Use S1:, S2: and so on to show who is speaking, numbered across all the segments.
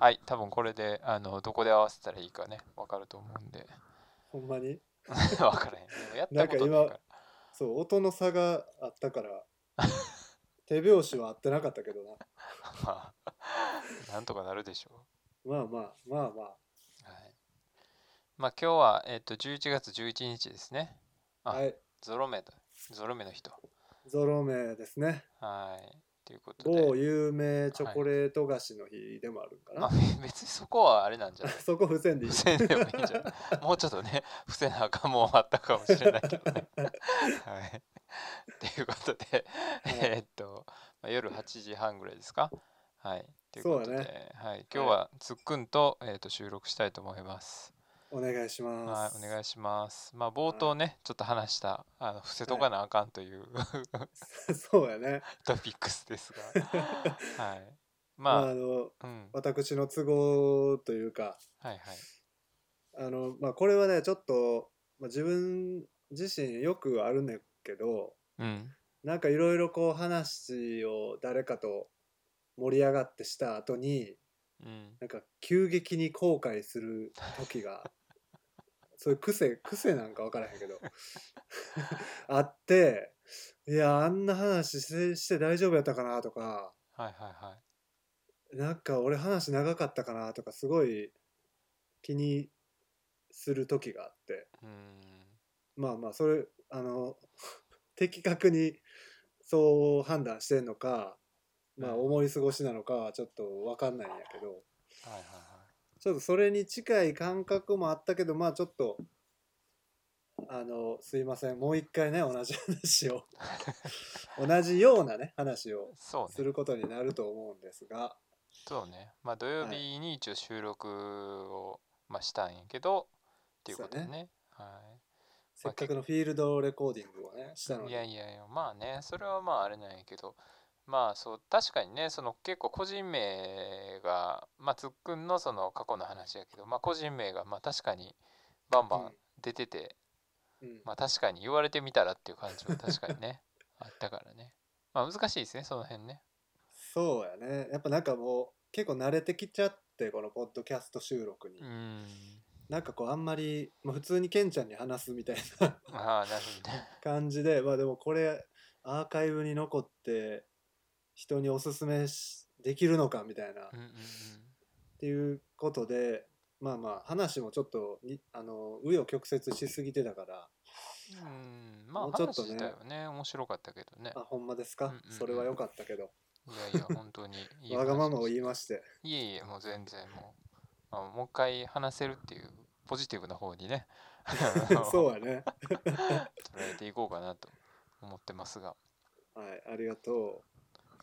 S1: はい多分これであのどこで合わせたらいいかねわかると思うんで
S2: ほんまに
S1: わからへんでもやったことない
S2: な
S1: か
S2: ん
S1: ら
S2: かそう音の差があったから 手拍子は合ってなかったけどな
S1: まあ なんとかなるでしょ
S2: まあまあまあまあ
S1: う、はい、まあ今日はえっと11月11日ですねあ
S2: はい、
S1: ゾロ目だゾロ目の人
S2: ゾロ目ですね。
S1: はいということ
S2: 某
S1: で
S2: 有名チョコレート菓子の日でもあるんかな。
S1: まあべ別にそこはあれなんじゃない
S2: そこ不せんでいい
S1: 伏。せんでもいいんじゃないもうちょっとね伏せなあかんもんあったかもしれないけどねはいということで
S2: はい
S1: えーっと、まあ、夜8時半ぐらいですかはいという
S2: そ
S1: こ
S2: うだ
S1: とで、
S2: ね
S1: はい、今日はつっくんと,、えーっと収録したいと思います
S2: お願いしま
S1: はい
S2: す。
S1: お願いしますまあ冒頭ね、ちょっと話したあの伏せとかなあかんという、
S2: そうやね。
S1: トピックスですが はい
S2: まあ、
S1: ま
S2: あの
S1: あうん
S2: 私の都合というか、
S1: はいはい
S2: あのまあこれはねちょっと、まあ、自分自身よくあるんだけど、
S1: うん
S2: なんかいろいろこう話を誰かと盛り上がってした後に、
S1: うん
S2: なんか急激に後悔する時がそういう癖癖なんか分からへんけど あっていやあんな話してして大丈夫やったかなとか
S1: はいはいはい
S2: なんか俺話長かったかなとかすごい気にする時があって
S1: うん
S2: まあまあそれあの 的確にそう判断してんのかまあ
S1: うん
S2: 思い過ごしなのかはちょっと分かんないんやけど。
S1: はいはいはい
S2: ちょっとそれに近い感覚もあったけど、まあちょっと、あの、すいません、もう一回ね、同じ 話を、同じようなね、話を
S1: そうね
S2: することになると思うんですが、
S1: そうね。まあ土曜
S2: はい
S1: 日に一応収録を、まあ、したんやけどっていうこと
S2: そう
S1: ね。
S2: や
S1: は
S2: せっかくのフィールドレコーディングをね、したの
S1: い。
S2: に。
S1: いやいやいや、まあね、それはまああれなんやけど、まあそう、確かにね、その結構個人名が、まあつっくんのその過去の話やけど、まあ個人名がまあ確かにバンバ
S2: うん
S1: ン出てて、
S2: うん
S1: まあ確かに言われてみたらっていう感じ も確かにね、あったからね。まあ難しいですね、その辺ね。
S2: そうやね。やっぱなんかもう、結構慣れてきちゃって、このポッドキャスト収録に。
S1: うん。
S2: なんかこう、あんまり、まあ、普通にケンちゃんに話すみたいな
S1: ああ、なるほどね。
S2: 感じでまあ でもこれアーカイブに残って人におすすめしできるのかみたいな、
S1: うん
S2: っ
S1: うんうん。
S2: ていうことでまあまあ話もちょっとにあの紆余曲折しすぎてたから
S1: うん、まあ
S2: もうちょっ
S1: 話
S2: とね
S1: 自体はね、面白かったけどね
S2: あ。ほんまですか、
S1: うんうんうん
S2: それは良かったけど
S1: いやいや、本当にいい
S2: わがまま
S1: 話
S2: を
S1: で
S2: 言
S1: し
S2: いま して
S1: たいえいえ、もう全然もう、まあ、もう一回話せるっていうポジティブな方に ね、あの
S2: そうやね
S1: 捉えていこうかなと思ってますが。
S2: はいありがと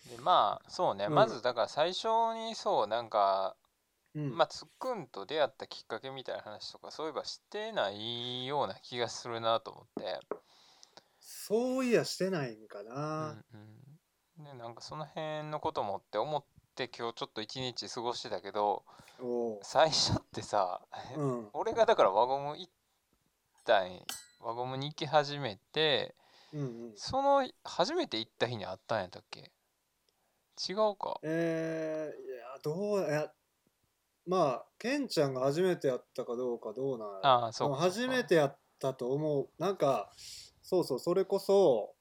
S1: でまあそうね、
S2: うん
S1: まずだから最初にそうなんか、
S2: う、うん
S1: まあつっくんと出会ったきっかけみたいな話とかそういえばしてないような気がするなと思って、
S2: そういやしてないんか
S1: う
S2: な、
S1: んうん、でなんかその辺のこともって思って今日ちょっと一日過ごしてたけど、
S2: おう
S1: 最初ってさ、
S2: うん
S1: 俺がだから輪ゴム行ったん輪ゴムに行き始めて
S2: うんうん
S1: その初めて行った日にあったんやったっけ違うか
S2: えー、いやどうやまあケンちゃんが初めてやったかどうかどうなんやろ
S1: ああそう
S2: でも
S1: かそうか
S2: 初めてやったと思うなんかそうそうそれこそ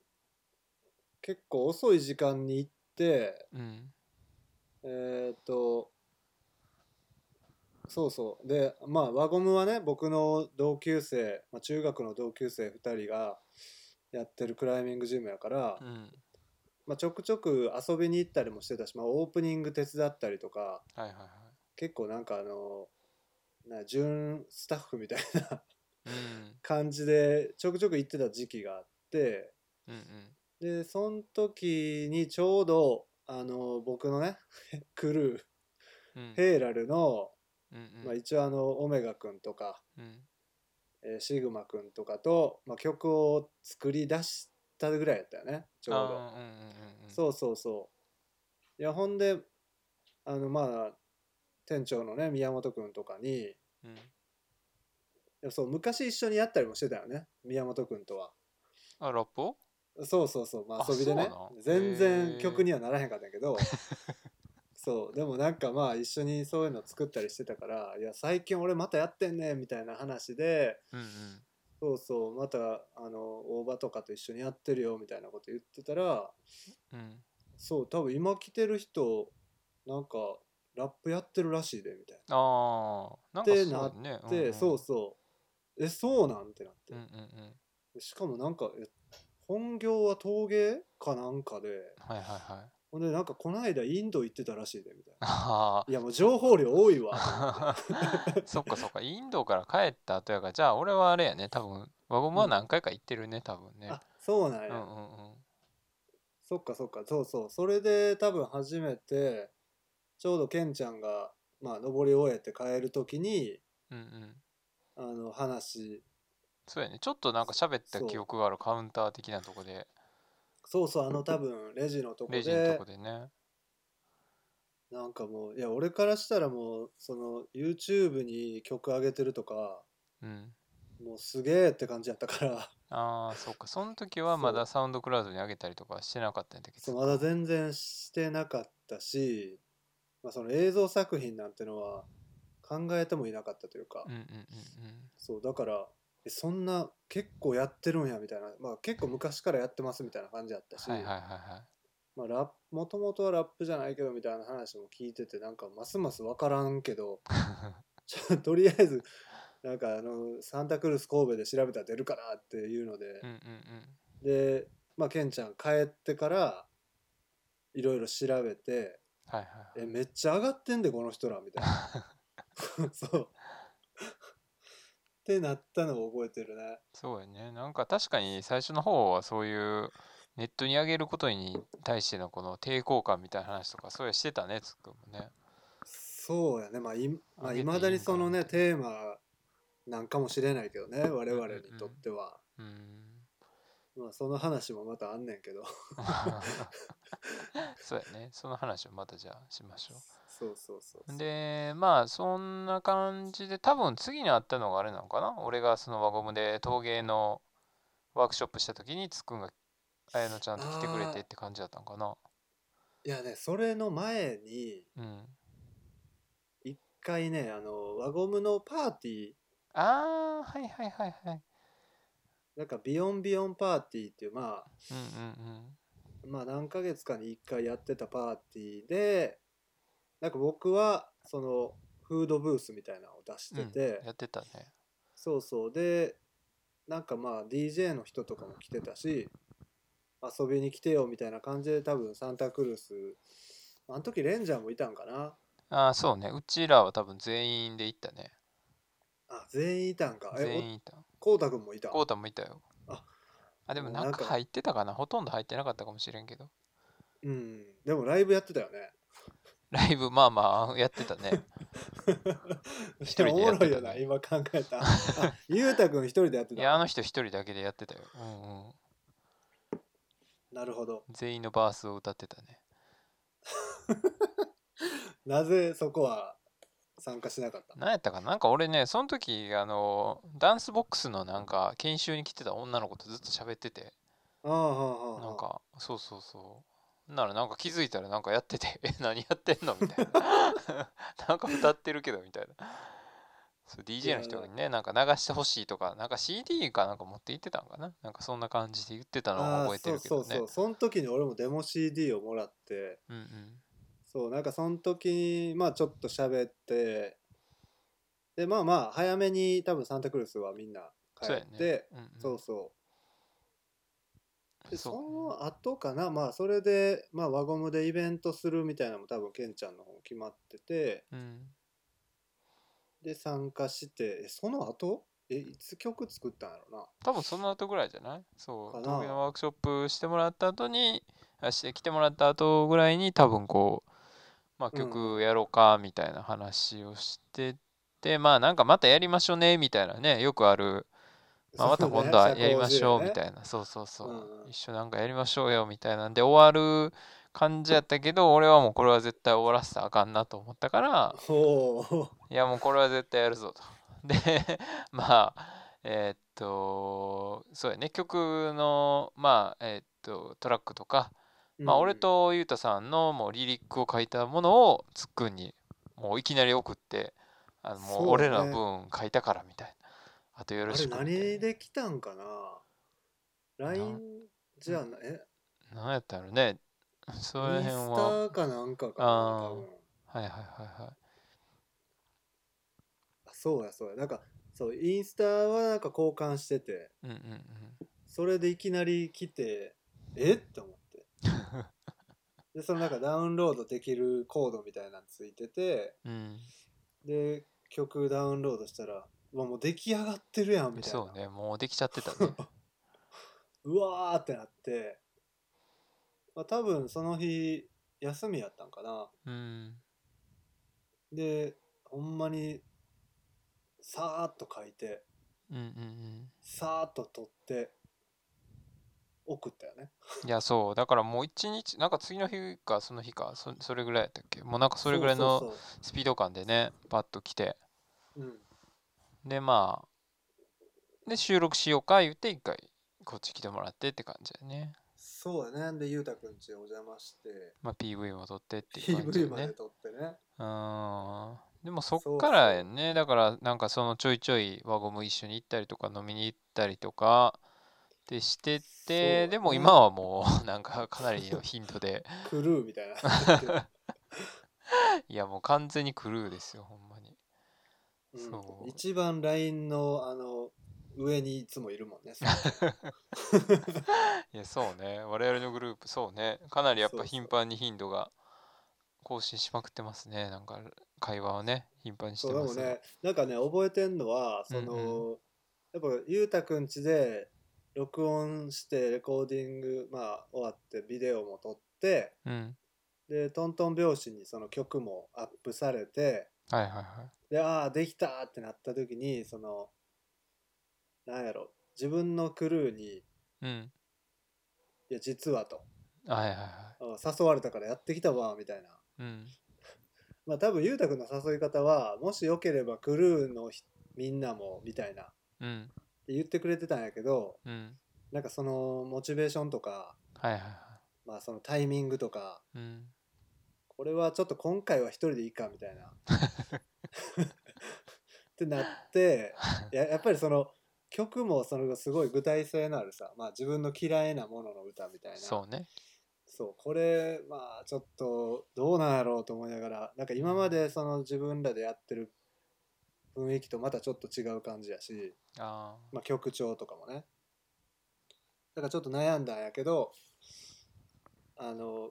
S2: 結構遅い時間に行って
S1: うん
S2: えーっとそうそうでまあ輪ゴムはね僕の同級生、まあ、中学の同級生2人がやってるクライミングジムやから、
S1: うん
S2: まあ、ちょくちょく遊びに行ったりもしてたし、まあ、オープニング手伝ったりとか
S1: はいはいは
S2: 結構なんかあのな準スタッフみたいない
S1: うん
S2: 感じでちょくちょく行ってた時期があって
S1: うん
S2: でその時にちょうどあの僕のね クル
S1: うんうん
S2: ーヘイラルの、
S1: うんうん
S2: まあ、一応あのオメガ君とか、
S1: うん
S2: えーシグマ君とかと、まあ、曲を作り出したぐらいやったよねちょうど。
S1: あーうんうんうんうん
S2: そうそうそう。いやほんであのまあ店長のね宮本君とかにい
S1: うん
S2: やそう昔一緒にやったりもしてたよね宮本君とは。
S1: あラップを
S2: そうそうそう、まあ、
S1: あ
S2: 遊びでね
S1: そうなん
S2: 全
S1: へ
S2: 然
S1: ー
S2: 曲にはならへんかったんやけどそうでもなんかまあ一緒にそういうの作ったりしてたから「いや最近俺またやってんねん」みたいな話で
S1: うんうん
S2: そうそうまたあの大場とかと一緒にやってるよみたいなこと言ってたら
S1: うん
S2: そう多分今来てる人なんかラップやってるらしいでみたい
S1: ああなんか
S2: って
S1: そう
S2: なっ
S1: ね
S2: なで、そうそうえそうなんってなって
S1: うんう、んうんうん
S2: しかもなんかえ本業は陶芸かなんかで
S1: はいはいはい
S2: ほんでなんかこの間インド行ってたらしいでみたいな
S1: あ
S2: いやもう情報量多いわ
S1: あ そっかそっかインドから帰った後やからじゃあ俺はあれやね多分輪ゴムは何回か行ってるね多分ね
S2: あそうなんや、
S1: うんうんうん
S2: そっかそっかそうそうそれで多分初めてちょうどケンちゃんがまあ登り終えて帰る時に
S1: うんうん
S2: あの話
S1: そうやねちょっとなんか喋った
S2: そう
S1: 記憶があるカウンター的なとこで
S2: そうそうあの多分レジのとこ
S1: レジの
S2: で
S1: とこでね
S2: なんかもういや俺からしたらもうその YouTube に曲上げてるとか
S1: うん
S2: もうすげえって感じやったから
S1: ああそっかその時はまだサウンドクラウドに上げたりとかしてなかったんだけ
S2: そう
S1: ど
S2: まだ全然してなかったし、まあ、その映像作品なんてのは考えてもいなかったというか、
S1: うんうんうんうん
S2: そうだからえそんな結構やってるんやみたいな、まあ、結構昔からやってますみたいな感じだったし
S1: はいはいはいはい
S2: まあラップもともとはラップじゃないけどみたいな話も聞いててなんかますます分からんけ どちょとりあえずなんかあのサンタクルス神戸で調べたら出るからっていうので
S1: うん、うんうん
S2: で、まあ、ケンちゃん帰ってからいろいろ調べて
S1: はいはい
S2: 「えめっちゃ上がってんでこの人ら」みた いなそうってなったのを覚えてるね
S1: そうやねなんか確かに最初の方はそういうネットに上げることに対してのこの抵抗感みたいな話とかそういうしてたねつっくんもね
S2: そうやねまあいまあ、
S1: 上げていいんか
S2: 未だにそのね
S1: み
S2: テーマなんかもしれないけどね我々にとっては、
S1: うん
S2: まあ、その話もまたあんねんけど
S1: そうやねその話をまたじゃあしましょう
S2: そうそうそうそう
S1: でまあそんな感じで多分次にあったのがあれなのかな俺がその輪ゴムで陶芸のワークショップした時につっくんが綾乃ちゃんと来てくれてって感じだったのかない
S2: やねそれの前に
S1: うん
S2: 一回ねあの輪ゴムのパーティー
S1: ああはいはいはいはい
S2: なんかビヨンビヨンパーティーっていうまあ
S1: うんうん
S2: まあ何ヶ月かに1回やってたパーティーでなんか僕はそのフードブースみたいなのを出して
S1: うん
S2: て、
S1: うんやってたね
S2: そうそうでなんかまあ DJ の人とかも来てたし遊びに来てよみたいな感じで多分サンタクルースあの時レンジャーもいたんかな
S1: ああそうねうちらは多分全員で行ったね
S2: あ全員いたんか
S1: 全
S2: え
S1: 員いた
S2: おこうたくんもいた
S1: こうたもいたよ
S2: あ
S1: あでも
S2: もうなん
S1: 中
S2: か
S1: 入ってたかなほとんど入ってなかったかもしれんけど
S2: うんでもライブやってたよね
S1: ライブまあまあやってた ね一人で
S2: いやおもろいよな
S1: やってたね
S2: 今考えたらあゆうたくん一人でやって
S1: いやあ
S2: た
S1: の人一人だけでやってたよ、うんうん、
S2: なるほど
S1: 全員のバースを歌ってたね
S2: なぜそこは参加しなかった
S1: 何やったかななんか俺ねその時あのダンスボックスのなんか研修に来てた女の子とずっと喋ってて
S2: ああはあはあ
S1: なんかそうそうそうならなんか気づいたらなんかやって て「え何やってんの?」みたいな なんか歌ってるけどみたいなそう DJ の人にねなんか流してほしいとかなんか CD かなんか持って行ってたんかななんかそんな感じで言ってたのを
S2: ああ
S1: 覚えてるけどね
S2: そうそうそうその時に俺もデモ CD をもらって
S1: うんうん
S2: そうなんかその時にまあちょっと喋ってでまあまあ早めに多分サンタクルースはみんな帰
S1: そうや
S2: っ
S1: ね
S2: て
S1: うんうん
S2: そう,、そうで
S1: そ
S2: そうの後かなまあそれで、まあ、輪ゴムでイベントするみたいなのも多分ケンちゃんの方決まってて
S1: うん
S2: で参加してえその後えいつ曲作ったんやろ
S1: 多分その後ぐらいじゃないそ
S2: か
S1: う
S2: な
S1: 陶芸のワークショップしてもらった後にあして来てもらった後ぐらいに多分こう、まあ、
S2: うん
S1: 曲やろうかみたいな話をしてて、まあなんかまたやりましょうねみたいなねよくある、ま
S2: な、
S1: あ、また
S2: そうね
S1: 今度はやりましょう
S2: 社交辞令ね
S1: みたいなそうそうそう、
S2: うんうん
S1: 一緒なんかやりましょうよみたいなんで終わる感じやったけど俺はもうこれは絶対終わらせたらあかんなと思ったから
S2: ほう
S1: いやもうこれは絶対やるぞと。 でまあえーっとそうやね曲のまあえーっとトラックとか、 まあ、俺とゆうたさんのもうリリックを書いたものをつっくんにもういきなり送ってあのも
S2: そう
S1: う
S2: ね
S1: 俺らの分書いたからみたいなあとよ
S2: あ
S1: ろ
S2: れ
S1: しくみたい
S2: 何で来たんかな ?LINE じゃあなえ
S1: な何やったのねその
S2: イン
S1: 辺
S2: ス
S1: は
S2: タかなんかかな
S1: あー
S2: 多分
S1: はいはいはいはい
S2: あそうやそうやなんかそうインスタはなんか交換してて
S1: うんうんうん
S2: それでいきなり来てえっ て思ってでそのなんかダウンロードできるコードみたいなのついてて
S1: うん、
S2: で曲ダウンロードしたらうわもう出来上がってるやんみたいな
S1: そうねもうできちゃってた ね
S2: うわーってなって、まあ、多分その日休みやったんかな
S1: うん
S2: でほんまにさーっと書いて
S1: うんうんうん
S2: さーっと撮って送ったよね
S1: いやそうだからもう一日なんか次の日かその日かそそれぐらいやったっけもうなんかそれぐらいの
S2: そうそうそ
S1: スピード感でねパッと来て
S2: ううん
S1: でまあで収録しようか言って一回こっち来てもらってって感じだね
S2: そうやねでゆうたくんちお邪魔して
S1: まあ PV も撮ってっていう感じ
S2: PV
S1: よ
S2: まで
S1: ね
S2: 撮ってね
S1: うんでもそ
S2: そう
S1: っからやねだからなんかそのちょいちょい輪ゴム一緒に行ったりとか飲みに行ったりとかでして
S2: そうや
S1: て
S2: ね
S1: でも今はもうなんかかなりの頻度で
S2: クルーみたい な、
S1: いやもう完全にクルーですよほんまにそう
S2: うん、一番 LINE のあの上にいつもいるもんね
S1: いやそうね我々のグループそうねかなりやっ
S2: そ
S1: ぱ
S2: うそう
S1: 頻繁に頻度が更新しまくってますねなんか会話をね頻繁にし
S2: そう
S1: て
S2: で
S1: ま
S2: も
S1: す
S2: ねなんかね覚えてんのはその、やっぱゆうたくんちで録音してレコーディングまあ終わってビデオも撮って
S1: うん
S2: でトントン拍子にその曲もアップされて
S1: はいはいはい
S2: でああできたーってなった時にそのなんやろ自分のクルーに
S1: うん
S2: 「いや実は」と
S1: はいはいはい
S2: 「あ誘われたからやってきたわ」みたいな
S1: うん
S2: まあ多分ゆうたくんの誘い方はもしよければクルーのひみんなもみたいなって
S1: うん
S2: 言ってくれてたんやけど
S1: うん
S2: なんかそのモチベーションとか、
S1: はいはいはい
S2: まあ、そのタイミングとか
S1: うん
S2: これはちょっと今回は一人でいいか みたいな。ってなってややっぱりその曲もそのすごい具体性のあるさ、まあ、自分の嫌いなものの歌みたいな
S1: そうね
S2: そうこれまあちょっとどうなんやろうと思いながらなんか今までその自分らでやってる雰囲気とまたちょっと違う感じやし、
S1: あ
S2: まあ、曲調とかもねだからちょっと悩んだんやけどあの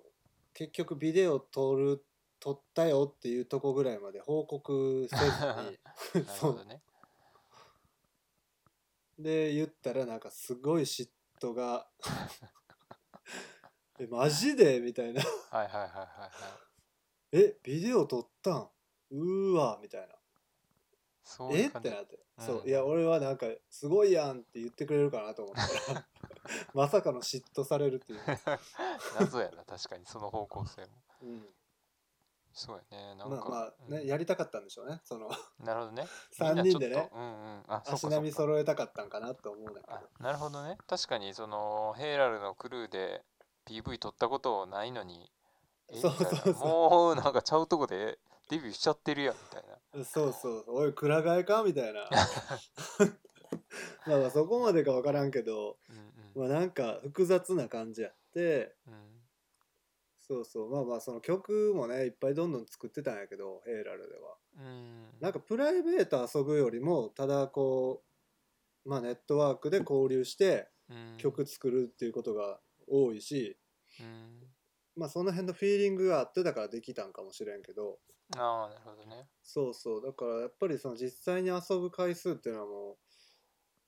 S2: 結局ビデオ撮る撮ったよっていうとこぐらいまで報告せず
S1: ー
S2: に
S1: なる
S2: そ
S1: ほ
S2: う
S1: どね
S2: で言ったらなんかすごい嫉妬がえマジでみたいな
S1: はいはいはいはいはい
S2: えビデオ撮ったんうーわみたいな
S1: そうい
S2: え
S1: う
S2: っ
S1: 感
S2: て
S1: じ
S2: なって、そう
S1: うん
S2: いや俺はなんかすごいやんって言ってくれるかなと思っ たらまさかの嫉妬されるっていう、
S1: 謎やな確かにその方向性も
S2: うん、
S1: そうやねな
S2: まあ
S1: んか
S2: まあ、ね
S1: うん
S2: やりたかったんでしょうねその
S1: なるほどねみん
S2: 3
S1: な ちょ
S2: 人
S1: っと
S2: でね
S1: うんうんあそっかそ
S2: 足
S1: っか
S2: 並み揃えたかったんかなと思うんだけど
S1: あなるほどね確かにそのヘイラルのクルーで PV 撮ったことないのにえ
S2: そう
S1: みたいな
S2: そうそう
S1: もうなんかちゃうとこでデビューしちゃってるやんみたいな
S2: そうそうおいくら替えかみ たいなまあまあそこまでか分からんけど、
S1: うん
S2: まあ、なんか複雑な感じやって
S1: うんうん
S2: そうそうまあまあその曲もねいっぱいどんどん作ってたんやけどヘイラルでは
S1: うん
S2: なんかプライベート遊ぶよりもただこうまあネットワークで交流して
S1: うん
S2: 曲作るっていうことが多いし、
S1: うん
S2: まあその辺のフィーリングがあってだからできたんかもしれんけど
S1: ああなるほどね
S2: そうそうだからやっぱりその実際に遊ぶ回数っていうのはも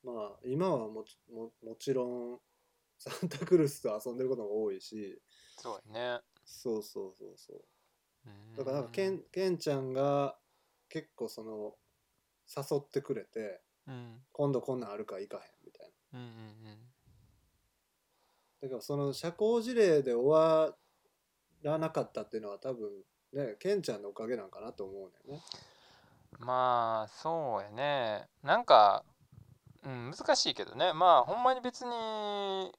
S2: うまあ今はもちももちろんサンタクルースと遊んでることも多いし
S1: そうやね
S2: そうそうそうそう
S1: うん
S2: だからなんかけんけんちゃんが結構その誘ってくれて
S1: うん
S2: 今度こんなんあるから行かへんみたいな
S1: うんうんうん
S2: だからその社交辞令で終わらなかったっていうのは多分ねけんちゃんのおかげなんかなと思うんだよね
S1: まあそうやねなんか、うん、難しいけどねまあほんまに別に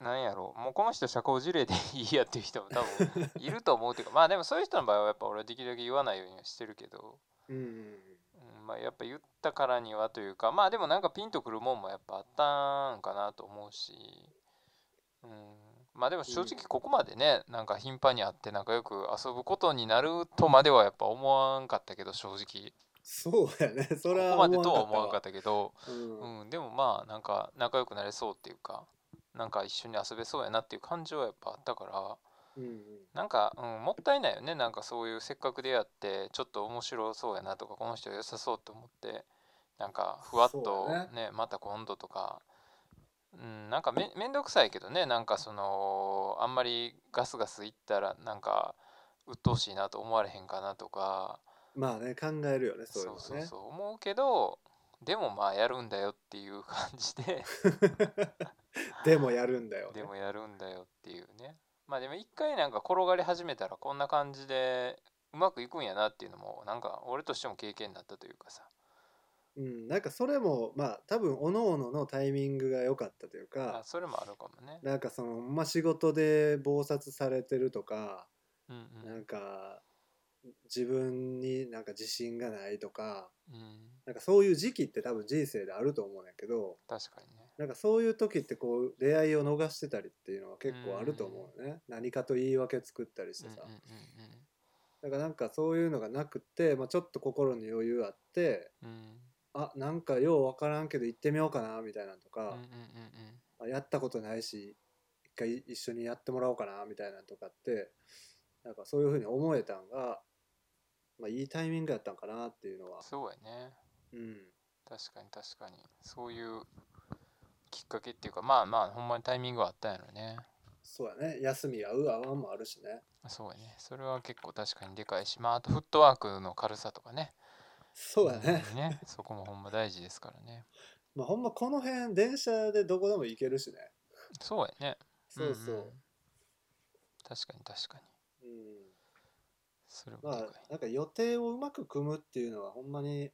S1: なんやろうもうこの人社交辞令でいいやっていう人も多分いると思うっていうかまあでもそういう人の場合はやっぱ俺はできるだけ言わないようにはしてるけど、
S2: うんうん
S1: うん、まあやっぱ言ったからにはというかまあでもなんかピンとくるもんもやっぱあったんかなと思うし、うん、まあでも正直ここまでねなんか頻繁に会って仲良く遊ぶことになるとまではやっぱ思わんかったけど正直
S2: そう やねそ
S1: こ
S2: れは
S1: こまでとは思わんか
S2: わ
S1: ったけど。
S2: うん
S1: うん、でもまあなんか仲良くなれそうっていうかなんか一緒に遊べそうやなっていう感じはやっぱあったから
S2: うんうん
S1: なんか、うん、もったいないよねなんかそういうせっかく出会ってちょっと面白そうやなとかこの人良さそうと思ってなんかふわっ
S2: そ
S1: と
S2: うだ
S1: ねまた今度とか、うん、なんかめめんどくさいけどねなんかそのあんまりガスガスいったらなんか鬱陶しいなと思われへんかなとか
S2: まあね考えるよねそういう
S1: そう
S2: の
S1: そう
S2: ね
S1: そう思うけどでもまあやるんだよっていう感じで。
S2: でもやるんだよ、ね、
S1: でもやるんだよっていうねまあでも一回なんか転がり始めたらこんな感じでうまくいくんやなっていうのもなんか俺としても経験になったというかさ
S2: うん、なんかそれもまあ多分各々のタイミングが良かったという
S1: あ
S2: か
S1: それもあるかもね
S2: なんかその、まあ、仕事で忙殺されてるとか
S1: うんう
S2: なん
S1: ん
S2: か自分になんか自信がないとか
S1: うん
S2: なんかそういう時期って多分人生であると思うんやけど
S1: 確かにね
S2: なんかそういう時ってこう出会いを逃してたりっていうのは結構あると思うよね何かと言い訳作ったりし
S1: うん
S2: て
S1: うん
S2: さ
S1: う
S2: だからなんかそういうのがなくて、まあ、ちょっと心に余裕あって
S1: んうん
S2: あなんかようわからんけど行ってみようかなみたいなのとか、
S1: うんうんうん
S2: あやったことないし一回一緒にやってもらおうかなみたいなのとかってなんかそういうふうに思えたんが、まあ、いいタイミングやったんかなっていうのは
S1: うん、そうやね
S2: うん、
S1: 確かに確かにそういうきっかけっていうかまあまあほんまにタイミングはあったんやろね
S2: そうやね休み合う合わんもあるしね
S1: そうやねそれは結構確かにでかいしまああとフットワークの軽さとかね
S2: そうやね、
S1: うんねそこもほんま大事ですからね
S2: まあ、ほんまこの辺電車でどこでも行けるしね
S1: そうやね
S2: そうそ
S1: んん
S2: う、
S1: 確かに確かに
S2: うん
S1: それ
S2: ま
S1: はで
S2: あ
S1: かい、
S2: なんか予定をうまく組むっていうのはほんまに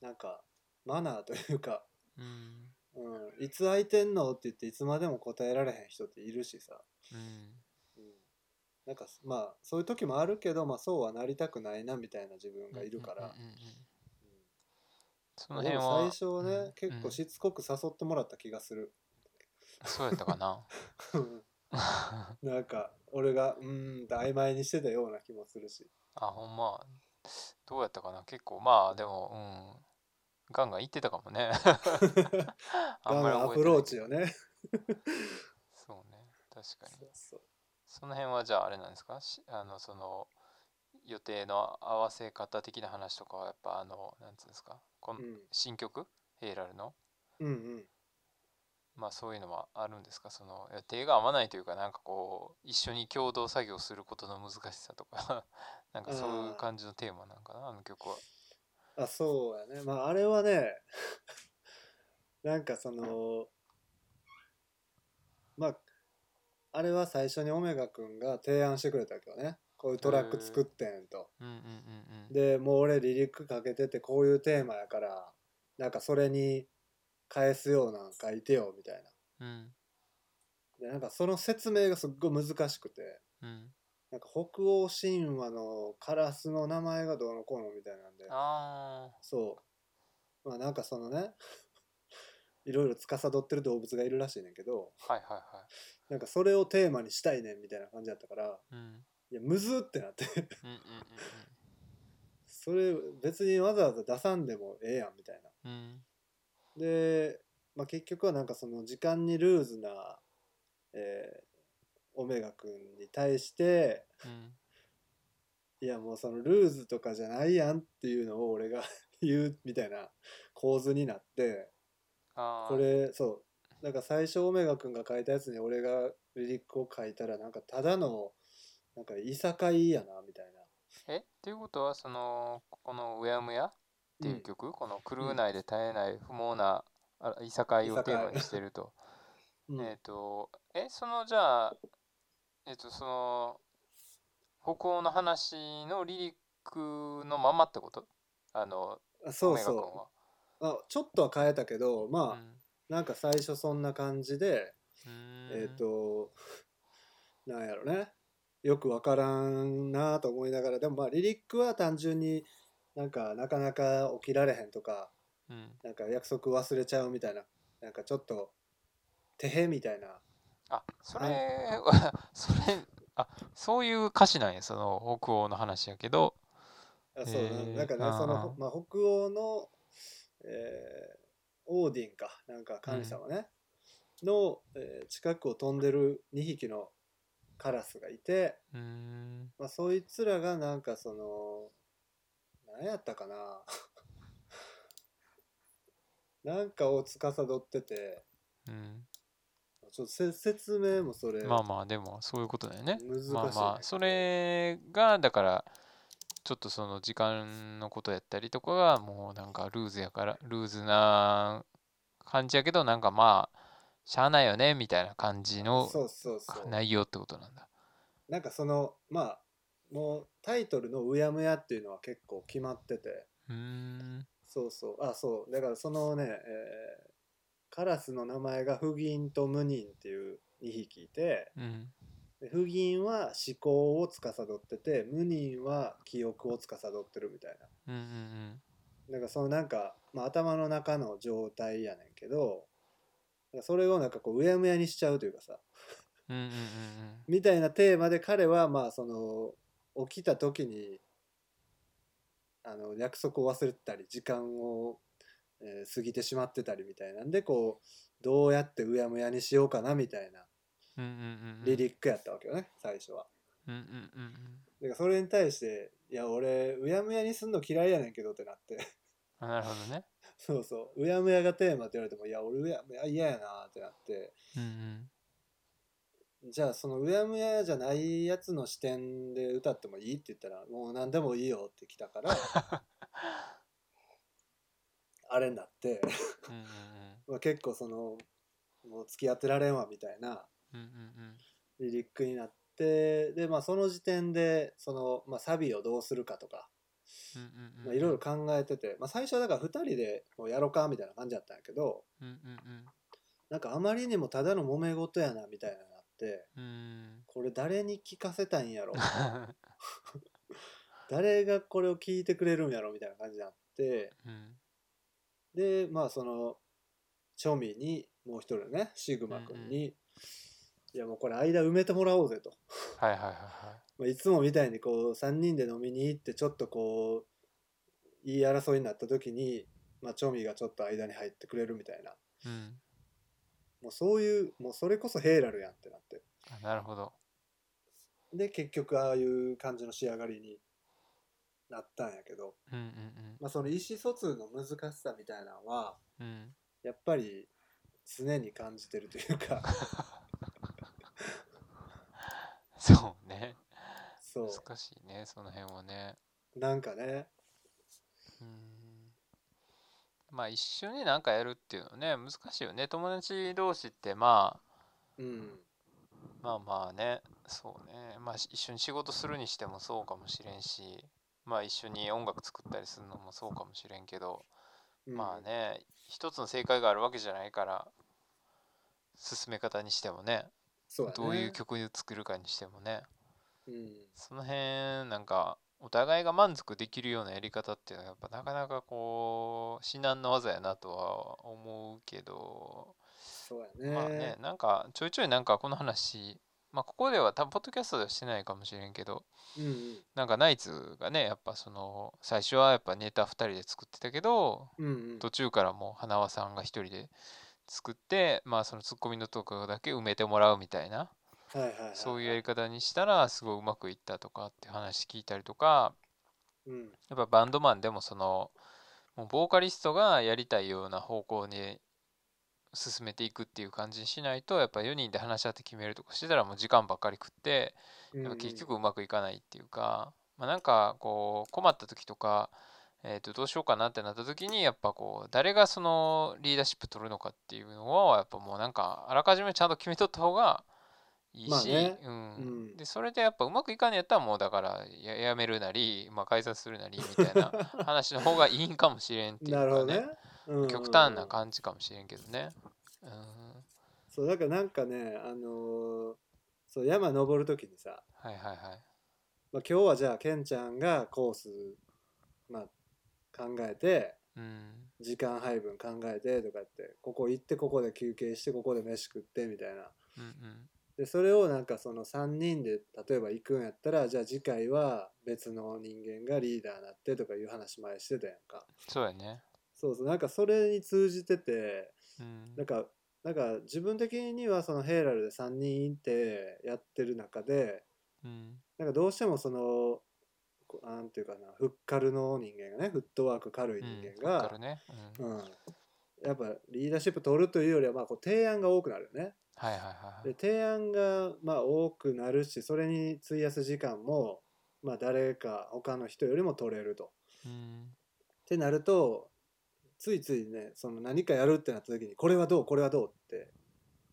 S2: なんかマナーという か、
S1: うん
S2: うん、いつ空いてんのって言っていつまでも答えられへん人っているしさ、
S1: うん
S2: うんなんかまあそういう時もあるけど、まあ、そうはなりたくないなみたいな自分がいるから、
S1: うんうんうんうんそ
S2: うん
S1: の
S2: で
S1: 辺は
S2: も最初はね、
S1: うん
S2: 結構しつこく誘ってもらった気がする
S1: う んそうやったかな あ
S2: なんか俺がうーんって曖昧にしてたような気もするし
S1: ほんまどうやったかな結構まあでもうんガンガンいってたかも ねあ
S2: ガ
S1: ん
S2: ン
S1: まり覚えてな
S2: ア
S1: いけど
S2: プローチよね
S1: そうね確か
S2: そ
S1: に
S2: うそう
S1: その辺はじゃああれなんですかしあのその予定の合わせ方的な話とかはやっぱあのなんつうんですかこの
S2: うん
S1: 新曲ヘイラルの
S2: うんうん
S1: まあそういうのはあるんですかその予定が合わないというかなんかこう一緒に共同作業することの難しさとか なんかそうい
S2: あ
S1: う
S2: ー
S1: 感じのテーマなんかなあの曲は。
S2: あそうやねまああれはね なんかそのまああれは最初にオメガ君が提案してくれたわけどねこういうトラック作ってんと、
S1: うんうんうんうん。
S2: でもう俺離陸かけててこういうテーマやからなんかそれに返すようなん書いてよみたい
S1: うん
S2: なでなんかその説明がすっごい難しくて
S1: うん。
S2: なんか北欧神話のカラスの名前がどうのこうのみたいなんで
S1: あ
S2: そうまあなんかそのね いろいろ司ってる動物がいるらしいねんけど
S1: あはいはいは
S2: なんかそれをテーマにしたいねんみたいな感じだったから
S1: い。うん
S2: いやむずってなって
S1: うんうん
S2: それ別にわざわざ出さんでもええやんみたいな
S1: うんうん。うん
S2: で、まあ、結局はなんかその時間にルーズな、えーオメガ君に対して
S1: うん
S2: いやもうそのルーズとかじゃないやんっていうのを俺が 言うみたいな構図になって
S1: あ
S2: こ
S1: ー
S2: れそうなんか最初オメガ君が書いたやつに俺がリリックを書いたらなんかただのなんかいさかいやなみたいな。
S1: えっていうことはそのこの「うやむや」っていう曲、このクルー内で絶えない不毛な、あいさかいをテーマにしてると。
S2: うんうん
S1: えっ、と、え、そのじゃあ、えっ、と、その、北欧の話のリリックのままってことあの、
S2: あそう
S1: オメガ君
S2: そ
S1: は。
S2: うあちょっとは変えたけどまあ、
S1: ん
S2: なんか最初そんな感じでえっ、となんやろねよくわからんなと思いながらでもまあリリックは単純になんかなかなか起きられへんとか
S1: うんうん
S2: なんか約束忘れちゃうみたいななんかちょっとてへみたいな
S1: あそれ
S2: はい
S1: は それあそういう歌詞なんやその北欧の話やけど
S2: あそう、
S1: へー
S2: なんかね
S1: あー
S2: その、まあ、北欧の、えーオーディンかなんか神様ね、の、えー近くを飛んでる2匹のカラスがいて、
S1: うーん
S2: まあ、そいつらがなんかその何やったかな なんかを司ってて
S1: うん
S2: ちょっとせ説明もそれ
S1: まあまあでもそういうことだよね
S2: 難しい、
S1: まあまあそれがだからちょっとその時間のことやったりとかがもうなんかルーズやからルーズな感じやけどなんかまあしゃあないよねみたいな感じの
S2: そうそうそう
S1: 内容ってことなんだ
S2: なんかそのまあもうタイトルの「うやむや」っていうのは結構決まってて
S1: うーん
S2: そうそうあそうだからそのね、えーカラスの名前がフギンとムニンっていう2匹いて
S1: うん
S2: でフギンは思考を司っててムニンは記憶を司ってるみたいな
S1: うんうん
S2: だからそのなんか、まあ、頭の中の状態やねんけどだからそれをなんかこううやむやにしちゃうというかさ
S1: うんうんうん
S2: みたいなテーマで彼はまあその起きた時にあの約束を忘れてたり時間を、えー過ぎてしまってたりみたいなんでこうどうやってうやむやにしようかなみたいな
S1: うんうんうんうんうん
S2: リリックやったわけよね最初は。
S1: うんうんうんうん
S2: だからそれに対して「いや俺うやむやにすんの嫌いやねんけど」ってなって
S1: あなるほどね
S2: そうそう「うやむやがテーマ」って言われても「いや俺うやむや嫌やな」ってなって
S1: うんうん
S2: じゃあそのうやむやじゃないやつの視点で歌ってもいいって言ったらもう何でもいいよって来たから あれになって、
S1: うんうん
S2: まあ、結構そのもう付き合ってられんわみたいな
S1: うんうんうん
S2: リリックになってでまあその時点でその、まあ、サビをどうするかとか
S1: うんうんうんうん
S2: まあいろいろ考えてて、まあ、最初はだから2人でもうやろうかみたいな感じだったんやけど
S1: うんうん
S2: なんかあまりにもただの揉め事やなみたいなのになって
S1: うんうん
S2: これ誰に聞かせたいんやろ誰がこれを聞いてくれるんやろみたいな感じになって
S1: うん
S2: でまあその庶民にもう一人ねシグマ君に、いやもうこれ間埋めてもらおうぜと、
S1: はいはいはいはい
S2: まあ、いつもみたいにこう3人で飲みに行ってちょっとこう言い争いになった時に、まあ、庶民がちょっと間に入ってくれるみたいな
S1: うん
S2: もうそういうもうそれこそヘイラルやんってなって
S1: あなるほど
S2: で結局ああいう感じの仕上がりになったんやけど、
S1: うんうん
S2: まあ、その意思疎通の難しさみたいなのは
S1: うんうん
S2: やっぱり常に感じてるというか
S1: そうね
S2: そ
S1: 難しいねその辺はね
S2: うなんかね
S1: うんまあ一緒になんかやるっていうのね難しいよね友達同士ってまあ
S2: うん
S1: まあまあねそうねまあし一緒に仕事するにしてもそうかもしれんしまあ一緒に音楽作ったりするのもそうかもしれんけど
S2: うん
S1: まあね一つの正解があるわけじゃないから進め方にしてもね
S2: そうやね
S1: どういう曲を作るかにしてもね
S2: うん
S1: その辺なんかお互いが満足できるようなやり方っていうのはやっぱなかなかこう至難の技やなとは思うけど
S2: そう
S1: ま
S2: や
S1: あ
S2: ね,、
S1: ねなんかちょいちょいなんかこの話まあここでは多分ポッドキャストではしてないかもしれんけど
S2: うんうん
S1: なんかナイツがねやっぱその最初はやっぱネタ2人で作ってたけど
S2: うんうん
S1: 途中からもう花輪さんが1人で作ってまあそのツッコミのとこだけ埋めてもらうみたいな
S2: はいはいはい
S1: そういうやり方にしたらすごいうまくいったとかって話聞いたりとか
S2: うん
S1: やっぱバンドマンでもそのもうボーカリストがやりたいような方向に進めていくっていう感じにしないとやっぱ4人で話し合って決めるとかしてたらもう時間ばっかり食って
S2: うん
S1: やっぱ
S2: うん
S1: 結局うまくいかないっていうか、まあ、なんかこう困った時とか、えー、とどうしようかなってなった時にやっぱこう誰がそのリーダーシップ取るのかっていうのはやっぱもうなんかあらかじめちゃんと決めとった方がいいし、
S2: まあね
S1: うん
S2: うん
S1: でそれでやっぱうまくいかんのやったらもうだからややめるなり、まあ、解散するなりみたいな 話の方がいいんかもしれんっていう
S2: なるほ
S1: か
S2: どね
S1: ね、
S2: うんうんうん
S1: 極端な感じかもしれんけどね。うん
S2: そうだからなんかねあのーそう山登る時にさ、
S1: はいはいはい
S2: まあ、今日はじゃあケンちゃんがコース、まあ、考えて
S1: うん
S2: 時間配分考えてとかやってここ行ってここで休憩してここで飯食ってみたいな
S1: うんうん
S2: でそれをなんかその3人で例えば行くんやったらじゃあ次回は別の人間がリーダーになってとかいう話前してたやんか
S1: そうやね
S2: そうそうなんかそれに通じてて
S1: うん
S2: なんかなんか自分的にはそのヘイラルで3人いてやってる中で
S1: うん
S2: なんかどうしてもそのこうなんていうかなフッカルの人間がねフットワーク軽い人間
S1: わか
S2: が
S1: る、ねうん
S2: うんやっぱリーダーシップ取るというよりはまあこう提案が多くなるよね。
S1: はいはいはいは
S2: で
S1: い
S2: 提案がまあ多くなるしそれに費やす時間もまあ誰か他の人よりも取れると。
S1: うん
S2: ってなるとついついねその何かやるってなった時にこれはどうこれはどうって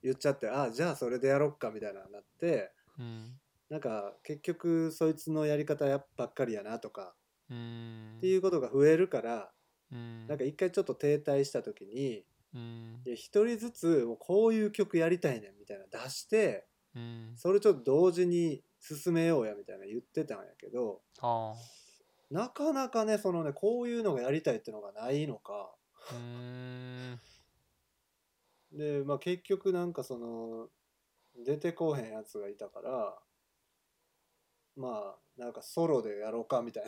S2: 言っちゃってああじゃあそれでやろっかみたいなのになって
S1: うん
S2: なんか結局そいつのやり方やっばっかりやなとか
S1: うん
S2: っていうことが増えるから
S1: うん
S2: なんか一回ちょっと停滞した時に
S1: うん
S2: いや一人ずつもうこういう曲やりたいねんみたいなの出して
S1: うん
S2: それちょっと同時に進めようやみたいなの言ってたんやけど
S1: あ
S2: なかなかねそのねこういうのがやりたいってのがないのか
S1: あうん
S2: で、まあ、結局なんかその出てこうへんやつがいたからまあなんかソロでやろうかみたい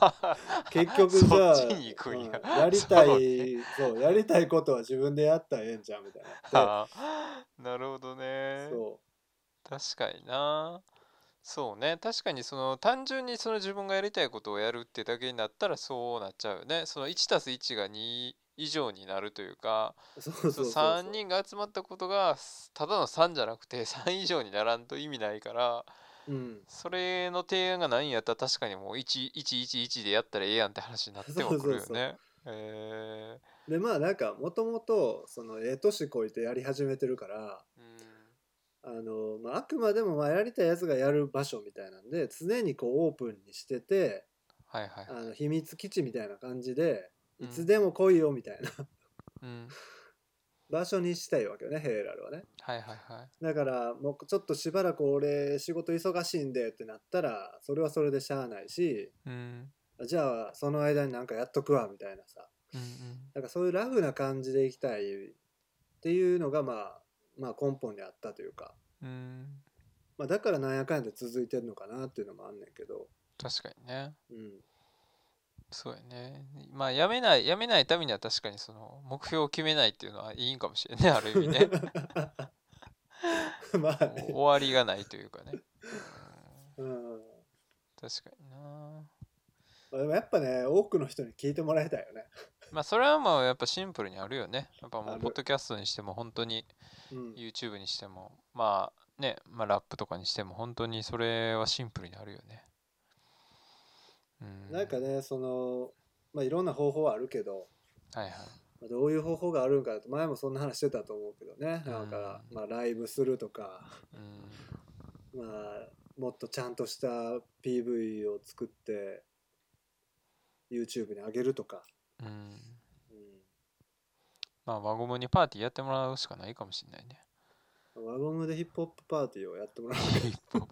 S2: な結局じゃあ
S1: そっちに行くんや
S2: うんやりたい
S1: ソロで
S2: そうやりたいことは自分でやったらええんじゃんみたいな
S1: あー なるほど
S2: で
S1: ね
S2: そ
S1: 確かになそうね確かにその単純にその自分がやりたいことをやるってだけになったらそうなっちゃうよねその 1+1 が2以上になるというか
S2: うそうそう
S1: そ
S2: そうう
S1: 3人が集まったことがただの3じゃなくて3以 上にならんと意味ないから
S2: うん
S1: それの提案がないんやったら確かにもう1111でやったらええやんって話になってはくるよ
S2: そうそうそう
S1: ね。え
S2: でまあなんかもともとそのええ年こいてやり始めてるから
S1: ー
S2: あの、まあ、あくまでもまあやりたいやつがやる場所みたいなんで常にこうオープンにしてて
S1: はいはい
S2: あ。の秘密基地みたいな感じで
S1: うん
S2: いつでも来いよみたいな
S1: うん。
S2: 場所にしたいわけよねヘイラルはね
S1: はいはいはい。
S2: だからもうちょっとしばらく俺仕事忙しいんでってなったらそれはそれでしゃあないし
S1: うん。
S2: じゃあその間になんかやっとくわみたいなさ
S1: うんうん。
S2: なんかそういうラフな感じでいきたいっていうのがまあまあ根本にあったというか、
S1: うん。
S2: まあ、だからなんやかんやで続いてるのかなっていうのもあんねんけど
S1: 確かにね。
S2: うん
S1: そうやね。まあ、やめない、やめないためには確かにその、目標を決めないっていうのはいいんかもし れんね、ある意味ね。
S2: まあ
S1: もう終
S2: ね、
S1: わりがないというかね。うん
S2: うん、
S1: 確かにな。
S2: まあでもやっぱね多くの人に聞いてもらいたいよね、
S1: まあ、それはもうやっぱシンプルにあるよね。やっぱも
S2: あ
S1: う、
S2: る
S1: ポッドキャストにしても、本当に
S2: うん、
S1: YouTube にしても、まあね、まあ、ラップとかにしても、本当にそれはシンプルにあるよね。うん。
S2: なんか
S1: はい
S2: ねそのまあいろんな方法はあるけど
S1: はい。
S2: まあどういう方法があるんかと前もそんな話してたと思うけどねなんか、
S1: うん
S2: まあ、ライブするとか、
S1: うん。
S2: まあ、もっとちゃんとした PV を作って YouTube に上げるとか、
S1: うん。
S2: う
S1: まあ、輪ゴムにパーティーやってもらうしかないかもしれないね。
S2: ん、輪ゴムでヒップホップパーティーをやってもらう
S1: 一歩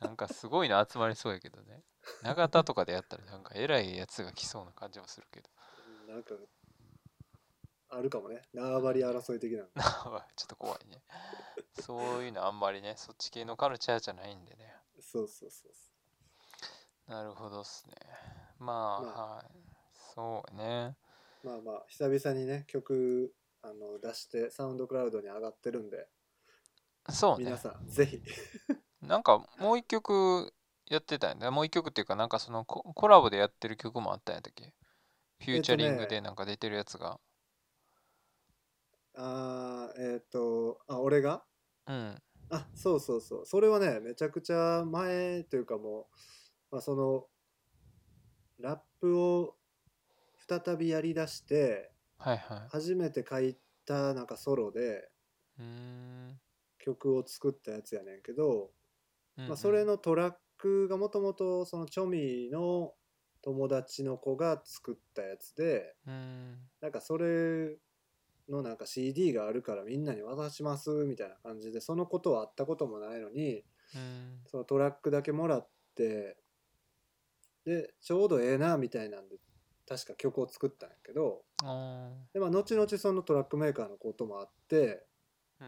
S1: なんかすごいの集まりそうやけどね永田とかでやったらなんか偉いやつが来そうな感じもするけど
S2: うんなんかあるかもね縄張り争い的 なの
S1: ちょっと怖いねそういうのあんまりねそっち系のカルチャーじゃないんでね
S2: そうそうそう
S1: なるほどっすねまあ、
S2: まあ
S1: はいそうね
S2: そうまあまあ久々にね曲あの出してサウンドクラウドに上がってるんで
S1: そうね
S2: 皆さんぜひ
S1: なんかもう一曲やってたんだもう一曲っていうかなんかそのココラボでやってる曲もあったんやったっけフューチャリングでなんか出てるやつが、
S2: あーえっ、とあ俺が
S1: うん
S2: あそうそうそうそれはねめちゃくちゃ前というかもう、まあ、そのラップを再びやりだして
S1: はいはい
S2: 初めて書いたなんかソロで
S1: うーん、
S2: 曲を作ったやつやねんけど、
S1: うんう
S2: まあ、
S1: ん
S2: それのトラックがもともとそのチョミーの友達の子が作ったやつで
S1: うん
S2: なんかそれのなんか CD があるからみんなに渡しますみたいな感じでそのことはあったこともないのに
S1: うん
S2: そのトラックだけもらってでちょうどええなみたいなんで確か曲を作ったんやけど
S1: あ
S2: で、まあ、後々そのトラックメーカーのこともあって
S1: ー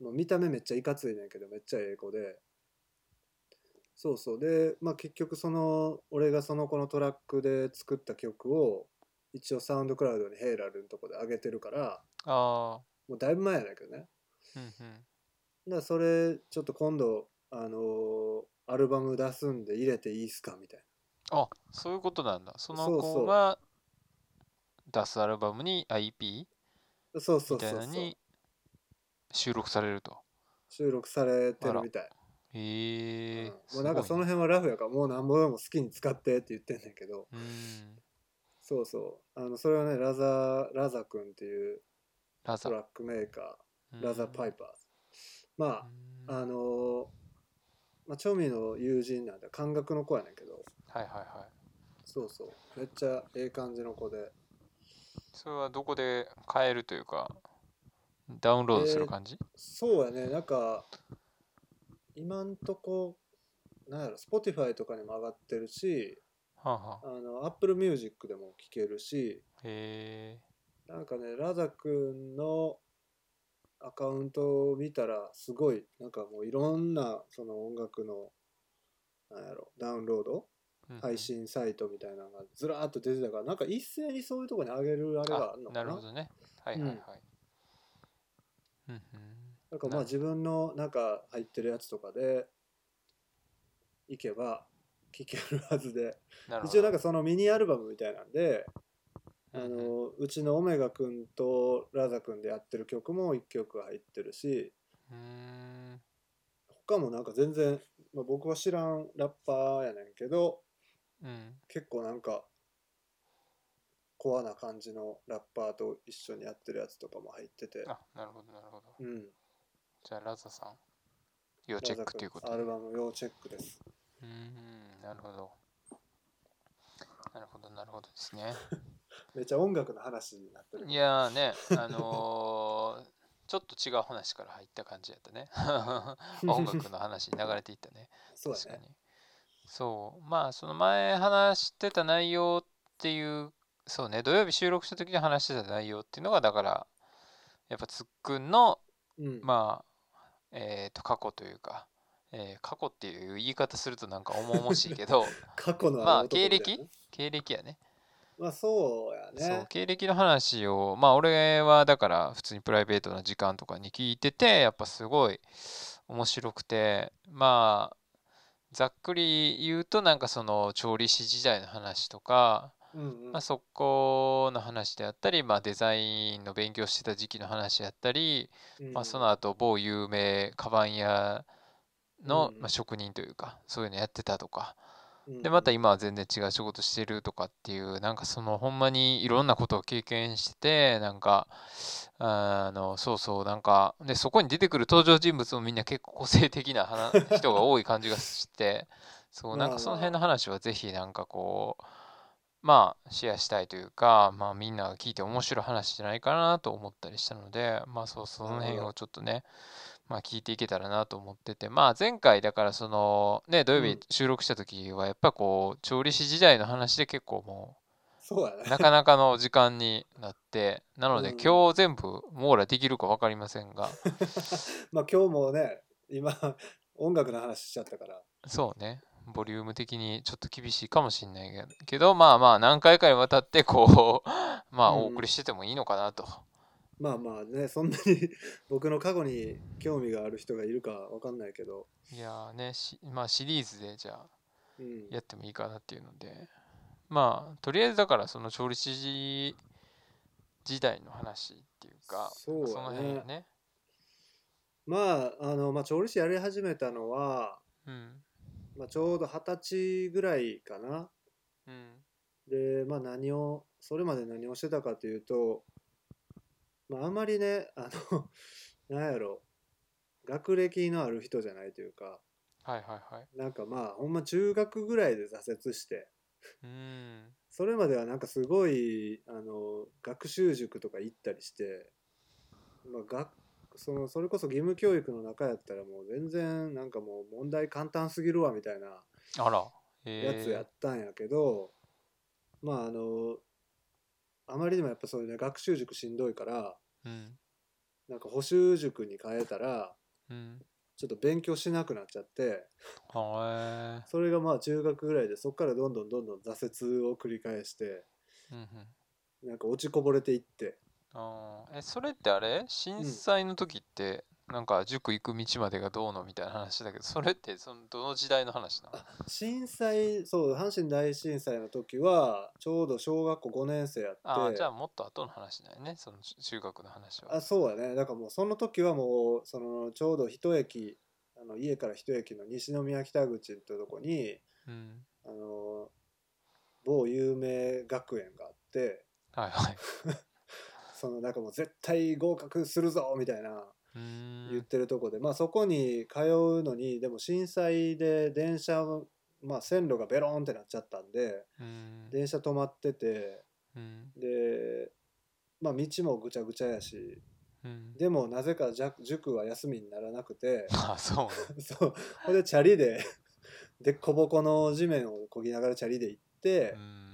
S1: うん
S2: もう見た目めっちゃいかついねんけどめっちゃええ子でそうそうで、まあ、結局その俺がその子のトラックで作った曲を一応サウンドクラウドにヘイラルのとこで上げてるから
S1: あ
S2: もうだいぶ前やだけどね
S1: ーうんうん
S2: だからそれちょっと今度あのーアルバム出すんで入れていいっすかみたい
S1: あそういうことなんだその
S2: そうそう
S1: 子が出すアルバムに IP
S2: なそうそ
S1: み
S2: うそ
S1: たい
S2: うそ
S1: なの
S2: う
S1: に収録されると
S2: 収録されてるみたい、
S1: へえ
S2: うん、もうなんか
S1: す
S2: そ
S1: ごい
S2: の
S1: ね
S2: 辺はラフやからもうなんぼでも好きに使ってって言ってんねんけど
S1: うん
S2: そうそうあのそれはねラザラザ君っていう
S1: ラザ
S2: トラックメーカーラザ・パイパーズ。ま
S1: うん
S2: あ、あのーまあ、チョミの友人なんだ、感覚の子やねんけど、
S1: はいはいはい
S2: そうそう、めっちゃええ感じの子で、
S1: それはどこで買えるというかダウンロードする感じ、
S2: そうやね、なんか、今んとこ、なんやろ、Spotify とかにも上がってるし、
S1: はんはん
S2: あの、Apple Music でも聴けるし、
S1: へえ
S2: なんかね、ラザ君のアカウントを見たら、すごい、なんかもういろんな、その音楽の、なんやろ、ダウンロード
S1: うんうん
S2: 配信サイトみたいなのがずらーっと出てたからなんか一斉にそういうとこに上げるあれがあ
S1: あ
S2: るの
S1: な
S2: かな
S1: るほどねはいはいはい、うんうん
S2: なんかまあ
S1: な
S2: 自分のなんか入ってるやつとかで行けば聞けるはずで
S1: なるほど
S2: 一応なんかそのミニアルバムみたいなんで
S1: う
S2: あ
S1: んうん
S2: のうちのオメガ君とラザ君でやってる曲も1曲入ってるし
S1: うーん
S2: 他もなんか全然、まあ、僕は知らんラッパーやねんけど
S1: うん
S2: 結構なんかコアな感じのラッパーと一緒にやってるやつとかも入ってて、
S1: あなるほどなるほど
S2: うん、
S1: じゃあラザさん要チェックということ
S2: ア
S1: で
S2: ルバム要チェックです
S1: うーんなるほどなるほどなるほどですね
S2: めっちゃ音楽の話になってる
S1: いやー ね、あのーちょっと違う話から入った感じやったね。 音楽の話に流れていったね。
S2: そう
S1: 確
S2: だ
S1: かに
S2: ね。
S1: そう、まあその前話してた内容っていう、そうね、土曜日収録した時に話してた内容っていうのが、だから、やっぱつっくんの、
S2: うん、
S1: まあ、えっ、と、過去というか、えー過去っていう言い方するとなんか重々しいけ ど、
S2: 過去の
S1: まあ
S2: の男みたいなね
S1: 経経歴やね。
S2: まあそう
S1: そ
S2: や
S1: う
S2: ね
S1: 経歴の話をまあ俺はだから普通にプライベートな時間とかに聞いててやっぱすごい面白くてまあざっくり言うとなんかその調理師時代の話とか、
S2: うんうん
S1: まあ、そこの話であったり、まあ、デザインの勉強してた時期の話やったり、
S2: うん
S1: まあ、その後某有名カバン屋の、
S2: うん
S1: まあ、職人というかそういうのやってたとか
S2: うん
S1: でまた今は全然違う仕事してるとかっていうなんかそのほんまにいろんなことを経験しててなんかあのそうそうなんかでそこに出てくる登場人物もみんな結構個性的な話 人が多い感じがしてそうなんかその辺の話はぜひなんかこうまあシェアしたいというかまあみんなが聞いて面白い話じゃないかなと思ったりしたのでまあそうその
S2: なる
S1: 辺
S2: ほど
S1: をちょっとねまあ、聞いていけたらなと思ってて、まあ、前回だからその、ね、土曜
S2: う
S1: 日
S2: ん
S1: 収録した時はやっぱこう調理師時代の話で結構も
S2: そうや
S1: う
S2: ね
S1: なかなかの時間になってなので
S2: うん
S1: 今日全部網羅できるか分かりません が
S2: まあ今日もね今 音楽の話しちゃったから
S1: そうねボリューム的にちょっと厳しいかもしれないけどまあまあ何回かにわたってこうまあ
S2: うん
S1: お送りしててもいいのかなと。
S2: まあまあねそんなに 僕の過去に興味がある人がいるかわかんないけど、
S1: いやーねしまあシリーズでじゃあ
S2: うん、
S1: やってもいいかなっていうのでまあとりあえずだからその調理師時代の話っていうか
S2: そう
S1: その
S2: や
S1: 辺
S2: ね
S1: よね
S2: まああの、まあ、調理師やり始めたのは、
S1: うん
S2: まあ、ちょうど二十歳ぐらいかな
S1: うん
S2: で、まあ、何をそれまで何をしてたかというと、まあ、あんまりねあの なんやろ学歴のある人じゃないというか
S1: はいはいはい
S2: なんかまあほんま中学ぐらいで挫折して
S1: うん
S2: それまではなんかすごいあの学習塾とか行ったりしてまあ、学そのそれこそ義務教育の中やったらもう全然なんかもう問題簡単すぎるわみたいな
S1: あら
S2: やつや
S1: え
S2: ったんやけど、まああのあまりにもやっぱそういうね学習塾しんどいから
S1: ー、うん
S2: なんか補習塾に変えたら
S1: うん
S2: ちょっと勉強しなくなっちゃって
S1: は
S2: それがまあ中学ぐらいでそこからどんどんどんどん挫折を繰り返して
S1: えー、うんうん
S2: なんか落ちこぼれていって
S1: あーえそれってあれ震災の時って、なんか塾行く道までがどうのみたいな話だけどそれってそのどの時代の話なの
S2: あ震災そう阪神大震災の時はちょうど小学校5年生やって
S1: ああじゃあもっと後の話だよねその中中学の話は
S2: あそうやねだからもうその時はもうそのちょうど一駅あの家から一駅の西宮北口ってとこに
S1: うん
S2: あの某有名学園があって
S1: はいはい
S2: そのなんかもう絶対合格するぞみたいな
S1: うー
S2: 言っ
S1: ん
S2: てるとこで、まあそこに通うのにでも震災で電車をまあ線路がベローンってなっちゃったんで
S1: うん
S2: 電車止まってて
S1: うん
S2: でまあ道もぐちゃぐちゃやし
S1: うん
S2: でもなぜかじゃ塾は休みにならなくて
S1: あそうね
S2: そうほんでチャリででっこぼこの地面をこぎながらチャリで行って
S1: う、ん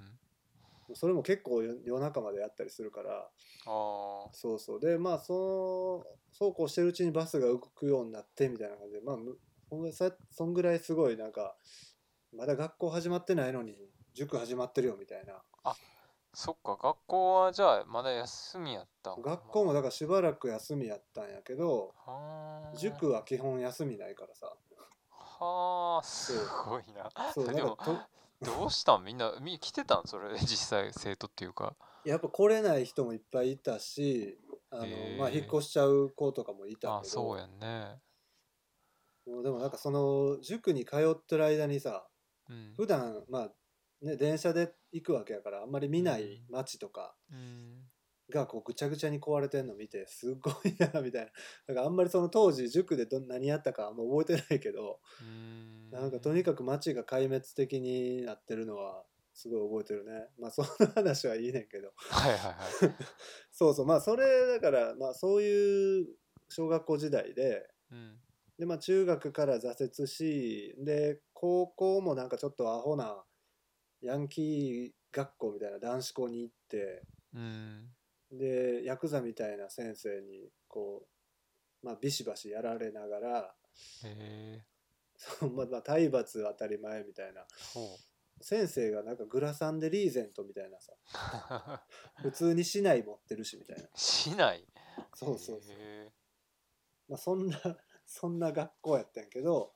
S2: それも結構夜夜中までやったりするから
S1: あー
S2: そうそうでまあそのそうこうしてるうちにバスが動くようになってみたいな感じでまあむほんまさそんぐらいすごいなんかまだ学校始まってないのに塾始まってるよみたいな
S1: そっか学校はじゃあまだ休みやったんかな
S2: 学校もだからしばらく休みやったんやけど
S1: はー
S2: 塾は基本休みないからさ
S1: はあすごいな
S2: そうなん
S1: でも
S2: かと
S1: どうしたんみんなみ来てたんそれ実際生徒っていうか
S2: やっぱ来れない人もいっぱいいたしあの、
S1: へー
S2: まあ、引っ越しちゃう子とかもいた
S1: あ
S2: け
S1: そ
S2: ど
S1: うやんね
S2: もうでもなんかその塾に通ってる間にさ
S1: うん
S2: 普段まあね電車で行くわけやからあんまり見ない街とか
S1: うん
S2: がこうぐちゃぐちゃに壊れてんの見てすごいなみたいななんかあんまりその当時塾でど何やったかあんま覚えてないけど
S1: うん
S2: なんかとにかく街が壊滅的になってるのはすごい覚えてるねまあその話はいいねんけど
S1: はいはいはい
S2: そうそうまあそれだからまあそういう小学校時代で
S1: うん
S2: でまあ中学から挫折しで高校もなんかちょっとアホなヤンキー学校みたいな男子校に行って
S1: うん
S2: でヤクザみたいな先生にこう、まあ、ビシバシやられながら
S1: へえ
S2: そうまあまあ体罰当たり前みたいな
S1: そう
S2: 先生がなんかグラサンでリーゼントみたいなさ普通に市内持ってるしみたいな
S1: しない
S2: そうそうそう
S1: へ
S2: まあ、そんな そんな学校やったんやけど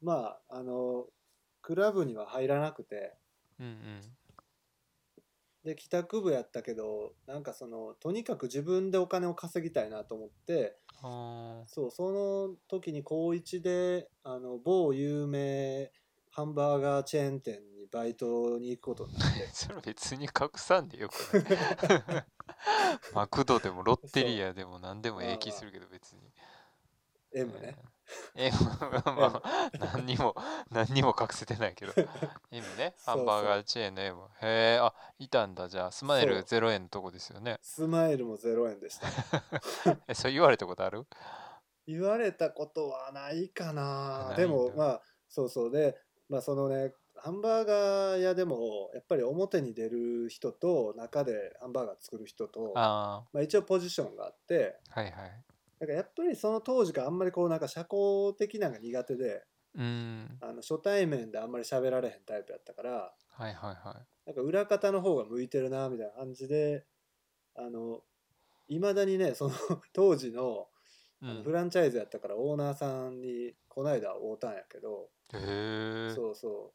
S2: まああのクラブには入らなくて
S1: えうんうん
S2: で帰宅部やったけどなんかそのとにかく自分でお金を稼ぎたいなと思って
S1: あ
S2: そうその時に高1であの某有名ハンバーガーチェーン店にバイトに行くことになっ
S1: ーそれ別に隠さんでよくない マクドでもロッテリアでも何でも影響するけど別に
S2: て M ね。
S1: えー。M、まあ、何に も、何にも隠せてないけど。M ね、
S2: そ
S1: ハ
S2: うそう
S1: ンバーガーチェーンの M。へえ、あ、いたんだ、じゃあ、スマイル
S2: そ
S1: 0円のとこですよね。
S2: スマイルも0円 でした
S1: え、そう言われたことある
S2: 言われたことはないかな
S1: ないんだ
S2: でもまあそうそうでまあそのねハンバーガー屋でもやっぱり表に出る人と中でハンバーガー作る人と
S1: あ
S2: まあ、一応ポジションがあって
S1: あ、はいはい。
S2: だからやっぱりその当時からあんまりこうなんか社交的なのが苦手で
S1: うーん、
S2: あの初対面であんまり喋られへんタイプやったから
S1: はいはいはい。
S2: なんか裏方の方が向いてるなみたいな感じであのいまだにねその 当時の
S1: う
S2: あの
S1: ん、
S2: フランチャイズやったからオーナーさんにこないだ会うたんやけど、
S1: へえ、
S2: そうそ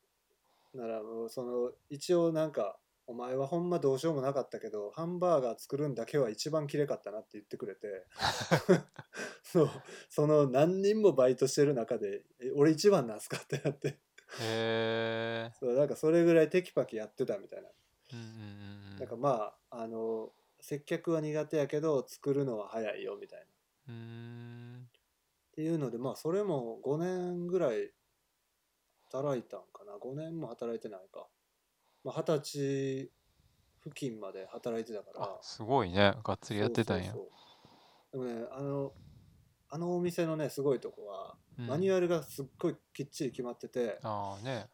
S2: うならもうその一応なんか「お前はほんまどうしようもなかったけどハンバーガー作るんだけは一番きれかったな」って言ってく れて そうその何人もバイトしてる中で「え俺一番なんすか?」ってなって
S1: へえ、
S2: そうなんかそれぐらいテキパキやってたみたいな。
S1: うんうんうんう
S2: なん
S1: ん
S2: かまああの接客は苦手やけど作るのは早いよみたいなっ
S1: うーん。
S2: ていうのでまあそれも5年ぐらい働いたんかな5年も働いてないかまあ二十、歳付近まで働いてたから
S1: あ、すごいね、がっつりやってたんや
S2: そう。そうそうでもねあのあのお店のねすごいとこは、
S1: うん
S2: マニュアルがすっごいきっちり決まってて
S1: ああね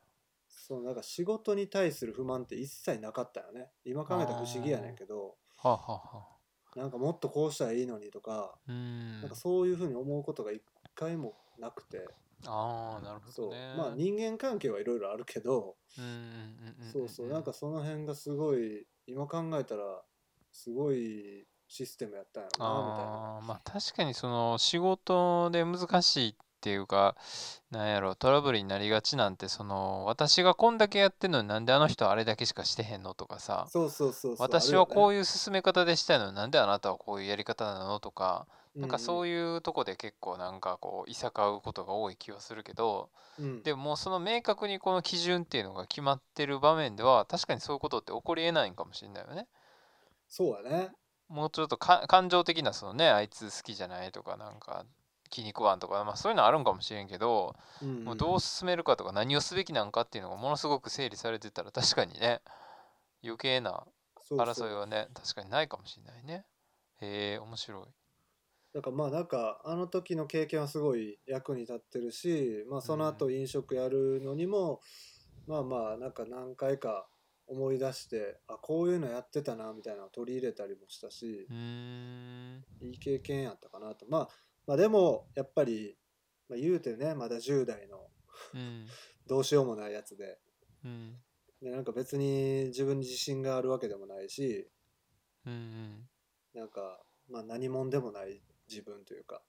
S2: そのなんか仕事に対する不満って一切なかったよね今考えたら不思議やねんけど
S1: はあ、はあはあ、
S2: なんかもっとこうしたらいいのにとか、
S1: うーん
S2: なんかそういうふうに思うことが一回もなくて
S1: ああなるほ
S2: そう
S1: どね
S2: まあ人間関係はいろいろあるけど
S1: うんうんうんんん
S2: そうそうなんかその辺がすごい今考えたらすごいシステムやったんやろなみたいな。
S1: ああまあ確かにその仕事で難しいっていうかなんやろトラブルになりがちなんてその私がこんだけやってんのになんであの人はあれだけしかしてへんのとかさ
S2: そうそうそうそう
S1: 私はこ
S2: いう
S1: いう進め方でしたいのになんであなたはこういうやり方なのとか
S2: う
S1: なんかそう
S2: い
S1: いうとこで結構なんかこういさかうことが多い気はするけど
S2: うん、うん、
S1: でももうその明確にこの基準っていうのが決まってる場面では確かにそういうことって起こりえないんかもしれないよね。
S2: そうだね
S1: もうちょっとか感情的なそのねあいつ好きじゃないとかなんか気に食わんとか、まあ、そういうのあるんかもしれんけど、
S2: うんうん、
S1: もうどう進めるかとか何をすべきなんかっていうのがものすごく整理されてたら確かにね 余計な
S2: そうそう
S1: 争いはね確かにないかもしれないね。へえ面白い。
S2: だからまあなんかあの時の経験はすごい役に立ってるし、まあ、その後飲食やるのにも、まあまあなんか何回か思い出してあこういうのやってたなみたいなのを取り入れたりもしたし
S1: うーん
S2: いい経験やったかなと、まあ、まあでもやっぱり、まあ、言うてねまだ10代の
S1: うん
S2: どうしようもないやつで
S1: うん
S2: でなんか別に自分に自信があるわけでもないし
S1: うんうん
S2: なんか、まあ、何者でもない自分というか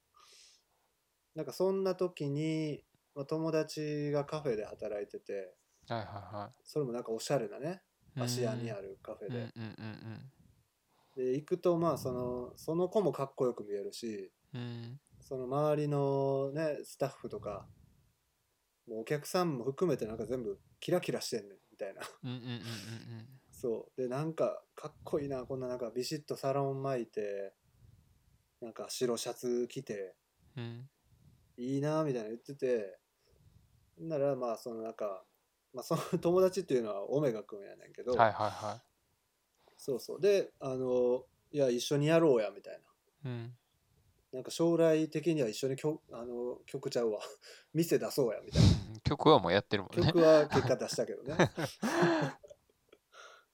S2: なんかそんな時に、まあ、友達がカフェで働いてて
S1: はいはいは
S2: それもなんかおしゃれなね
S1: い。
S2: 芦屋にあ
S1: る
S2: るカフェ
S1: うんう
S2: で
S1: んうん
S2: で行くとまあそのその子もかっこよく見えるし
S1: うんうん
S2: その周りのねスタッフとかもうお客さんも含めてなんか全部キラキラしてんねんみたいな
S1: うんうんうんうん
S2: そうでなんかかっこいいなこんななんかビシッとサロン巻いてなんか白シャツ着て
S1: うんうん
S2: いいなみたいなの言っててほんならまあそのなんか、まあ、その 友達っていうのはオメガ君やねんけど、
S1: はいはいは。
S2: そうそうであのいや一緒にやろうやみたいない
S1: うん
S2: なんか将来的には一緒に曲あの曲ちゃうわ 店出そうやみたいな
S1: 曲はもうやってるもんね。
S2: 曲は結果出したけどね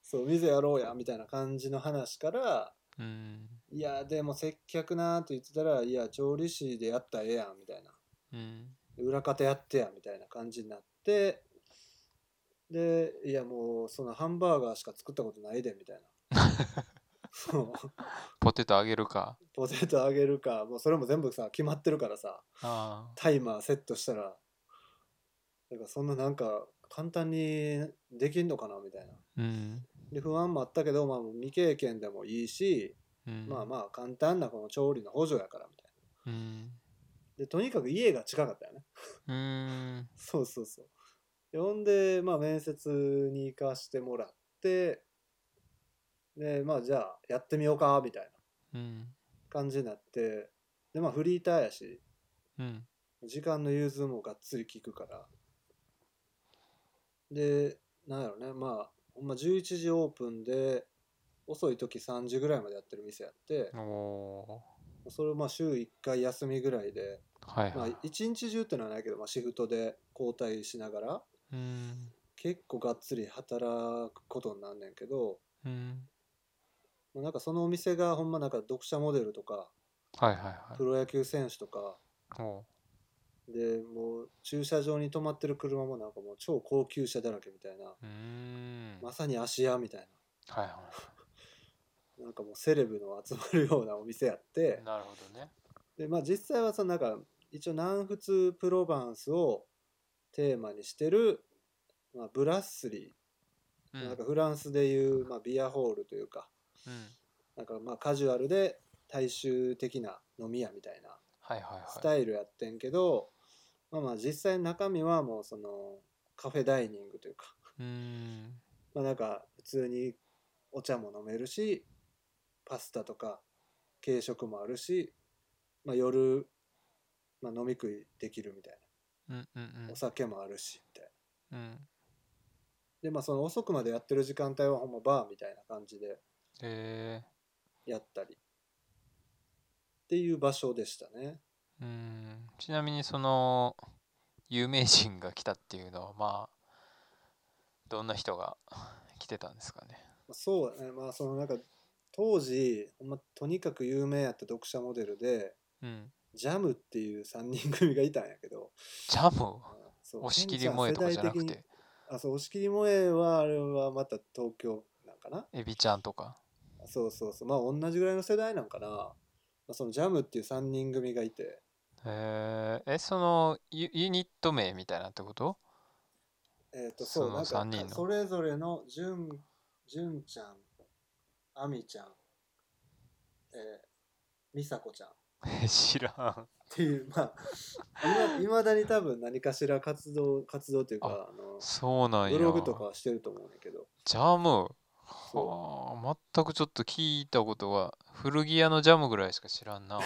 S2: そう店やろうやみたいな感じの話から
S1: うん
S2: いやでも接客なーって言ってたらいや調理師でやったらええやんみたいな
S1: うん
S2: 裏方やってやみたいな感じになってでいやもうそのハンバーガーしか作ったことないでみたいなそう
S1: ポテトあげるか。
S2: ポテトあげるかもうそれも全部さ決まってるからさ
S1: あ
S2: タイマーセットしたらだからそんななんか簡単にできんのかなみたいな
S1: あ。うん。
S2: で不安もあったけど、まあ、未経験でもいいし、
S1: うん、
S2: まあまあ簡単なこの調理の補助やからみたい
S1: うん。
S2: なでとにかく家が近かったよね
S1: うーん。
S2: そうそうそう。でほんで、まあ、面接に行かしてもらって、で、まあ、じゃあ、やってみようか、みたいな
S1: うん。
S2: 感じになって、で、まあ、フリーターやし、
S1: うん。
S2: 時間の融通もがっつり効くから。で、なんやろね、まあ、ほんま11時オープンで、遅い時3時ぐらいまでやってる店やって、
S1: お
S2: それをまあ週1回休みぐらいで、
S1: ー。はい
S2: ま
S1: は
S2: あ
S1: い。
S2: 一日中ってのはないけど、まあシフトで交代しながら、
S1: うん。
S2: 結構がっつり働くことになんねんけど、
S1: うん。
S2: まあなんかそのお店がほんまなんか読者モデルとか
S1: はいはいは
S2: プロ野球選手とか
S1: い。お
S2: でもう駐車場に止まってる車もなんかもう超高級車だらけみたいな
S1: ー。うーん。
S2: ま
S1: はい
S2: さに芦屋みたい
S1: は
S2: ななんかもうセレブの集まるようなお店やって
S1: い。なるほどね。
S2: でまあ実際はそのなんか一応南仏プロバンスをテーマにしてる、まあ、ブラッスリ
S1: う
S2: ー、
S1: ん。
S2: なんかフランスでいう、まあ、ビアホールというか
S1: うん。
S2: なんかまあカジュアルで大衆的な飲み屋みたいな
S1: はいはいはい。
S2: スタイルやってんけど、まあまあ実際中身はもうそのカフェダイニングというか、
S1: うーん。
S2: まあ、なんか普通にお茶も飲めるしパスタとか軽食もあるし、まあ、夜、まあ、飲み食いできるみたい
S1: うんうん
S2: なお酒もあるしみたいな
S1: うん。うん。
S2: でまあその遅くまでやってる時間帯はほんまバーみたいな感じで
S1: え
S2: やったりっていう場所でしたね。
S1: うんちなみにその有名人が来たっていうのはまあどんな人が来てたんですかね
S2: まあそうだねまあそのなんか当時、まあ、とにかく有名やった読者モデルで
S1: うん
S2: ジャムっていう3人組がいたんやけど
S1: ジャム
S2: あそう
S1: 押し切り萌えとかじゃなく
S2: ケンちん世代的
S1: て
S2: にあそう押し切り萌えはあれはまた東京なんかな
S1: エビちゃんとか
S2: そうそうそうまあ同じぐらいの世代なんかな、まあ、そのジャムっていう3人組がいて
S1: えー、えそのユユニット名みたいなって こと
S2: えっ、とそう
S1: その
S2: なん
S1: 三人
S2: か
S1: の
S2: それぞれのじゅんじゅんちゃんあみちゃんえーみさこちゃんっ
S1: え知らん
S2: ていうまあいまだに多分何かしら活動活動というかあの
S1: そうなんや
S2: ブログとかはしてると思うんだけど
S1: ジャム
S2: そう
S1: はあ全くちょっと聞いたことが古着屋のジャムぐらいしか知らん な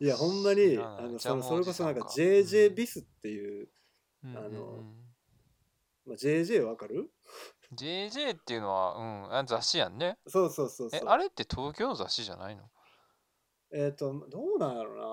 S2: いやほんま
S1: 知
S2: に
S1: ら
S2: あ
S1: ない
S2: の
S1: ジャ
S2: そ
S1: ム
S2: のそれこそなん
S1: お
S2: か
S1: じさんか
S2: JJ
S1: うん
S2: ビスっていう、
S1: うんうんうん
S2: あのまあ、JJ わかる
S1: JJ っていうのは、うん、あ雑誌やんね。
S2: そうそうそうそう
S1: え、あれって東京の雑誌じゃないの
S2: えっ、とどうなんやろうな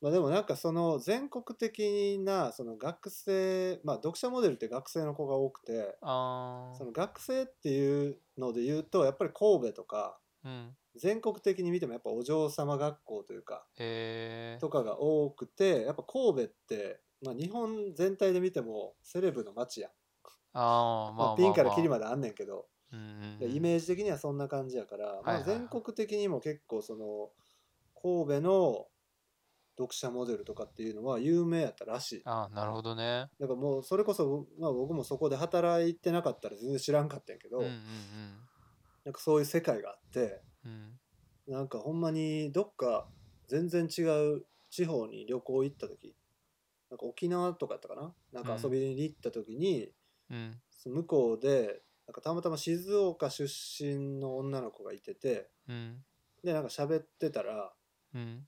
S2: まあでもなんかその全国的なその学生まあ読者モデルって学生の子が多くて
S1: あ
S2: そ
S1: ー
S2: の学生っていうので言うとやっぱり神戸とか
S1: うん。
S2: 全国的に見てもやっぱお嬢様学校というか
S1: えー
S2: とかが多くてやっぱ神戸って、まあ、日本全体で見てもセレブの街やん、
S1: あー、まあまあ、
S2: ま
S1: ま
S2: あ、
S1: あ。
S2: ピンからキリまであんねんけど、
S1: うんうん
S2: でイメージ的にはそんな感じやから、
S1: はい
S2: ま
S1: は
S2: あ、
S1: いはい
S2: 全国的にも結構その神戸の読者モデルとかっていうのは有名やったらしい
S1: あーなるほどね。
S2: だからもうそれこそ、まあ、僕もそこで働いてなかったら全然知らんかったんやけど、
S1: うんうん
S2: なんかそういう世界があって
S1: うん。うん、
S2: なんかほんまにどっか全然違う地方に旅行行った時なんか沖縄とかやったかななんか遊びに行った時に、
S1: うん、
S2: その向こうでなんかたまたま静岡出身の女の子がいてて
S1: うん、
S2: でなんか喋ってたら
S1: うん。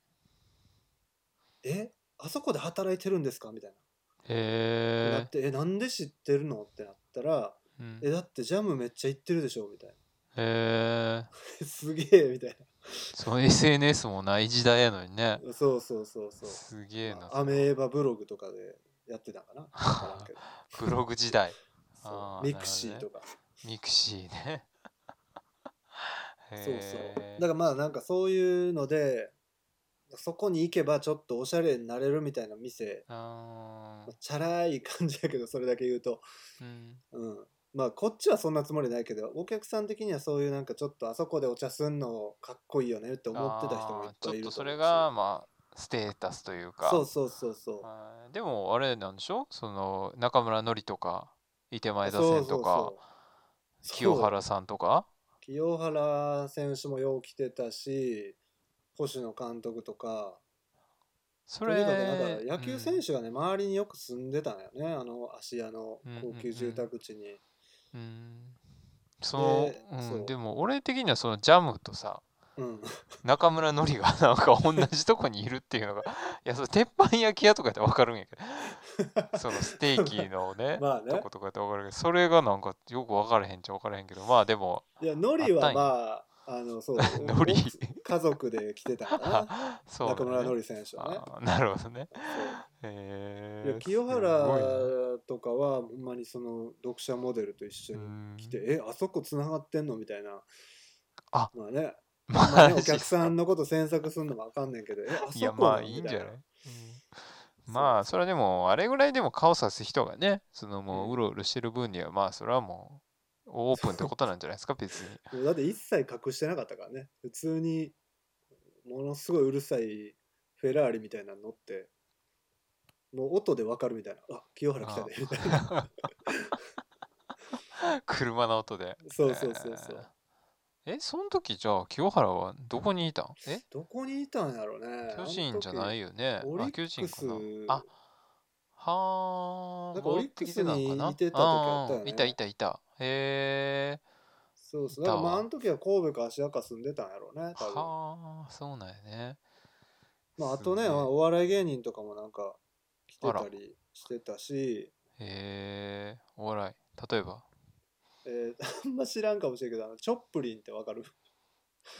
S2: 「えあそこで働いてるんですか?」みたいな。な
S1: え
S2: って「えなんで知ってるの?」ってなったら
S1: ー、うん
S2: 「えだってジャムめっちゃ行ってるでしょ」みたいな
S1: えー、
S2: 「すげえ」みたい
S1: その SNS もない時代やのにね。
S2: なそうそうそうそう、
S1: すげえ
S2: ま
S1: な。
S2: あアメーバブログとかでやって たんかなわからんけど
S1: ブログ時代。
S2: そう
S1: あー
S2: ミクシー
S1: なる
S2: とか、
S1: ミクシーね。
S2: そうそうだ
S1: へ
S2: からまあなんかそういうのでそこに行けばちょっとおしゃれになれるみたいな店、
S1: あ
S2: まあチャラい感じやけどそれだけ言うと
S1: ーうん
S2: うん、まあこっちはそんなつもりないけどお客さん的にはそういうなんかちょっとあそこでお茶すんのかっこいいよねって思ってた人もいっぱいい
S1: あーちょ
S2: る
S1: っと
S2: と
S1: そ
S2: 思う
S1: れ
S2: し
S1: がまあステータスというか
S2: そうそうそうそう
S1: あーでもあれなんでしょその中村のりとか伊手前田線とか清
S2: そう
S1: 原さんとか
S2: 清原選手もよう来てたし星野監督とか
S1: そ
S2: と
S1: れ
S2: にかくなんか野球選
S1: 手、
S2: 手がね、周りによく住んでたんよねあの芦屋の高級住宅地に、
S1: うんうんその
S2: で
S1: うん
S2: そう
S1: でも俺的にはそのジャムとさ
S2: うん
S1: 中村のりが なんか同じとこにいるっていうのがいやその鉄板焼き屋とかやって分かるんやけ どそのステーキのね
S2: まあ
S1: と
S2: ね
S1: ことかやって分かるけどそれがなんかよく分からへんっちゃ分からへんけどまあでも
S2: いやノリ
S1: あった
S2: は
S1: んや
S2: まああのそう
S1: ノリ
S2: 家族で来てたんだな
S1: あ そう
S2: 中村の
S1: り
S2: り選手はね
S1: なるほどね。
S2: そう
S1: へ
S2: いや
S1: ー
S2: 清
S1: すごいな
S2: 原とかはほんまにその読者モデルと一緒
S1: う
S2: に
S1: ん
S2: 来て 「えあそこつながってんの?」みたいな
S1: あ
S2: まあ ね,、まあ
S1: マ
S2: ねお
S1: ジっ
S2: 客
S1: すか
S2: さんのこと詮索するのもあかんねんけど「えあそこ
S1: いやまあ
S2: の
S1: いいんじゃない、
S2: み
S1: うんまあそれはでもあれぐらいでも顔さす人がねそのも
S2: うん
S1: ううろうろしてる分にはまあそれはもうオープンってことなんじゃないで すか別に。
S2: たいなだって一切隠してなかったからね普通にものすごいうるさいフェラーリみたいなの乗ってもう音でわかるみたいな「あ清原来たで」みたいな
S1: 車の音で。
S2: そうそうそ うそう
S1: えー。えその時じゃあ清原はどこにいたんえ
S2: どこにいたんやろうね
S1: 巨人じゃない
S2: よ
S1: よね。
S2: オ
S1: あ
S2: リ
S1: 巨
S2: ッ
S1: 人
S2: ク
S1: か
S2: ス
S1: な。あはあ。
S2: なんかオリックスに
S1: 戻っ
S2: いて
S1: き
S2: た時あった
S1: うん
S2: よ
S1: うん
S2: ね
S1: いたいたいた。へえ。
S2: そうそう
S1: い
S2: だ
S1: た
S2: か
S1: わ
S2: らまああの時は神戸か芦屋か住んでたんやろうね多分
S1: はあ、そうなんやね。
S2: まあ、あとね、
S1: す
S2: ま
S1: ごい
S2: あお笑い芸人とかもなんか来て
S1: あら
S2: たりしてたし、
S1: へえ。お笑い。例えば。
S2: えーあんま知らんかもしれんけどあのチョップリンってわかる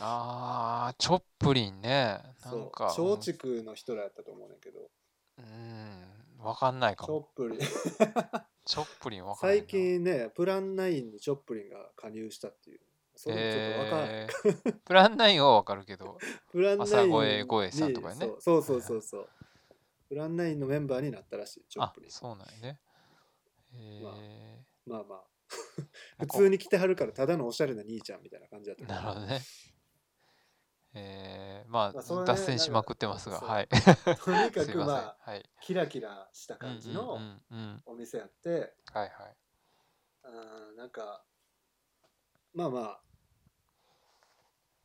S1: あーチョップリンねな
S2: そ
S1: ん
S2: う
S1: か
S2: 松竹の人らやったと思うねんだけど
S1: うんわかんないか
S2: チョッ
S1: も
S2: プリン
S1: チョップリンわかんないな
S2: 最近ねプランナインにチョップリンが加入したっていうそれもちょっとわかん
S1: えープランナインはわかるけど
S2: プランナイン
S1: 朝声声さんとかね
S2: にそうそうそうそうそうプランナインのメンバーになったらしい チョッ
S1: あ
S2: プリン
S1: そうなんやねえ
S2: まあ
S1: ー
S2: まあ
S1: ま
S2: まあ
S1: あ
S2: 普
S1: こ
S2: 通に着てはるからただのおしゃれな兄ちゃんみたいな感じだったけ
S1: なるほどね。えー、ま
S2: まあそれ
S1: あ、
S2: ね
S1: 脱線しまくってますが、
S2: なんか
S1: はい。
S2: とにか
S1: すいませ
S2: く
S1: ん。
S2: まあ
S1: はい。
S2: キラキラした感じ
S1: うんうん
S2: の
S1: うんうん
S2: お店やって
S1: はいはい。
S2: うんなんかまあまあ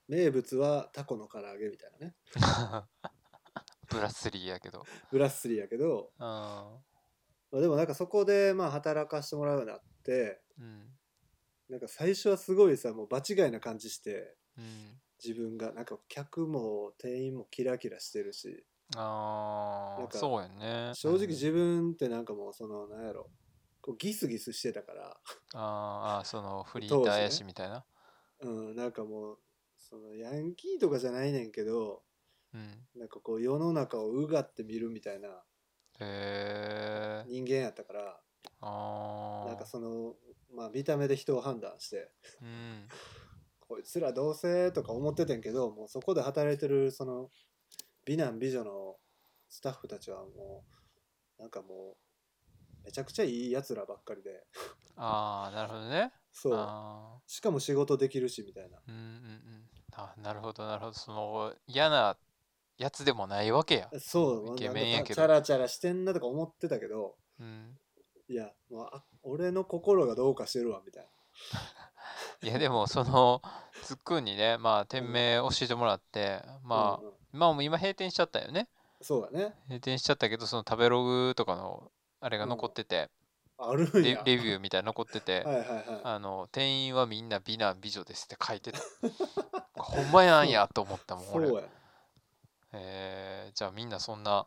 S2: 名物はタコの唐揚げみたいなね
S1: ブラスリーやけど。
S2: ブラッスリーやけど、
S1: うん。
S2: まあ、でもなんかそこでまあ働かしてもらうようになって
S1: うん。
S2: なんか最初はすごいさもう場違いな感じして
S1: うん。
S2: 自分がなんか客も店員もキラキラしてるし
S1: あ
S2: なん
S1: あ、
S2: か
S1: そうやね。
S2: 正直
S1: うん
S2: 自分ってなんかもうそのなんやろこうギスギスしてたから、
S1: あーあー、その、フリ
S2: 当
S1: ー
S2: 時ね
S1: ターやしみたいな。
S2: うん、なんかもうそのヤンキーとかじゃないねんけど
S1: うん。
S2: なんかこう世の中をうがって見るみたいな
S1: えー、
S2: 人間やったから
S1: ああ。
S2: なんかその、まあ、見た目で人を判断して
S1: うん。
S2: こいつらどうせとか思っててんけどもうそこで働いてるその美男美女のスタッフたちはもうなんかもうめちゃくちゃいいやつらばっかりで
S1: ああ、なるほどね。
S2: そう
S1: ああ。
S2: しかも仕事できるしみたいな
S1: うんうんうん。あ、なるほど、なるほど。その、嫌なやつでもないわけや。
S2: そう
S1: イケメン
S2: な
S1: や
S2: んか
S1: けど
S2: チャラチャラしてんなとか思ってたけど
S1: うん。
S2: いやもうあ俺の心がどうかしてるわみたい
S1: いやでもそのつっくんにねまあ店名教えてもらって
S2: な、
S1: ま
S2: うんう
S1: あ
S2: ん
S1: まあもう今閉店しちゃったよね
S2: そうだね
S1: 閉店しちゃったけどその食べログとかのあれが
S2: うん
S1: 残ってて
S2: あるん
S1: レ
S2: や
S1: レビューみたいなの残ってて
S2: はいはいは
S1: あの店員はみんな美男美女ですって書い てたほんまやんやと思った
S2: い
S1: もん
S2: そう
S1: 俺
S2: や
S1: えーじゃあみんなそんな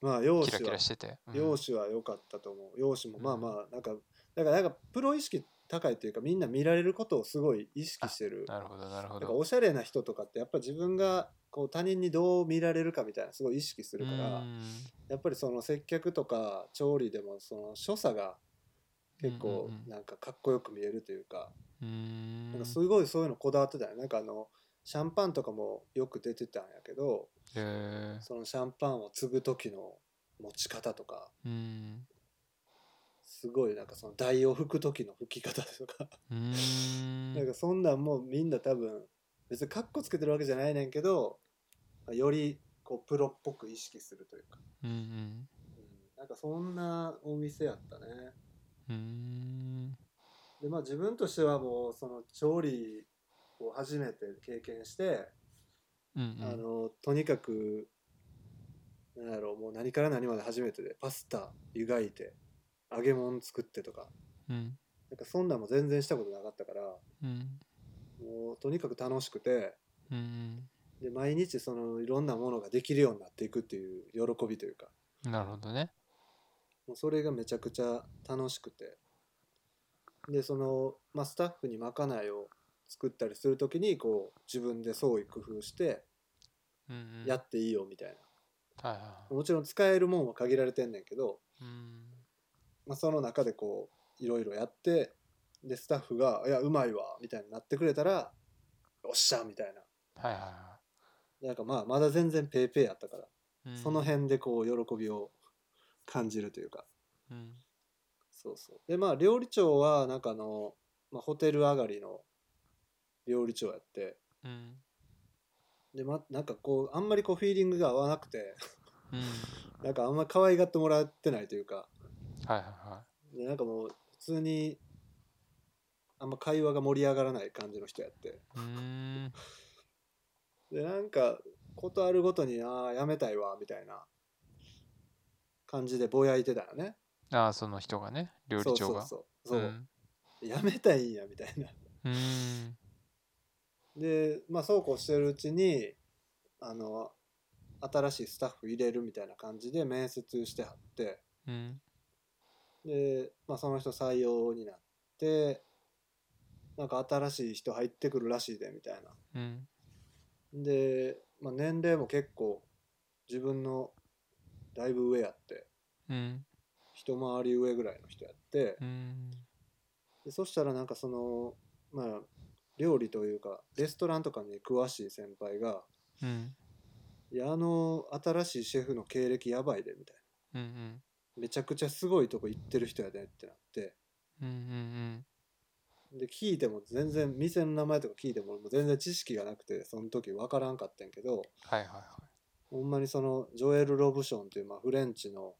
S2: まあ容
S1: キラ
S2: 姿
S1: キ
S2: は
S1: ラしててうん
S2: 容姿は良かったと思う容姿もまあ
S1: うん
S2: まあなんかだからなんかプロ意識高いというかみんな見られることをすごい意識してる
S1: なるほどなるほ
S2: なんか
S1: ど
S2: おしゃれな人とかってやっぱ自分がこう他人にどう見られるかみたいなすごい意識す
S1: う
S2: るから
S1: ん
S2: やっぱりその接客とか調理でもその所作が結構なんかかっこよく見えるというか
S1: うーん
S2: なんかすごいそういうのこだわってたよなんかあのシャンパンとかもよく出てたんやけど
S1: え
S2: そのシャンパンを継ぐ時の持ち方とか
S1: ーうん
S2: すごいなんかその台を拭く時の拭き方とか、
S1: うーん
S2: なんかそんなんもうみんな多分別にカッコつけてるわけじゃないねんけどよりこうプロっぽく意識するというか、
S1: うんうん
S2: うん、なんかそんなお店やったね
S1: うーん
S2: でまあ自分としてはもうその調理を初めて経験して、
S1: うん
S2: あのとにかくなんやろうもう何から何まで初めてでパスタ湯がいて揚げ物作ってとか
S1: うんうん
S2: なんかそんなんも全然したことなかったから
S1: うん
S2: もうとにかく楽しくて
S1: うん
S2: で毎日そのいろんなものができるようになっていくっていう喜びというか
S1: うんなるほどね。
S2: もうそれがめちゃくちゃ楽しくてでその、まあ、スタッフにまかないを作ったりする時にこう自分で創意工夫して
S1: うんうん、
S2: やっていいよみたい
S1: はいはい
S2: な
S1: はい
S2: もちろん使えるもんは限られてんねんけど、
S1: うん
S2: まあ、その中でこういろいろやってでスタッフが「いやうまいわ」みたいになってくれたら「よっしゃ」みたいな。
S1: はいはいは
S2: なんかまあまだ全然ペーペーやったから
S1: いうん
S2: その辺でこう喜びを感じるというか
S1: うん
S2: そうそうでまあ料理長はなんかあの、まあ、ホテル上がりの料理長やって
S1: うん
S2: でまなんかこうあんまりこうフィーリングが合わなくて
S1: うん
S2: なんかあんま可愛がってもらってないというか
S1: はいはいは
S2: でなんかもう普通にあんま会話が盛り上がらない感じの人やって
S1: いうーん
S2: でなんかことあるごとにああやめたいわみたいな感じでぼやいてたよね
S1: ああその人がね料理長が
S2: そうそうそうそう、
S1: うん
S2: やめたいんやみたいな
S1: うーん
S2: でまあそうこうしてるうちにあの新しいスタッフ入れるみたいな感じで面接してはって
S1: うん
S2: で、まあ、その人採用になってなんか新しい人入ってくるらしいでみたいな
S1: うん
S2: で、まあ、年齢も結構自分のだいぶ上やって
S1: うん
S2: 一回り上ぐらいの人やって
S1: うん
S2: でそしたらなんかそのまあ料理というかレストランとかに詳しい先輩が
S1: うん
S2: 「いやあの新しいシェフの経歴やばいで」みたい
S1: うんうん
S2: な「めちゃくちゃすごいとこ行ってる人やで」ってなって
S1: うんうん
S2: で聞いても全然店の名前とか聞いても俺も全然知識がなくてその時分からんかったんやけど
S1: はいはいはい
S2: ほんまにそのジョエル・ロブションというまあフレンチの、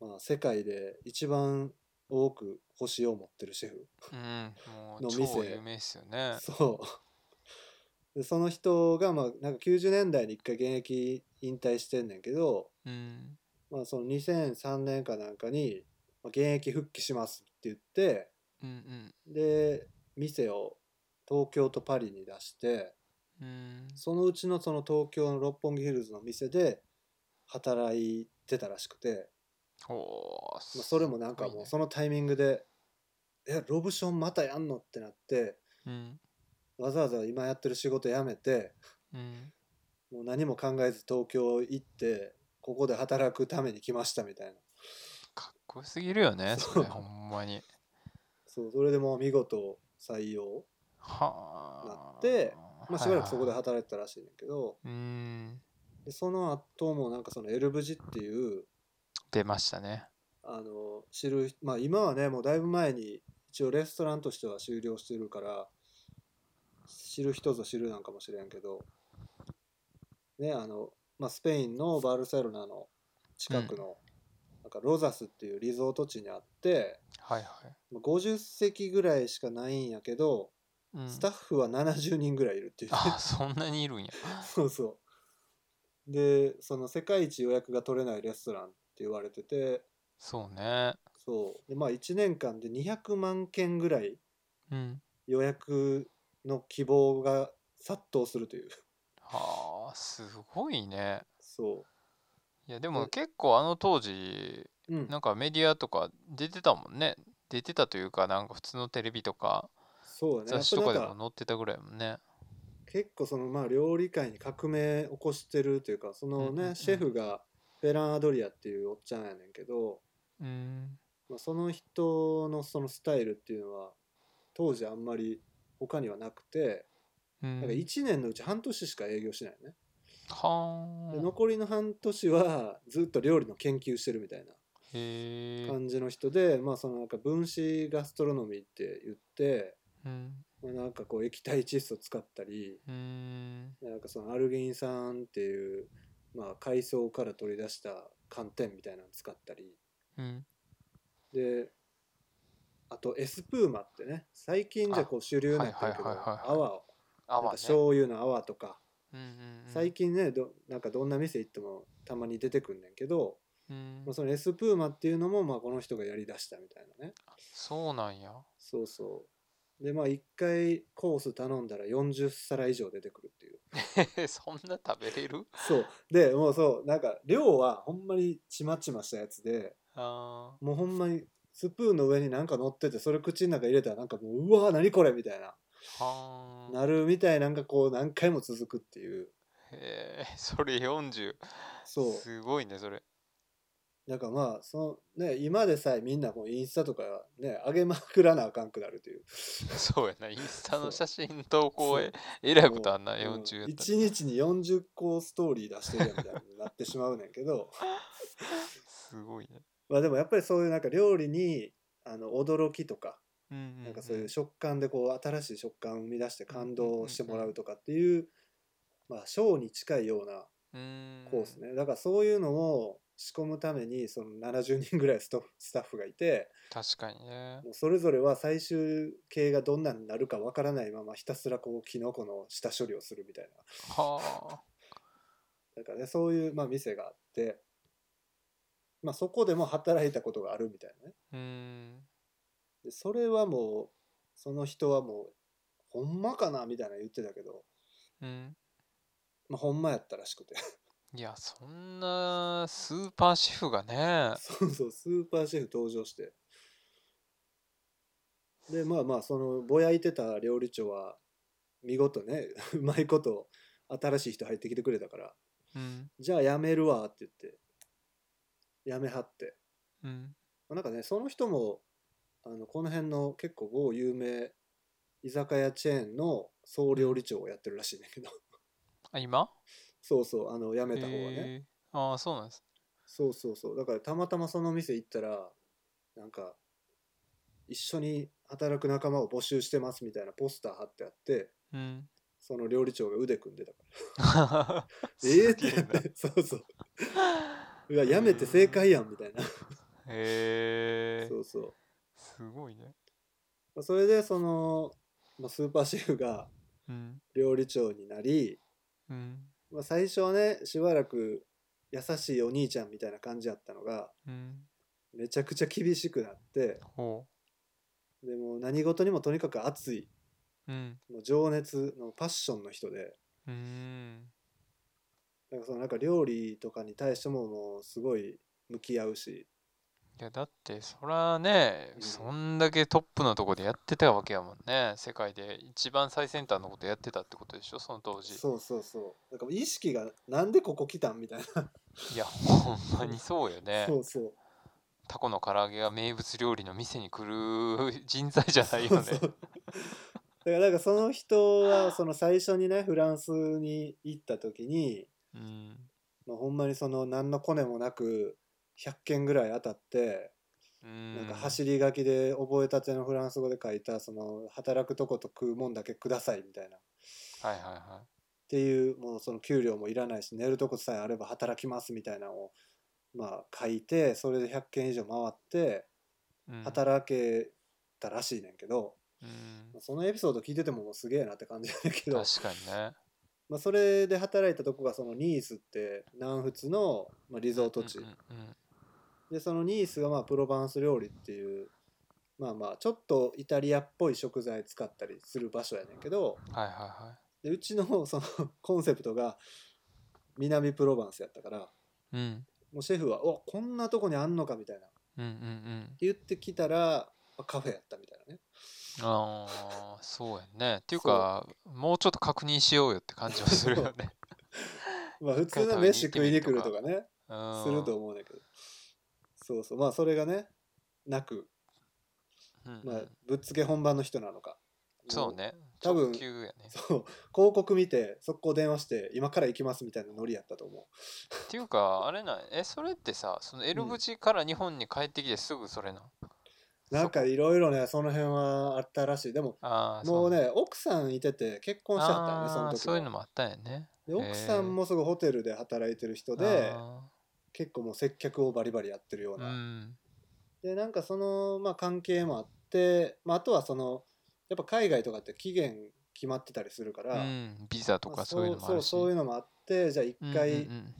S2: まあ、世界で一番多く星を持ってるシェフ
S1: うんもう
S2: の
S1: 超
S2: 店
S1: 有名っすよね
S2: そうでその人がまあなんか90年代に一回現役引退してんねんけど、
S1: うん
S2: まあ、その2003年かなんかにまあ現役復帰しますって言って
S1: うん
S2: で店を東京とパリに出して
S1: うんうん
S2: そのうちのその東京の六本木ヒルズの店で働いてたらしくて、
S1: おー
S2: まあ、それもなん
S1: すご
S2: か
S1: い
S2: も
S1: ね
S2: うそのタイミングで「えロブションまたやんの?」ってなって
S1: うん
S2: わざわざ今やってる仕事辞めて
S1: うん
S2: もう何も考えず東京行ってここで働くために来ましたみたいな
S1: かっこよすぎるよね
S2: そう
S1: それほんまに
S2: そうそれでもう見事採用
S1: はあ
S2: なってまあしばらくそこ
S1: はいは
S2: で
S1: い
S2: 働いてたらしいねんだけど
S1: うん
S2: でその後もなんかそのエルブジっていう
S1: 出ましたね
S2: あの知るまあ今はねもうだいぶ前に一応レストランとしては終了してるから知る人ぞ知るなんかもしれんけどねあの、まあ、スペインのバルセロナの近くの、なんかロザスっていうリゾート地にあって
S1: はいはい
S2: まあ50席ぐらいしかないんやけど、
S1: うん
S2: スタッフは70人ぐらいいるっていうね、
S1: あそんなにいるんや
S2: そうそうでその世界一予約が取れないレストランって言われてて
S1: そうね
S2: そうでまあ1年間で200万件ぐらい
S1: うん
S2: 予約の希望が殺到するという
S1: はあすごいね
S2: そ
S1: いやでも
S2: で
S1: 結構あの当時
S2: う、うん
S1: なんかメディアとか出てたもんね出てたというかなんか普通のテレビとか
S2: そうやねや
S1: 雑誌
S2: っ
S1: と
S2: ぱ
S1: かで
S2: な
S1: も
S2: んか
S1: 載ってたぐらいもんね
S2: 結構そのまあ料理界に革命起こしてるというかその
S1: うんうんうん
S2: ねシェフがフェラン・アドリアっていうおっちゃんやねんけど、
S1: うん
S2: まあ、その人のそのスタイルっていうのは当時あんまり他にはなくて
S1: うん
S2: なんか1年のうち半年しか営業しないのね、
S1: は
S2: で
S1: あ
S2: 残りの半年はずっと料理の研究してるみたいな
S1: へえ
S2: 感じの人で、まあそのなんか分子ガストロノミーって言って、
S1: うん
S2: まあ、なんかこう液体窒素使ったり
S1: うん
S2: なんかそのアルギン酸っていう、まあ、海藻から取り出した寒天みたいなの使ったり
S1: うん
S2: であとエスプーマってね最近じゃこう主流になってるけど
S1: はいはいはいはいはい
S2: 泡を
S1: あ
S2: なん
S1: ま
S2: か
S1: あね
S2: 醤油の泡とか
S1: うんうんうん
S2: 最近ねどなんかどんな店行ってもたまに出てくんねんけど、
S1: うん
S2: まあ、そのエスプーマっていうのもまあこの人がやりだしたみたいなね
S1: そうなんや
S2: そうそうでまあ1回コース頼んだら40皿以上出てくるっていう
S1: えそんな食べれる
S2: そうでもうそうなんか量はほんまにちまちましたやつで
S1: あ
S2: もうほんまにスプーンの上になんか乗っててそれ口の中入れたらなんかもううわー何これみたいな
S1: ーはあ
S2: なるみたいなんかこう何回も続くっていう
S1: へえそれ40
S2: そう
S1: すごいねそれ
S2: だからまあそのね今でさえみんなもうインスタとかね上げまくらなあかんくなるという
S1: そうやなインスタ
S2: そ
S1: の
S2: う
S1: 写真投稿
S2: そう
S1: ええらいことあんな
S2: うん
S1: 40やったら
S2: 一日に40個ストーリー出してるやんみたいになってしまうねんけど
S1: すごいね
S2: まあでもやっぱりそういうなんか料理にあの驚きとか
S1: うんうんうん
S2: なんかそういう食感でこう新しい食感を生み出して感動してもらうとかっていうまあショーに近いようなコー
S1: う
S2: ス
S1: ん
S2: ねだからそういうのを仕込むためにその70人ぐらいストッフスタッフがいて
S1: 確かにね
S2: もうそれぞれは最終形がどんなになるかわからないままひたすらこうキノコの下処理をするみたいな
S1: は
S2: だからねそういうまあ店があって、まあ、そこでも働いたことがあるみたいなね
S1: あうん
S2: でそれはもうその人はもうほんまかなみたいなの言ってたけど、
S1: うん
S2: まあ、ほんまやったらしくて
S1: いやそんなスーパーシェフがね
S2: そうそうスーパーシェフ登場してでまあまあそのぼやいてた料理長は見事ねうまいこと新しい人入ってきてくれたから
S1: うん
S2: じゃあやめるわって言ってやめはって
S1: うん
S2: まあなんかねその人もあのこの辺の結構某有名居酒屋チェーンの総料理長をやってるらしいんだけど
S1: あ今
S2: そうそうあの辞めた方がね、
S1: えー、ああそうなんです
S2: そうそうそうだからたまたまその店行ったらなんか一緒に働く仲間を募集してますみたいなポスター貼ってあって
S1: うん
S2: その料理長が腕組んでたから「ええ
S1: す
S2: っ
S1: げ
S2: てな
S1: え
S2: っ
S1: な
S2: てそうそううわやめて正解やんみたいな
S1: へえ
S2: そうそう
S1: すごいね
S2: まあそれでその、まあ、スーパーシェフが
S1: うん
S2: 料理長になり、
S1: うん
S2: まあ、最初はねしばらく優しいお兄ちゃんみたいな感じやったのが
S1: うん
S2: めちゃくちゃ厳しくなって
S1: ほ
S2: でもう何事にもとにかく熱いう
S1: うん
S2: もう情熱のパッションの人で
S1: うーん
S2: なんかそのなんか料理とかに対してももうすごい向き合うし
S1: いやだってそらね、
S2: うん
S1: そんだけトップのとこでやってたわけやもんね世界で一番最先端のことやってたってことでしょその当時
S2: そうそうそうなんか意識がなんでここ来たんみたいな、
S1: いやほんまにそうよね
S2: そうそう
S1: タコの唐揚げが名物料理の店に来る人材じゃないよね
S2: そうそうだからなんかその人はその最初にねフランスに行った時に、
S1: うん
S2: まあ、ほんまにその何のコネもなく100件ぐらい当たって
S1: うん
S2: なんか走り書きで覚えたてのフランス語で書いたその働くとこと食うもんだけくださいみたいな
S1: はいはいは
S2: っていうもうその給料もいらないし寝るとこさえあれば働きますみたいなのをまあ書いてそれで100件以上回って
S1: い、うん、
S2: 働けたらしいねんけど、
S1: うん
S2: そのエピソード聞いててももうすげえなって感じやねんけど、
S1: 確かにね
S2: まあ、それで働いたとこがそのニースって南仏のまあリゾート地
S1: うんうん
S2: でそのニースがまあプロバンス料理っていうまあまあちょっとイタリアっぽい食材使ったりする場所やねんけど
S1: うんはいはいは
S2: でうちのそのコンセプトが南プロバンスやったから。
S1: いうん
S2: もうシェフは「おこんなとこにあんのか」みたいな
S1: うんうんうん
S2: 言ってきたらあカフェやったみたいなね
S1: ああそうやねっていう
S2: そう
S1: かもうちょっと確認しようよって感じはするよ ね
S2: まあ普通の飯食いに来るとかね
S1: す
S2: すると思うんだけどそうそうまあそれがねなく、
S1: うんうん
S2: まあ、ぶっつけ本番の人なのか
S1: そう
S2: も
S1: ね
S2: 多分
S1: 直球やね
S2: そう広告見て速攻電話して「今から行きます」みたいなノリやったと思
S1: っていうかあれなんえそれってさその L
S2: うん
S1: 口から日本に帰ってきてすぐそれなん
S2: うなんかいろいろねその辺はあったらしいでも
S1: ああ
S2: も
S1: そ
S2: う
S1: う
S2: ね奥さんいてて結婚しちゃったよねそ
S1: ああ
S2: の時は
S1: そういうのもあったんやね
S2: で奥さんもすごいホテルで働いてる人で
S1: あ
S2: 結構もう接客をバリバリやってるよ
S1: ー
S2: う
S1: う
S2: な、
S1: ん
S2: でなんかその、まあ、関係もあって、まあ、あとはそのやっぱ海外とかって期限決まってたりするか
S1: う
S2: ら、
S1: んビザと
S2: ま
S1: か
S2: あ
S1: そういうのもあ
S2: そ
S1: る
S2: う
S1: し
S2: そういうのもあってじゃあ一回、
S1: うんうん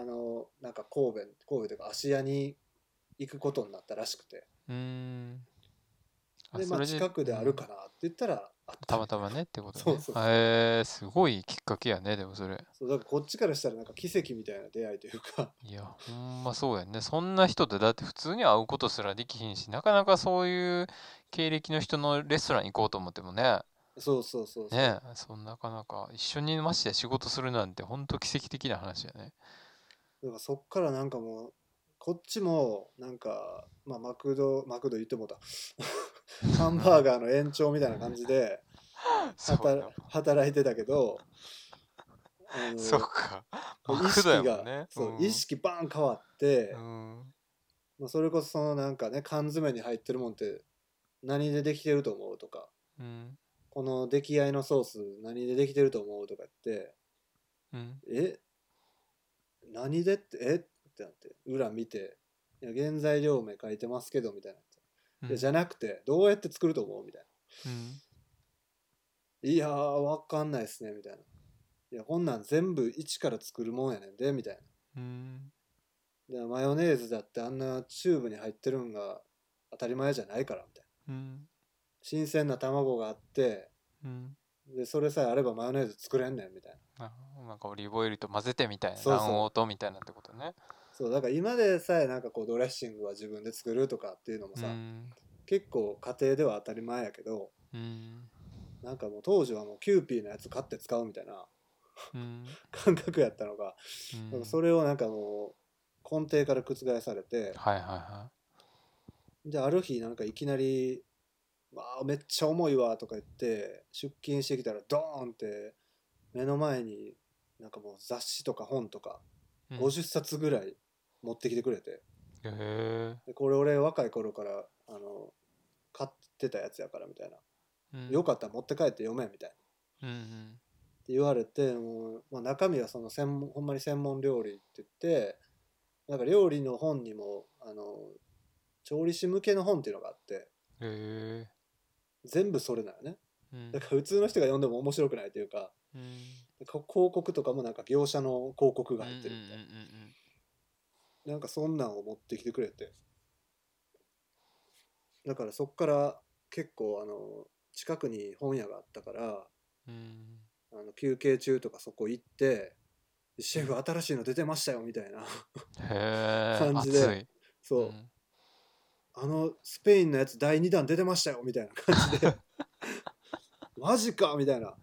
S2: あのなんか神戸神戸というか芦屋に行くことになったらしくて
S1: うんうんあ
S2: で、ま
S1: そ
S2: あ、
S1: れで
S2: 近くであるか
S1: うん
S2: なって言ったらあった
S1: またまねってことね
S2: そうそうそう
S1: へえすごいきっかけやねでもそれ
S2: そうだからこっちからしたらなんか奇跡みたいな出会いという か
S1: いやほんまそうやんねそんな人ってだって普通に会うことすらできひんしなかなかそういう経歴の人のレストラン行こうと思ってもね
S2: そうそうそうそう、
S1: ねえそんなかなか一緒にまして仕事するなんてほんと奇跡的な話や ね
S2: だからそっからなんかもうこっちもなんか、まあ、マクドマクド言っても うたハンバーガーの延長みたいな感じで
S1: そう
S2: 働
S1: や
S2: 働いてたけどあ の
S1: そうか
S2: こう
S1: マ
S2: 意
S1: クドや
S2: 識
S1: も
S2: が、
S1: んね
S2: そう
S1: うん
S2: 意識バーン変わって、
S1: うん
S2: まあ、それこそそのなんかね缶詰に入ってるもんって何でできてると思うとか
S1: うん
S2: この出来合いのソース何でできてると思うとか言って
S1: うん
S2: え何でってえってなって裏見ていや原材料名書いてますけどみたいな、
S1: うん
S2: いやじゃなくてどうやって作ると思うみたいな
S1: うん
S2: いやー、わかんないっすね、みたいな。いや、こんなん全部一から作るもんやねんで、みたい
S1: うん
S2: な。でマヨネーズだってあんなチューブに入ってるんが当たり前じゃないから、みたいな。
S1: うん
S2: 新鮮な卵があって、
S1: うん
S2: で、それさえあればマヨネーズ作れんねん、みたいな。
S1: ななんかオリーブオイルと混ぜてみたいな
S2: そうそう
S1: 卵黄とみたいなってことね
S2: そう、だから今でさえなんかこうドレッシングは自分で作るとかっていうのも
S1: う
S2: さ、
S1: ん
S2: 結構家庭では当たり前やけど
S1: うん
S2: なんかもう当時はもうキューピーのやつ買って使うみた いな
S1: うん
S2: 感覚やったのが、
S1: うん
S2: なんかそれをなんかもう根底から覆されて
S1: はいはいは
S2: である日なんかいきなり「わあめっちゃ重いわ」とか言って出勤してきたらドーンって目の前になんかもう雑誌とか本とか
S1: いうん
S2: 50冊ぐらい持ってきてくれて
S1: へえ
S2: でこれ俺若い頃からあの買ってたやつやからみたいな「よ
S1: っ
S2: かったら持って帰って読め」みたいな。
S1: うんうん
S2: って言われてもう、まあ、中身はその専門ほんまに専門料理って言ってなんか料理の本にもあの調理師向けの本っていうのがあって
S1: へえ
S2: 全部それなのね
S1: うん
S2: だから普通の人が読んでも面白くないというか
S1: うん
S2: こ広告とかもなんか業者の広告が入ってるみたいな、
S1: うんうんうんうん
S2: なんかそんなんを持ってきてくれてだからそっから結構あの近くに本屋があったから
S1: うん
S2: あの休憩中とかそこ行って「シェフ新しいの出てましたよ」みた いな
S1: へえ
S2: 感じで
S1: 熱い
S2: そう、
S1: ん
S2: あのスペインのやつ第2弾出てましたよみたいな感 じでマジかみたいな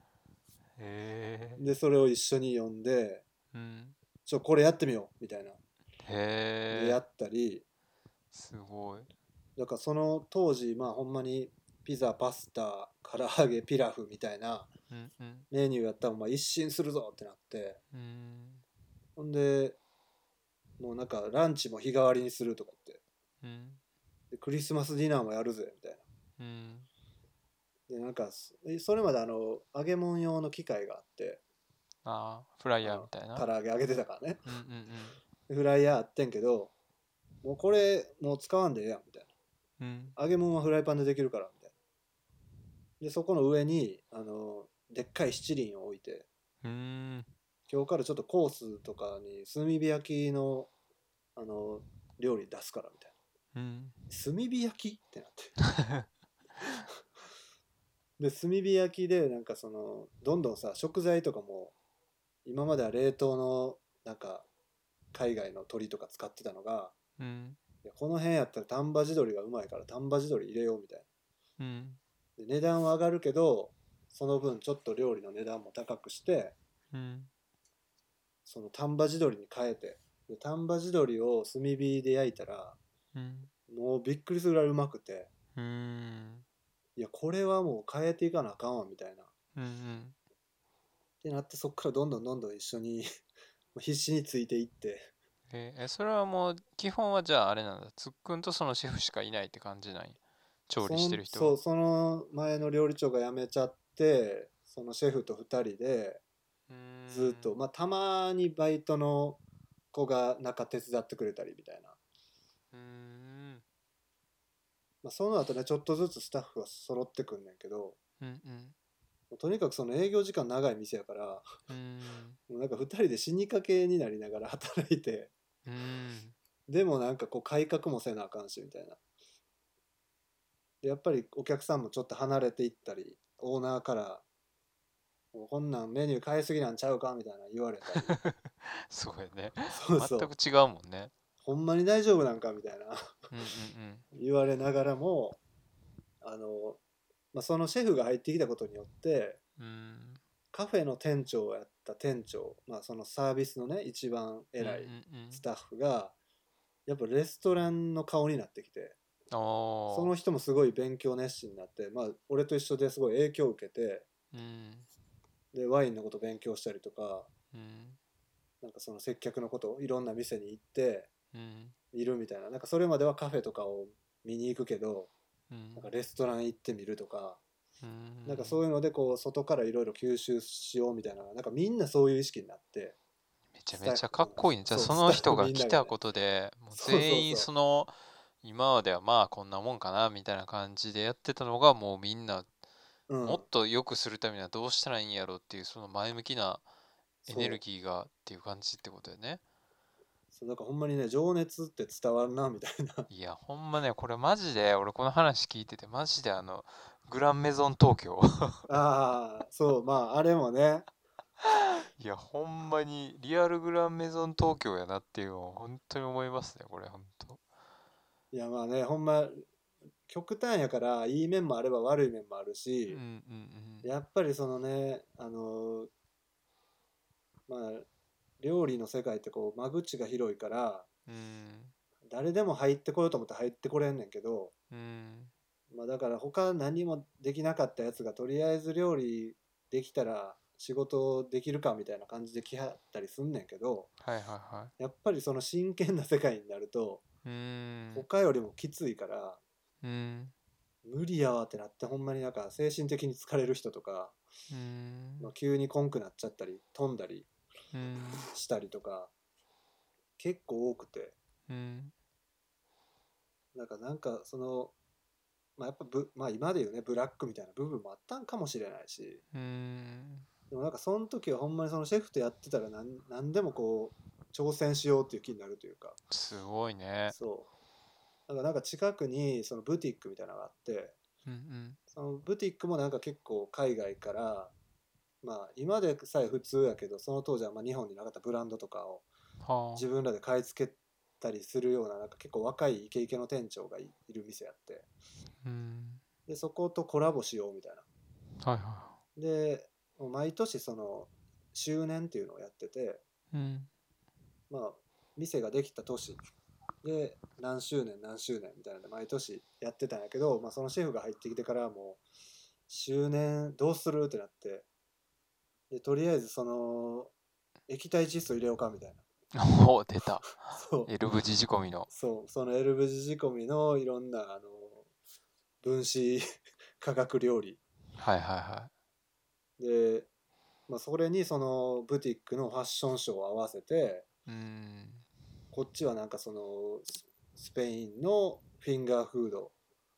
S1: へえ
S2: でそれを一緒に読んで
S1: うん
S2: ちょこれやってみようみたいな
S1: へ
S2: でや
S1: え
S2: ったり
S1: すごい
S2: だからその当時まあほんまにピザパスタ唐揚げピラフみたいな
S1: うんうん
S2: メニューやったらまあ一新するぞってなって
S1: うん
S2: ほんでもうなんかランチも日替わりにするとか言って
S1: うん
S2: でクリスマスディナーもやるぜみたいな
S1: うん
S2: でなんかそそれまであの揚げ物用の機械があって
S1: あーフライヤーみたいな
S2: 唐揚げ揚げてたからね
S1: うんうん
S2: フライヤーあってんけどもうこれもう使わんでええやんみたい
S1: うんうん
S2: な揚げ物はフライパンでできるからみたいなでそこの上にあのでっかい七輪を置いて
S1: うん
S2: 今日からちょっとコースとかに炭火焼きのあの料理出すからみたい
S1: うん
S2: な炭火焼きってなって で炭火焼きでなんかそのどんどんさ食材とかも今までは冷凍のなんか海外の鶏とか使ってたのが
S1: うん
S2: いやこの辺やったら丹波地鶏がうまいから丹波地鶏入れようみたい
S1: うん
S2: なで値段は上がるけどその分ちょっと料理の値段も高くして
S1: うん
S2: その丹波地鶏に変えてで丹波地鶏を炭火で焼いたら
S1: うん
S2: もうびっくりするぐらいうまくて
S1: うん
S2: いやこれはもう変えていかなあかんわみたいなっ
S1: うんうん
S2: てなってそっからどんどんどんどん一緒に 必死についていって
S1: えーえそれはもう基本はじゃああれなんだつっくんとそのシェフしかいないって感じない調理してる人
S2: そん
S1: は
S2: そうその前の料理長が辞めちゃってそのシェフと2人で
S1: うーん
S2: ずっと、まあたまにバイトの子がなんか手伝ってくれたりみたいな、
S1: うーん
S2: まあ、その後ねちょっとずつスタッフが揃ってくんねんけど
S1: うんうん
S2: とにかくその営業時間長い店やからも
S1: うーん
S2: うなんか2人で死にかけになりながら働いて
S1: うーん
S2: でもなんかこう改革もせなあかんしみたいなでやっぱりお客さんもちょっと離れていったりオーナーから「もうこんなんメニュー変えすぎなんちゃうか?」みたいな言われたり
S1: すごいね
S2: そうそ
S1: 全
S2: う
S1: く違うもんね
S2: ほんまに大丈夫なんか みたいな。
S1: うんうん
S2: 言われながらもあの、まあ、そのシェフが入ってきたことによって
S1: うんうーん
S2: カフェの店長をやった店長、まあ、そのサービスのね一番偉い
S1: うんうんうん
S2: スタッフがやっぱレストランの顔になってきて
S1: おー
S2: その人もすごい勉強熱心になって、まあ、俺と一緒ですごい影響を受けて
S1: うん
S2: でワインのこと勉強したりとか
S1: うん
S2: なんかその接客のこといろんな店に行って
S1: うん
S2: いるみたいななんかそれまではカフェとかを見に行くけど
S1: うん
S2: なんかレストラン行ってみるとか。
S1: うん
S2: なんかそういうのでこう外からいろいろ吸収しようみたいななんかみんなそういう意識になって
S1: めちゃ
S2: スタッ
S1: め
S2: フ
S1: ちゃかっこいいね。じゃあ
S2: そう
S1: その
S2: スタッ
S1: 人
S2: フ
S1: が
S2: みんな
S1: 来
S2: が
S1: た
S2: ね
S1: ことで、もう
S2: そうそうそう
S1: 全員その今まではまあこんなもんかなみたいな感じでやってたのがもうみんな
S2: うん
S1: もっと良くするためにはどうしたらいいんやろっていうその前向きなエネルギーがっていう感じってことだよね。
S2: そうそうだからほんまにね情熱って伝わるなみたいない
S1: やほんまねこれマジで俺この話聞いててマジであのグランメゾン東京
S2: ああそうまああれもね
S1: いやほんまにリアルグランメゾン東京やなっていうのを本当に思いますねこれ本当。
S2: いやまあねほんま極端やからいい面もあれば悪い面もある
S1: うん
S2: し
S1: う、んうん
S2: やっぱりそのねあのまあ料理の世界ってこう間口が広いから
S1: うん
S2: 誰でも入ってこようと思って入ってこれんねんけど、
S1: うん
S2: まあ、だから他何もできなかったやつがとりあえず料理できたら仕事できるかみたいな感じで来はったりすんねんけど
S1: はいはいは
S2: やっぱりその真剣な世界になると
S1: いうん
S2: 他よりもきついから
S1: うん
S2: 無理やわってなってほんまになんか精神的に疲れる人とか、
S1: うん
S2: まあ、急にコンくなっちゃったり飛んだり
S1: うん
S2: したりとか結構多くて
S1: うん
S2: なんかなんかその、まあ、やっぱぶ、まあ、今で言うねブラックみたいな部分もあったんかもしれないし
S1: うん
S2: でもなんかその時はほんまにそのシェフとやってたら何何でもこう挑戦しようっていう気になるというか
S1: すごいね
S2: そうなんかなんか近くにそのブティックみたいなのがあって
S1: うん
S2: そのブティックもなんか結構海外からまあ今でさえ普通やけどその当時はまあ日本になかったブランドとかを
S1: うんは
S2: 自分らで買い付けたりするようななんか結構若いイケイケの店長がいいる店やって
S1: あうん
S2: でそことコラボしようみたいな
S1: はいは
S2: でもう毎年その周年っていうのをやってて
S1: いうん
S2: まあ店ができた年で何周年何周年みたいなので毎年やってたんやけど、まあ、そのシェフが入ってきてからはもう周年どうするってなってでとりあえずその液体窒素入れようかみたいな
S1: おお出た
S2: そう
S1: エルブ字仕込みの
S2: そうそのエルブジ仕込みのいろんなあの分子 化学料理
S1: はいはいは
S2: で、まあ、それにそのブティックのファッションショーを合わせて
S1: いうん
S2: こっちはなんかそのススペインのフィンガーフード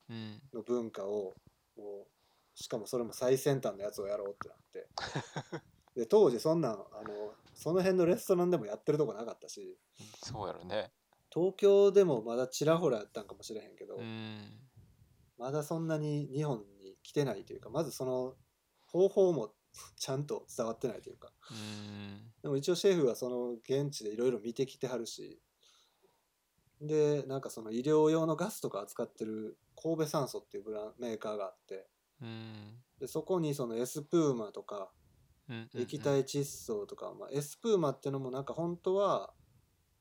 S1: うん
S2: の文化をもうしかもそれも最先端のやつをやろうってなってで当時そんなんあのその辺のレストランでもやってるとこなかったし
S1: そうやろね
S2: 東京でもまだちらほらやったんかもしれへんけど、
S1: うん
S2: まだそんなに日本に来てないというかまずその方法もちゃんと伝わってないというか
S1: うん
S2: でも一応シェフはその現地でいろいろ見てきてはるしでなんかその医療用のガスとか扱ってる神戸酸素っていうブランメーカーがあって
S1: うん
S2: でそこにそのエスプーマとか
S1: うんうん
S2: 液体窒素とか、まあ、エスプーマってのもなんか本当は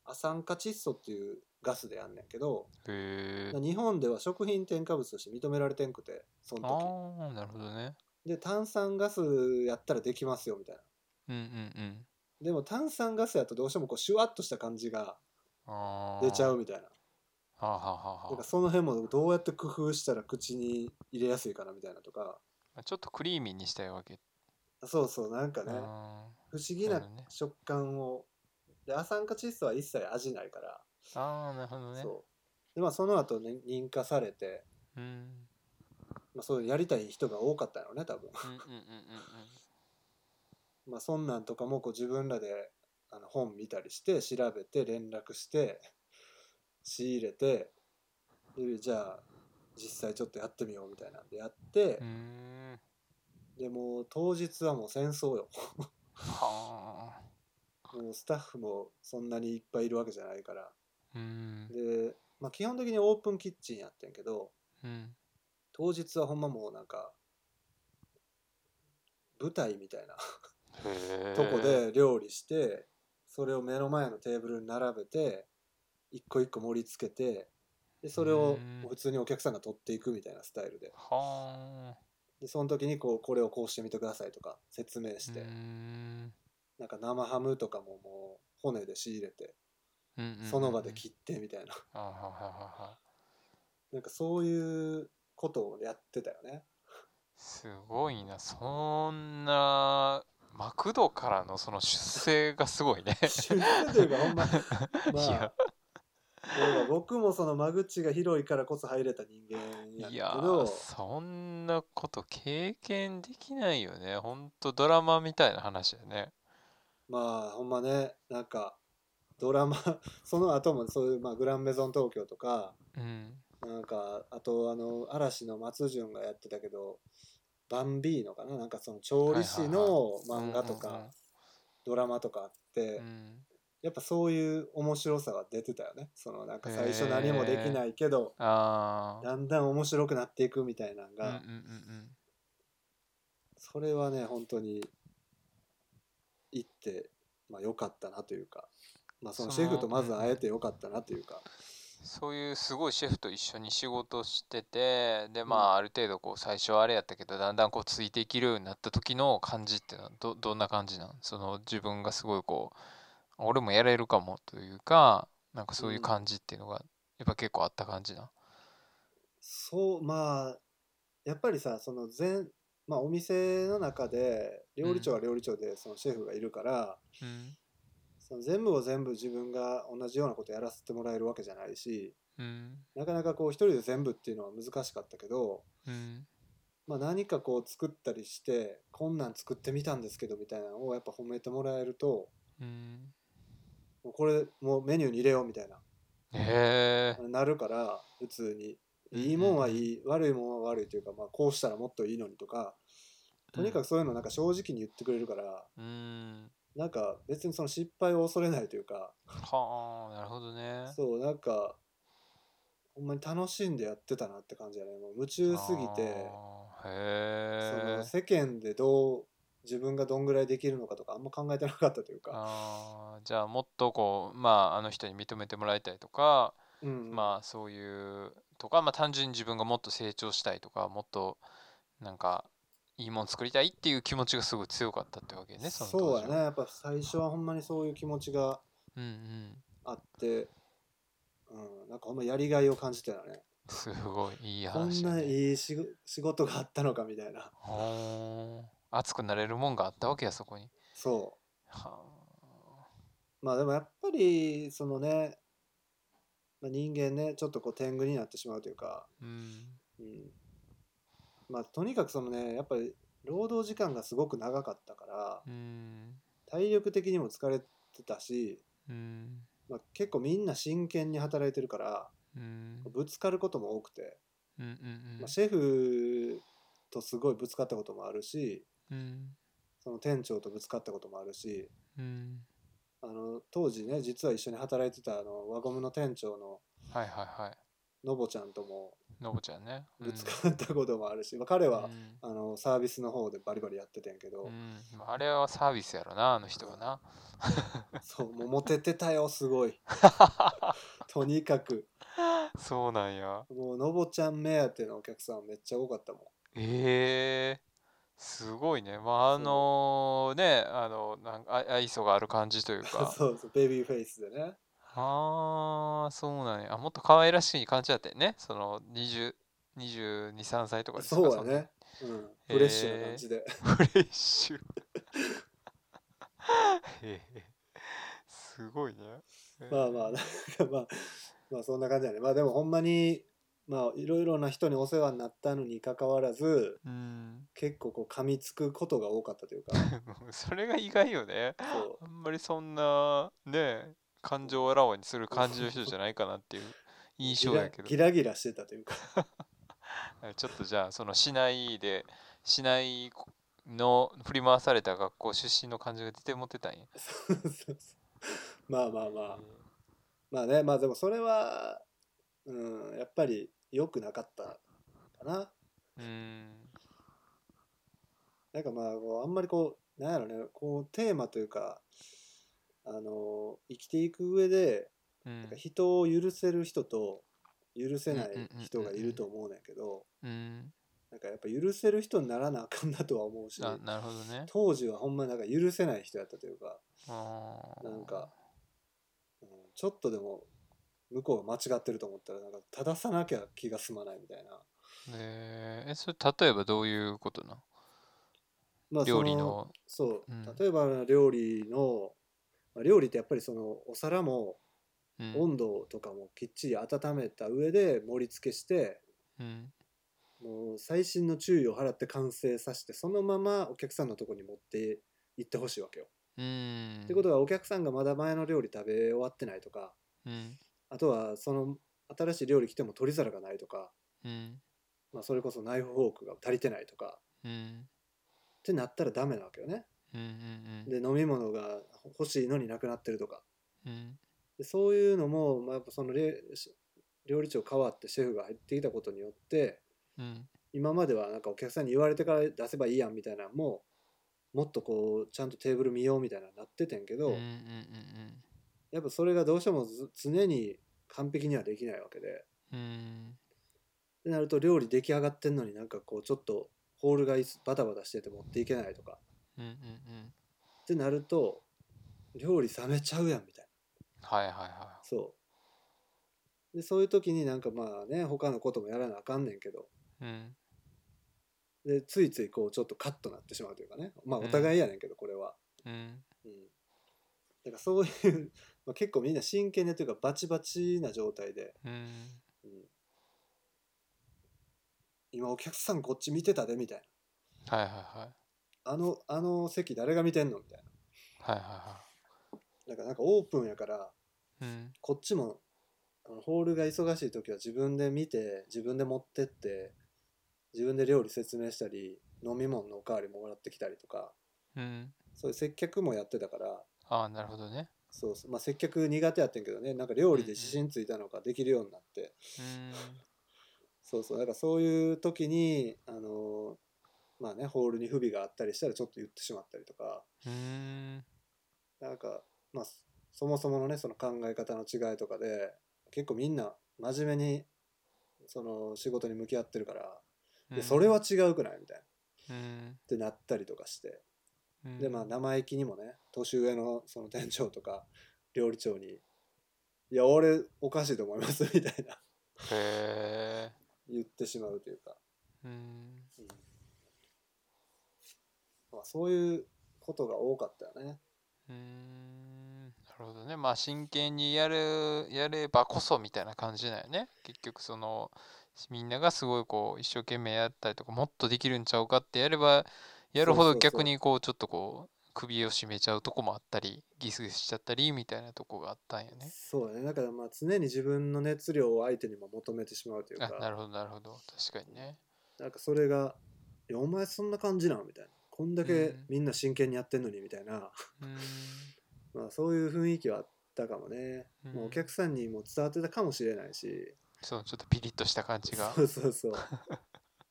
S2: 亜酸化窒素っていうガスでやんねんけど
S1: へえ
S2: 日本では食品添加物として認められてんくてその時。
S1: ああなるほどね
S2: で炭酸ガスやったらできますよみたいな
S1: うんうんうん
S2: でも炭酸ガスやとどうしてもこうシュワッとした感じが
S1: ああ
S2: 出ちゃうみたいな
S1: はあはあはあ
S2: なん
S1: は
S2: かその辺もどうやって工夫したら口に入れやすいかなみたいなとか
S1: あちょっとクリーミーにしたいわけ
S2: そうそうなんかね
S1: あ
S2: 不思議
S1: な
S2: な
S1: るほどね
S2: 食感をで亜酸化窒素は一切味ないから、
S1: ーあーなるほどね
S2: そうでまあその後、ね、認可されて、
S1: うんうん
S2: まあ、そういうやりたい人が多かったのね多
S1: う
S2: 分
S1: んうんうん
S2: まあそんなんとかもこう自分らであの本見たりして調べて連絡して仕入れてでじゃあ実際ちょっとやってみようみたいなんでやって、
S1: うんうんうーん
S2: でもう当日はもう戦争よ
S1: はあ
S2: もうスタッフもそんなにいっぱいいるわけじゃないから
S1: うん
S2: で、まあ、基本的にオープンキッチンやってんけど
S1: うん
S2: 当日はほんまもうなんか舞台みたいな
S1: へえ
S2: とこで料理してそれを目の前のテーブルに並べて一個一個盛り付けてでそれを
S1: うん
S2: 普通にお客さんが取っていくみたいなスタイルで
S1: はあ
S2: でその時にこうこれをこうしてみてくださいとか説明して、
S1: うん
S2: なんか生ハムとかももう骨で仕入れて
S1: うんうんうんうん
S2: その場で切ってみたいな
S1: あーはあはあはあはあ
S2: なんかそういうことをやってたよ ね
S1: すごいなそんなマクドからのその出世がすごいね
S2: 出世というかほん まま
S1: いや
S2: あなんか僕もその間口が広いからこそ入れた人間や
S1: い
S2: け
S1: やー
S2: ど
S1: そんなこと経験できないよねほんとドラマみたいな話だね
S2: まあほんまねなんかドラマ その後もそういう、まあ、グランメゾン東京とか
S1: うん
S2: なんかあとあの嵐の松潤がやってたけどバンビーノかななんかその調理師の漫画とかドラマとかあって、
S1: うん
S2: やっぱそういう面白さが出てたよねそのなんか最
S1: へ
S2: 初
S1: ー
S2: 何もできないけど、
S1: ああ
S2: だんだん面白くなっていくみたいなの
S1: うんうん
S2: が、
S1: うん
S2: それはね本当に行って、まあ、良かったなというか、まあ、そのシ
S1: その
S2: ェフとまず会えて良かったなというか
S1: そういうすごいシェフと一緒に仕事しててでまあある程度こう最初はあれやったけどだんだんこうついていけるようになった時の感じっていうのはどどんな感じなんその自分がすごいこう俺もやれるかもというかなんかそういう感じっていうのがやっぱ結構あった感じなん
S2: そうまあやっぱりさその全、まあ、お店の中で料理長は料理長でそのシェフがいるから、
S1: うん
S2: その全部を全部自分が同じようなことやらせてもらえるわけじゃないし
S1: うん
S2: なかなかこう一人で全部っていうのは難しかったけど、
S1: うん
S2: まあ、何かこう作ったりしてこんなん作ってみたんですけどみたいなのをやっぱ褒めてもらえると
S1: うん
S2: もうこれもうメニューに入れようみたいな
S1: へえ
S2: なるから普通に
S1: うん
S2: いいもんはいい悪いもんは悪いというか、まあ、こうしたらもっといいのにとかとにかくそういうのなんか正直に言ってくれるから
S1: うん
S2: なんか別にその失敗を恐れないというか
S1: はあなるほどね
S2: そうなんかほんまに楽しんでやってたなって感じだねもう夢中すぎて
S1: あー
S2: そ
S1: へ
S2: の
S1: え
S2: 世間でどう自分がどんぐらいできるのかとかあんま考えてなかったというか、
S1: あーじゃあもっとこうまああの人に認めてもらいたいとか
S2: うん
S1: まあそういうとかまあ単純に自分がもっと成長したいとかもっとなんかいいもん作りたいっていう気持ちがすごい強かったってわけねその当
S2: そう
S1: 時
S2: や
S1: は
S2: ねやっぱ最初はほんまにそういう気持ちが
S1: うんうん
S2: あって、うん、なんかほんまやりがいを感じてたよね
S1: すごいいい
S2: こん
S1: 話や
S2: な
S1: ね
S2: いい仕事仕事があったのかみたいな
S1: ほー熱くなれるもんがあったわけやそこに
S2: そ
S1: は
S2: うまあでもやっぱりそのね、まあ、人間ねちょっとこう天狗になってしまうというか、
S1: あうん
S2: うん、まあとにかくそのねやっぱり労働時間がすごく長かったから
S1: うん
S2: 体力的にも疲れてたし、
S1: うん
S2: まあ、結構みんな真剣に働いてるから
S1: うん
S2: ぶつかることも多くて、
S1: うんうん
S2: まあ、シェフとすごいぶつかったこともあるし
S1: うん
S2: その店長とぶつかったこともあるし
S1: うん
S2: あの当時ね実は一緒に働いてたあの輪ゴムの店長の
S1: はいはいはい
S2: のぼちゃんとも
S1: のぼちゃんね
S2: ぶつかったこともあるし、まあ、彼
S1: うん
S2: は、あのサービスの方でバリバリやっててんけど、
S1: うんうんまああれはサービスやろなあの人はな
S2: そうもうモテてたよすごいとにかく
S1: そうなんや
S2: もうのぼちゃん目当てのお客さんめっちゃ多かったもん
S1: ええすごいねまああ
S2: そ
S1: の
S2: う
S1: ねあのなんかあ愛想がある感じというか
S2: そうそうベビーフェイスでね
S1: ああそうなんやあもっと可愛らしい感じだったよねその20 22、3歳とかですか
S2: そう
S1: そ
S2: や
S1: ん
S2: ね、うん、フレッシュな感じで、
S1: フレッシュへえすごいね
S2: まあまあなんかまあまあそんな感じだねまあでもほんまにまあいろいろな人にお世話になったのにかかわらず
S1: うん、
S2: 結構こう噛みつくことが多かったとい うか
S1: それが意外よね。
S2: そ
S1: あんまりそんなね感情をあらわにする感じの人じゃないかなっていう
S2: う
S1: 印象やけど
S2: ギラギラギラしてたというか
S1: ちょっとじゃあその市内で市内の振り回された学校出身の感じが出てもってたんや。
S2: そうそうそうまあまあまあ
S1: えー
S2: まあねまあでもそれはうんやっぱり良くなかったかな
S1: うーん
S2: なんかまあこうあんまりこうなんやろねこうテーマというかあの生きていく上で
S1: うん
S2: なんか人を許せる人と許せな
S1: う
S2: い
S1: んうんうんうんうん
S2: 人がいると思うねんけど
S1: うん
S2: なんかやっぱ許せる人にならなあかんなとは思うし
S1: あなるほどね。
S2: 当時はほんまになんか許せない人やったというか、
S1: あー
S2: なんかうん、ちょっとでも向こうが間違ってると思ったらなんか正さなきゃ気が済まないみたいな、
S1: えーえそれ例えばどういうことなん
S2: まあ、
S1: 料理
S2: そ
S1: の。
S2: そう、
S1: うん
S2: 例えば料理の、まあ、料理ってやっぱりそのお皿も
S1: うん
S2: 温度とかもきっちり温めた上で盛り付けして
S1: うん
S2: もう細心の注意を払って完成させてそのままお客さんのとこに持って行ってほしいわけよ。
S1: うん
S2: ってことはお客さんがまだ前の料理食べ終わってないとか
S1: うん
S2: あとはその新しい料理来ても取り皿がないとか、
S1: うん
S2: まあ、それこそナイフフォークが足りてないとか
S1: うん
S2: ってなったらダメなわけよね。
S1: うんうんうん
S2: で飲み物が欲しいのになくなってるとか
S1: うん
S2: でそういうのも、まあ、やっぱそのれし料理長変わってシェフが入ってきたことによって
S1: うん
S2: 今まではなんかお客さんに言われてから出せばいいやんみたいなのももっとこうちゃんとテーブル見ようみたいなのになっててんけ
S1: う
S2: ど、
S1: んうんうん
S2: やっぱそれがどうしてもず常に完璧にはできないわけで
S1: うんうん
S2: ってなると料理出来上がってんのになんかこうちょっとホールがいすバタバタしてて持っていけないとか
S1: うんうんうん
S2: ってなると料理冷めちゃうやんみたいな
S1: はいはいは
S2: そうでそういう時になんかまあね他のこともやらなあかんねんけど
S1: いうん
S2: でついついこうちょっとカッとなってしまうというかねまあ
S1: うん
S2: お互いやねんけどこれは、
S1: うん
S2: うん、だからそういう まあ結構みんな真剣でというかバチバチな状態で、
S1: うん
S2: うん、今お客さんこっち見てたでみたい
S1: はいはいはい
S2: なあのあの席誰が見てんのみたいな
S1: はいはいは
S2: なんかなんかオープンやから
S1: いうん
S2: こっちもあのホールが忙しい時は自分で見て自分で持ってって自分で料理説明したり飲み物のおかわりもらってきたりとか
S1: うん
S2: そういう接客もやってたから
S1: ああなるほどね
S2: そうそう、まあ、接客苦手やってんけどねなんか料理で自信ついたのかできるようになって
S1: うん
S2: そうそうだからそういう時にあのーまあねホールに不備があったりしたらちょっと言ってしまったりとか
S1: うん
S2: なんか、まあ、そそもそものねその考え方の違いとかで結構みんな真面目にその仕事に向き合ってるから、
S1: う
S2: いや
S1: ん
S2: それは違うくないみたいなっ
S1: うん
S2: てなったりとかして
S1: うん
S2: でまあ生意気にもね年上のその店長とか料理長に「いや俺おかしいと思います」みたいな
S1: へえ
S2: 言ってしまうというか、
S1: うん
S2: うんまあ、そういうことが多かったよね。
S1: うんなるほどねまあ真剣にやるやればこそみたいな感じだよね結局そのみんながすごいこう一生懸命やったりとかもっとできるんちゃうかってやればやるほ
S2: そう
S1: ど
S2: そうそう
S1: 逆にこうちょっとこう首を絞めちゃうとこもあったりギスギスしちゃったりみたいなとこがあったんよね
S2: そうだねだからまあ常に自分の熱量を相手にも求めてしまうという
S1: あ
S2: か
S1: なるほどなるほど確かにね
S2: なんかそれが「いやお前そんな感じなん?」みたいな「こんだけ
S1: うん
S2: みんな真剣にやってんのに」みたいな、
S1: うん
S2: まあ、そういう雰囲気はあったかもね、
S1: うん
S2: まあ、お客さんにも伝わってたかもしれないし
S1: そうちょっとピリッとした感じが
S2: そうそうそう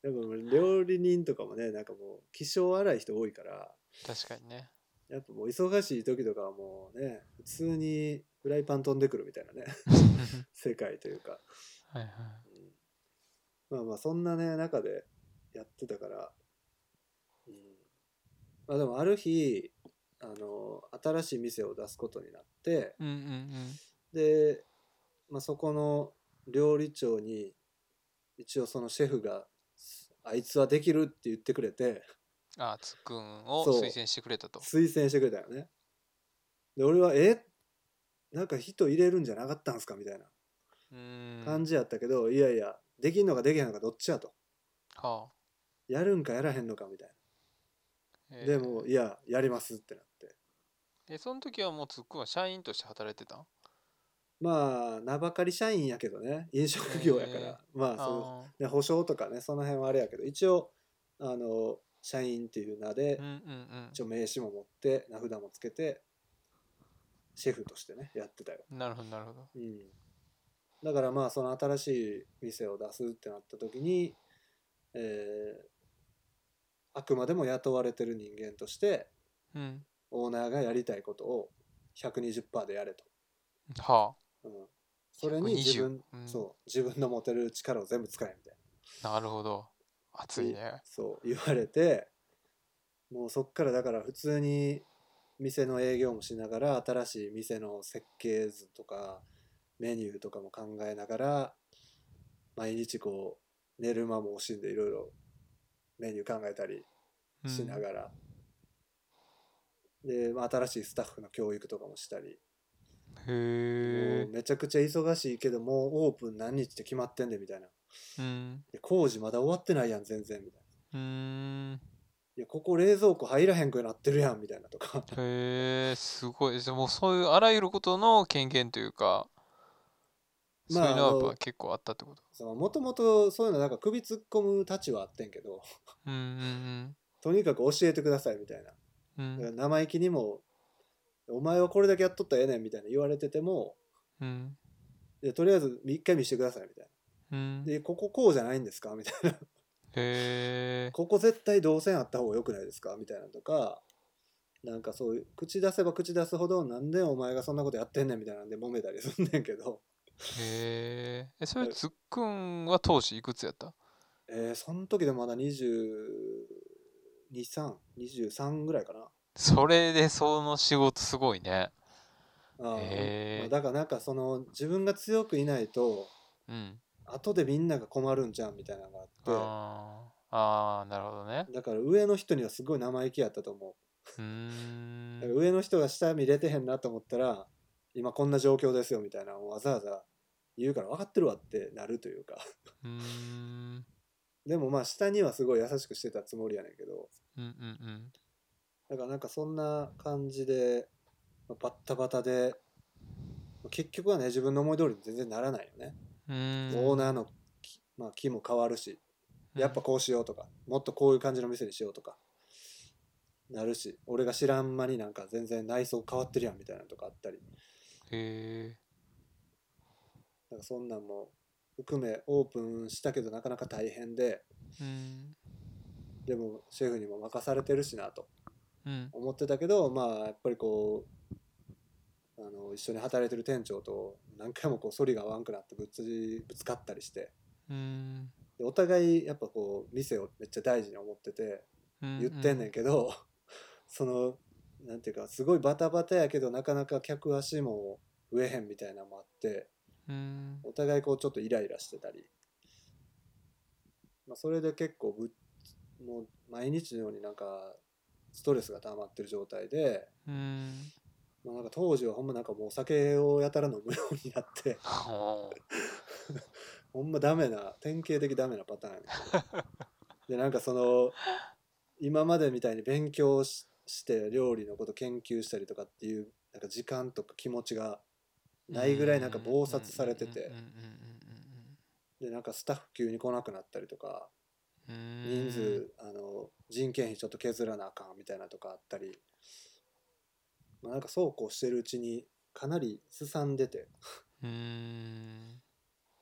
S2: でも料理人とかもねなんかもう気性荒い人多いから
S1: 確かに ね
S2: やっぱもう忙しい時とかはもうね普通にフライパン飛んでくるみたいなね 世界というか、
S1: はいはい
S2: うんまあまあそんなね中でやってたから、うん、まあでもある日あの新しい店を出すことになって
S1: うんうん
S2: で、まあ、そこの料理長に一応そのシェフが「あいつはできる」って言ってくれて
S1: うんあつっくんを
S2: そう
S1: 推薦してくれたと
S2: 推薦してくれたよねで俺は「えなんか人入れるんじゃなかったんすか?」みたいな
S1: うん
S2: 感じやったけど、いやいやできんのかできへんのかどっちやと
S1: はあ
S2: やるんかやらへんのかみたいなでも、いや、やりますってなって。
S1: えその時はもうつっくんは社員として働いてたん
S2: まあ、名ばかり社員やけどね、飲食業やから、
S1: へえ
S2: まあ、その、
S1: あ
S2: ね、保証とかね、その辺はあれやけど、一応、あの、社員っていう名で
S1: ー、うんうんうん
S2: 一応名刺も持って、名札もつけて、シェフとしてね、やってたよ。
S1: なるほどなるほど
S2: うん。だからまあ、その新しい店を出すってなった時に、えーあくまでも雇われてる人間として、
S1: うん
S2: オーナーがやりたいことを120%でやれと。
S1: は
S2: うん、それに自分、
S1: 120うん
S2: そう自分の持てる力を全部使えみたいな
S1: あなるほど熱いね
S2: そう言われてもうそっからだから普通に店の営業もしながら新しい店の設計図とかメニューとかも考えながら毎日こう寝る間も惜しんでいろいろメニュー考えたり
S1: うん
S2: しながら、で、まあ、新しいスタッフの教育とかもしたり
S1: へ
S2: もうめちゃくちゃ忙しいけどもうオープン何日って決まってんでみたいな
S1: えうん
S2: いや工事まだ終わってないやん全然みたいな
S1: うーん
S2: いやここ冷蔵庫入らへんくなってるやんみたいなとか
S1: へえすごいじゃあもうそういうあらゆることの権限というかそう
S2: まあ
S1: いうのは
S2: あ
S1: やっ
S2: の
S1: ぱ結構あったってこと
S2: もともとそういうのなんか首突っ込む立場はあってんけど
S1: うんうん
S2: とにかく教えてくださいみたいな
S1: うんう
S2: だから
S1: ん
S2: 生意気にもお前はこれだけやっとったらええねんみたいな言われてても
S1: うん
S2: いやとりあえず一回見してくださいみたい
S1: うん
S2: なでこここうじゃないんですかみたい
S1: へ
S2: な
S1: え
S2: ここ絶対動線あった方が良くないですかみたいなのとかなんかそういう口出せば口出すほどなんでお前がそんなことやってんねんみたいなんで揉めたりすんねんけど
S1: へえそれつっくんは当時いくつやった
S2: えー、その時でもまだ2223ぐらいかな
S1: それでその仕事すごいね
S2: あー、
S1: へー
S2: まあだからなんかその自分が強くいないと
S1: うん
S2: 後でみんなが困るんじゃんみたいなのがあっ
S1: あーあーなるほどね
S2: てだから上の人にはすごい生意気やったと思
S1: うー
S2: う、
S1: ん
S2: だから上の人が下見れてへんなと思ったら今こんな状況ですよみたいなのをわざわざ言うから分かってるわってなるというか
S1: うーん
S2: でもまあ下にはすごい優しくしてたつもりやねんけど
S1: うんうん
S2: だからなんかそんな感じで、まあバッタバタでまあ結局はね自分の思い通りに全然ならないよね、
S1: うんうーん
S2: オーナーのき、まあ、気も変わるしやっぱこうしようとかもっとこういう感じの店にしようとかなるし俺が知らん間になんか全然内装変わってるやんみたいなのとかあったり
S1: へえ
S2: なんかそんなんも含めオープンしたけどなかなか大変で
S1: うん
S2: でもシェフにも任されてるしなと
S1: うん
S2: 思ってたけどまあやっぱりこうあの一緒に働いてる店長と何回もこう反りが合わんくなってぶつぶつかったりして
S1: うん
S2: でお互いやっぱこう店をめっちゃ大事に思ってて
S1: うん
S2: 言ってんねんけど、 そのなんていうかすごいバタバタやけどなかなか客足も増えへんみたいなのもあって
S1: うん
S2: お互いこうちょっとイライラしてたり、まあ、それで結構ぶっもう毎日のようになんかストレスが溜まってる状態で、
S1: うん
S2: まあ、なんか当時はほんまなんかもうお酒をやたら飲むようになって
S1: おー
S2: ほんまダメな典型的ダメなパターンやねんけどでなんかその今までみたいに勉強しして料理のこと研究したりとかっていうなんか時間とか気持ちが ないぐらいなんか忙殺されてて
S1: うん
S2: でなんかスタッフ急に来なくなったりとか
S1: うんうんうんうんうん
S2: 人数あの人件費ちょっと削らなあかんみたいなとかあったり、まあ、なんかそうこうしてるうちにかなりすさんでて
S1: うーん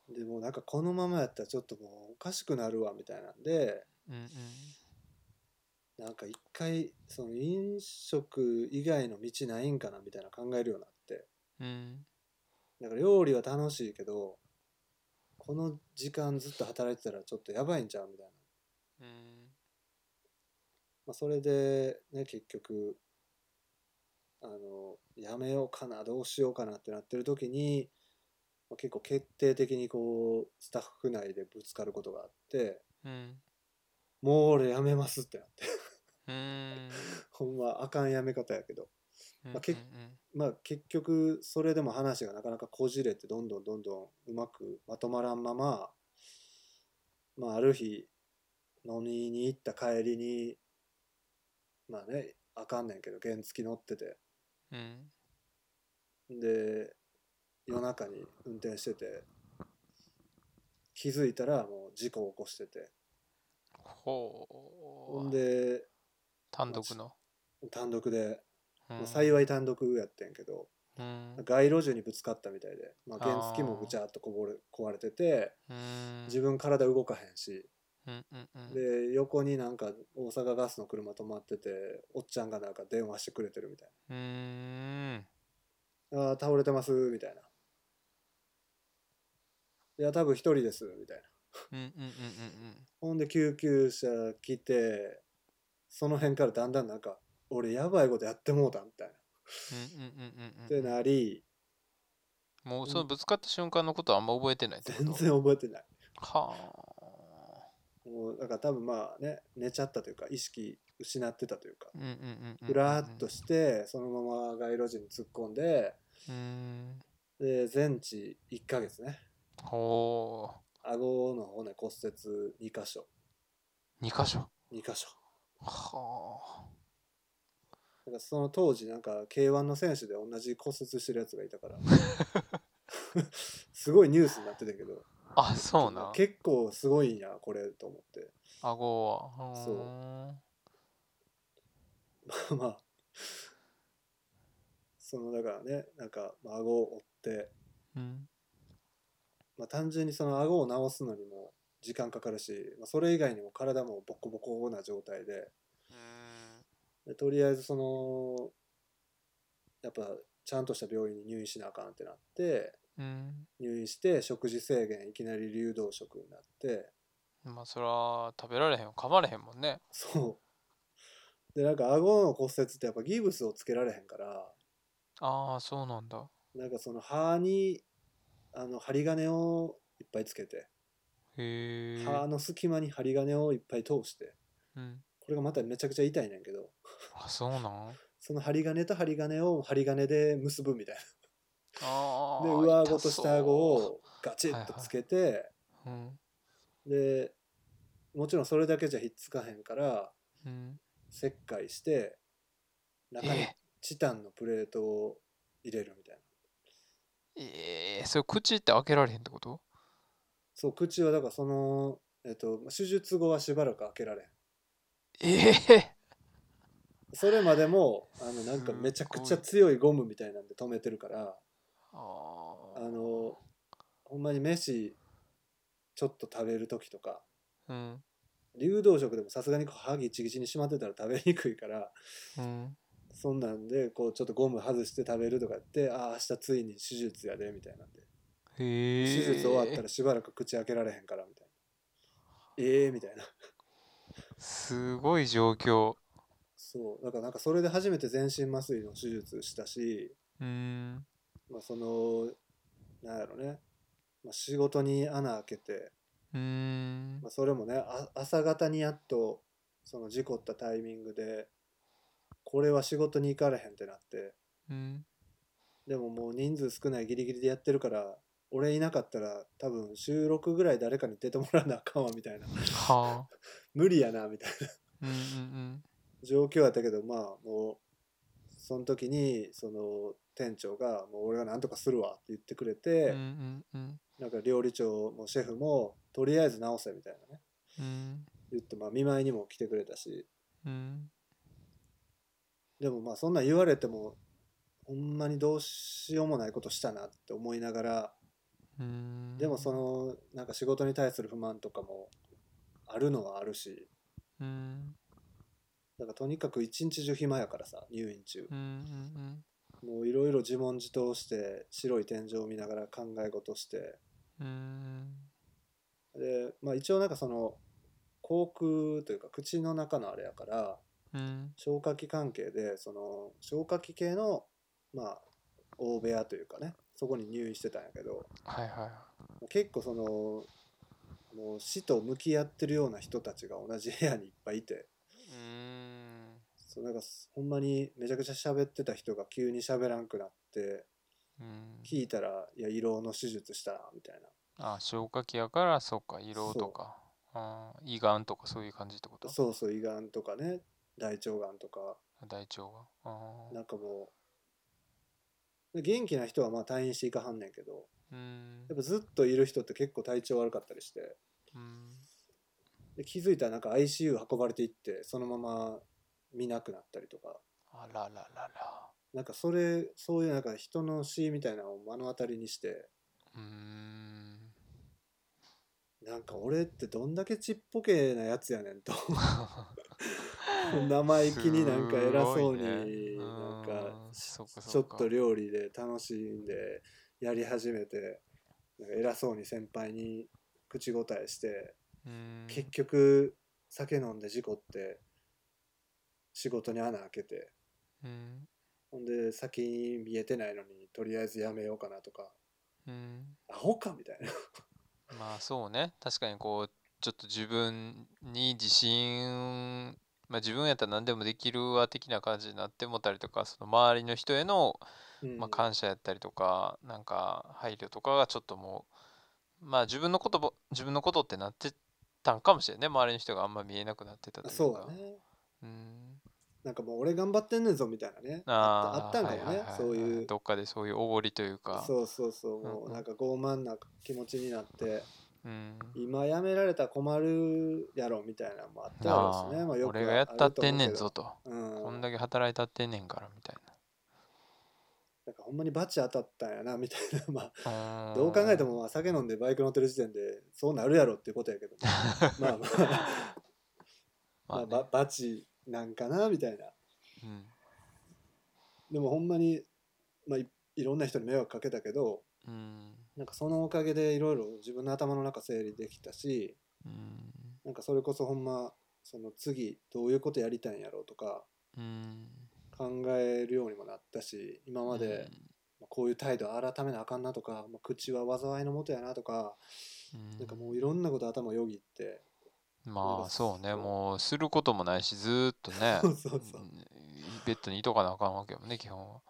S2: でもうなんかこのままやったらちょっともうおかしくなるわみたいなんで
S1: うんうん
S2: なんか一回その飲食以外の道ないんかなみたいな考えるようになって
S1: うん
S2: だから料理は楽しいけどこの時間ずっと働いてたらちょっとやばいんちゃうみたい
S1: う
S2: な、
S1: ん
S2: まあ、それでね結局あのやめようかなどうしようかなってなってる時に、まあ、結構決定的にこうスタッフ内でぶつかることがあって
S1: うん
S2: もう俺やめますってなって
S1: うーん
S2: ほんまあかんやめ方やけど
S1: うん
S2: まあけ
S1: うんうん
S2: まあ結局それでも話がなかなかこじれてどんどんどんどんうまくまとまらんまま、まあ、ある日飲みに行った帰りにまあねあかんねんけど原付き乗ってて
S1: うん
S2: で夜中に運転してて気づいたらもう事故を起こしてて
S1: ほ
S2: ほん
S1: う
S2: で
S1: 単独の
S2: 単独で、まあ
S1: うん
S2: 幸い単独やってんけど
S1: うん
S2: 街路樹にぶつかったみたいで、まあ、
S1: あー
S2: 原付きもぐちゃっとこぼれ壊れてて。
S1: うん
S2: 自分体動かへんし、
S1: うんうんうん
S2: で横になんか大阪ガスの車止まってておっちゃんがなんか電話してくれてるみたいう
S1: ーん
S2: な「あー倒れてます」みたいな「いや多分一人です」みたいな
S1: うんうんうん
S2: ほんで救急車来てその辺からだんだんなんか「俺やばいことやってもうた」みたいな
S1: うんうんうんうんうんうん
S2: ってなり
S1: もうそのぶつかった瞬間のことはあんま覚えてないってこと
S2: 全然覚えてない
S1: はあ
S2: もうだから多分まあね寝ちゃったというか意識失ってたというか
S1: うんうんうんうんうん
S2: ふらーっとしてそのまま街路樹に突っ込んで
S1: うーん
S2: で全治1ヶ月ね
S1: ほう
S2: 顎の骨骨折2箇所
S1: 二箇所
S2: 2箇所
S1: は
S2: だからその当時なんか k 1の選手で同じ骨折してるやつがいたから すごいニュースになってたけど
S1: ああそうなん
S2: 結構すごいんやこれと思って
S1: 顎は
S2: そう
S1: う
S2: まあそのだからねなんかまあ顎を折って、
S1: うん
S2: まあ、単純にその顎を直すのにも時間かかるし、まあ、それ以外にも体もボコボコな状態ででとりあえずそのやっぱちゃんとした病院に入院しなあかんってなって
S1: うん
S2: 入院して食事制限いきなり流動食になって
S1: まあそれは食べられへん噛まれへんもんね
S2: そうでなんか顎の骨折ってやっぱギブスをつけられへんから
S1: ああそうなんだ
S2: なんかその歯にあの針金をいっぱいつけて
S1: へえ
S2: 歯の隙間に針金をいっぱい通して
S1: うん
S2: これがまためちゃくちゃ痛いねんけど
S1: あそうなん
S2: その針金と針金を針金で結ぶみたい
S1: ああ
S2: な で上顎と下顎をガチッとつけて、
S1: うん
S2: でもちろんそれだけじゃひっつかへんから
S1: うん
S2: 切開して中に
S1: え
S2: チタンのプレートを入れるみたいな
S1: ええそれ口って開けられへんってこと
S2: そう口はだからその、えっと、手術後はしばらく開けられん
S1: ええ
S2: それまでもあのなんかめちゃくちゃ強いゴムみたいなんで止めてるから
S1: あ
S2: あのほんまに飯ちょっと食べる時とか
S1: あうん
S2: 流動食でもさすがにこう歯ぎちぎちにしまってたら食べにくいから
S1: うん
S2: そんなんでこうちょっとゴム外して食べるとかやってああ明日ついに手術やでみたいなんで
S1: へ
S2: 手
S1: え
S2: 術終わったらしばらく口開けられへんからみたいなええみたいな
S1: すごい状況
S2: そうだからなんかそれで初めて全身麻酔の手術したし
S1: うん
S2: まあ、そのなんやろね、まあ、仕事に穴開けて、
S1: うん
S2: まあ、それもねあ朝方にやっとその事故ったタイミングでこれは仕事に行かれへんってなって
S1: うん
S2: でももう人数少ないギリギリでやってるから俺いなかったら多分収録ぐらい誰かに出てもらわなあかんわみたいな
S1: はあ
S2: 無理やなみたいな
S1: うんうん
S2: 状況やったけどまあもうその時にその店長が「もう俺がなんとかするわ」って言ってくれて。
S1: うんうんうん
S2: なんか料理長もシェフもとりあえず直せみたいなね
S1: うん
S2: 言ってまあ見舞いにも来てくれたし
S1: うん
S2: でもまあそんなん言われてもほんまにどうしようもないことしたなって思いながら
S1: うん
S2: でもそのなんか仕事に対する不満とかもあるのはあるし
S1: うん
S2: なんかとにかく一日中暇やからさ入院中
S1: うんうん
S2: もういろいろ自問自答して白い天井を見ながら考え事して
S1: うんうん
S2: でまあ一応なんかその口腔というか口の中のあれやから
S1: うん
S2: 消化器関係でその消化器系のまあ大部屋というかねそこに入院してたんやけど
S1: はいはい
S2: 結構そのもう死と向き合ってるような人たちが同じ部屋にいっぱいいて
S1: うん
S2: そうなんかほんまにめちゃくちゃ喋ってた人が急に喋らんくなって
S1: うん
S2: 聞いたら「いや胃ろうの手術したな」みたい
S1: あ消化器やからそうか胃ろう
S2: そ
S1: と
S2: う
S1: かあー胃がんとかそういう感じってこと
S2: なそうそう胃がんとかね大腸がんとか
S1: 大腸があー
S2: なんかもうで元気な人はまあ退院していかはんねんけど
S1: うん
S2: やっぱずっといる人って結構体調悪かったりして。
S1: うん
S2: で気づいたらなんか ICU 運ばれていってそのまま見なくなったりとか
S1: あらららら
S2: なんかそれそういうなんか人の死みたいなのを目の当たりにして
S1: うーん
S2: なんか俺ってどんだけちっぽけなやつやね んと生意気になんか偉そうに
S1: すごいね
S2: なん
S1: う
S2: か
S1: んそっかそっか
S2: ちょっと料理で楽しんでやり始めてなんか偉そうに先輩に口答えして
S1: うん
S2: 結局酒飲んで事故って仕事に穴開けて。
S1: うん
S2: ほんで先に見えてないのにとりあえずやめようかなとか
S1: うん
S2: アホかみたいな
S1: まあそうね確かにこうちょっと自分に自信まあ自分やったら何でもできるわ的な感じになってもたりとかその周りの人への
S2: うん
S1: まあ、感謝やったりとか、なんか配慮とかがちょっともう、まあ自分のことば、自分のことってなってたんかもしれんね。周りの人があんま見えなくなってたという
S2: そう
S1: か
S2: だ。ね
S1: うん。
S2: なんかもう俺頑張ってんねんぞみたいなね
S1: あ
S2: あ
S1: あ、
S2: ったあったんかも
S1: はい
S2: ね、
S1: はいはい
S2: そう
S1: はいい。
S2: う
S1: どっかでそういうおごりというか、
S2: そうそう
S1: う
S2: そう
S1: んうん
S2: もうなんか傲慢な気持ちになって
S1: うん。
S2: 今やめられたら困るやろみたいなのもあったやろうし
S1: あ
S2: ね
S1: あ
S2: まあよく
S1: 俺がやったってんねんぞと、
S2: あると思うけど
S1: こんだけ働いたってんねんからみたいな。
S2: んまにバチ当たったんやなみたいなまあ
S1: ん
S2: どう考えてもまあ酒飲んでバイク乗ってる時点でそうなるやろっていうこと やけど、まあまあま
S1: まあ
S2: あ
S1: ね
S2: ババチなんかなみたいな
S1: うん
S2: でもほんまに、まあ、いいろんな人に迷惑かけたけど
S1: うん
S2: なんかそのおかげでいろいろ自分の頭の中整理できたし
S1: うん
S2: なんかそれこそほんまその次どういうことやりたいんやろうとか
S1: うん
S2: 考えるようにもなったし今までまあこういう態度改めなあかんなとか、まあ、口は災いのもとやなとか
S1: うん
S2: なんかもういろんなこと頭よぎって
S1: まあそう
S2: そ
S1: ね
S2: う
S1: もうすることもないしずーっとね
S2: そうそうそうん
S1: ベッドにいとかなあかんわけよね基本は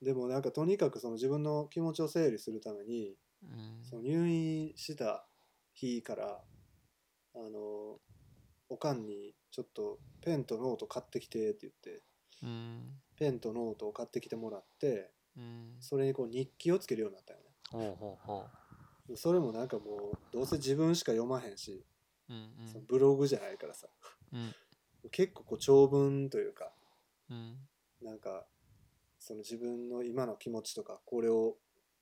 S2: でもなんかとにかくその自分の気持ちを整理するために
S1: うん
S2: その入院した日からあのおかんにちょっとペンとノート買ってきてって言って
S1: うん
S2: ペンとノートを買ってきてもらって
S1: うん
S2: それにこう日記をつけるようになったよね
S1: ほうほうほ
S2: でそれもなんかもうどうせ自分しか読まへんし、
S1: ううん
S2: そのブログじゃないからさ結構こう長文というか
S1: うんうん
S2: なんかその自分の今の気持ちとかこれを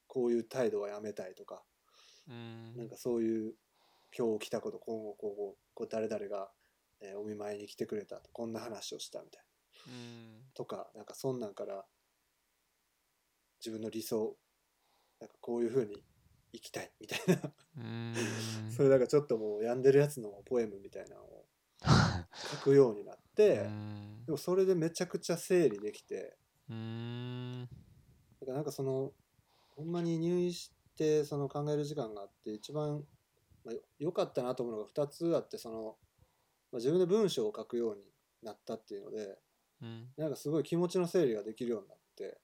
S2: こういう態度はやめたいとか
S1: うん
S2: なんかそういう今日来たこと今後こうこうこう誰々が、えーお見舞いに来てくれたこんな話をしたみたいな
S1: うん
S2: とかなんかそんなんから自分の理想なんかこういうふうに生きたいみたいな、
S1: うーん
S2: それなんかちょっともう病んでるやつのポエムみたいなのを書くようになって、
S1: うーん
S2: でもそれでめちゃくちゃ整理できて
S1: うーん
S2: だからなんかそのほんまに入院してその考える時間があって一番まあよ良かったなと思うのが2つあってその、まあ、自分で文章を書くようになったっていうので
S1: うん
S2: なんかすごい気持ちの整理ができるようになって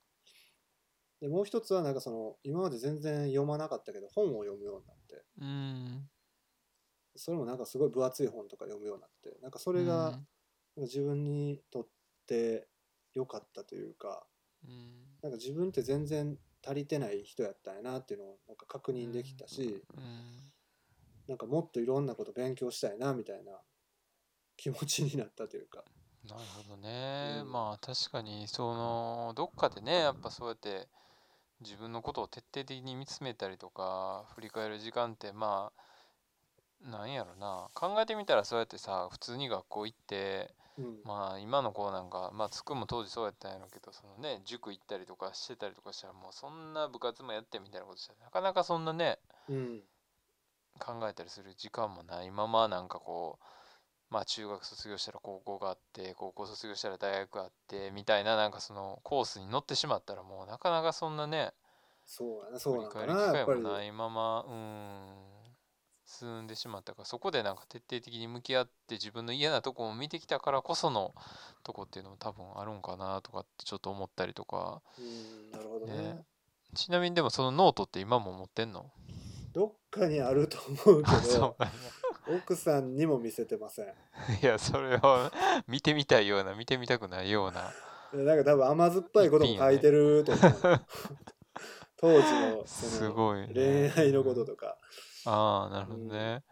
S2: でもう一つはなんかその今まで全然読まなかったけど本を読むようになって
S1: うーん
S2: それもなんかすごい分厚い本とか読むようになってなんかそれがなんか自分にとって良かったというか
S1: うん
S2: なんか自分って全然足りてない人やったんやなっていうのをなんか確認できたし、
S1: うん
S2: なんかもっといろんなこと勉強したいなみたいな気持ちになったというか、
S1: なるほどね、
S2: うん
S1: まあ確かにそのどっかでねやっぱそうやって自分のことを徹底的に見つめたりとか振り返る時間ってまあなんやろな考えてみたらそうやってさ普通に学校行って
S2: うん
S1: まあ今の子なんかまあつくんも当時そうやったんやろうけどそのね塾行ったりとかしてたりとかしたらもうそんな部活もやってみたいなことしたらなかなかそんなね
S2: うん
S1: 考えたりする時間もないままなんかこうまあ中学卒業したら高校があって高校卒業したら大学があってみたいななんかそのコースに乗ってしまったらもうなかなかそんなね
S2: そうやなそ
S1: 振
S2: う
S1: り
S2: なんか
S1: 返
S2: な
S1: る機
S2: や
S1: 会
S2: っぱ
S1: も
S2: り
S1: ないままうん進んでしまったからそこでなんか徹底的に向き合って自分の嫌なとこも見てきたからこそのとこっていうのも多分あるんかなとかってちょっと思ったりとか
S2: うんなるほどね
S1: ねちなみにでもそのノートって今も持ってんの
S2: どっかにあると思うけ
S1: そ
S2: ど奥さんにも見せてません
S1: いや、それを 見てみたいような、見てみたくないような。
S2: でなんか多分甘酸っぱいことも書いてると思う、 当時の
S1: す
S2: その
S1: ごい、
S2: 恋愛のこと
S1: か。
S2: とか、
S1: ああ、なるほど
S2: うん
S1: ね。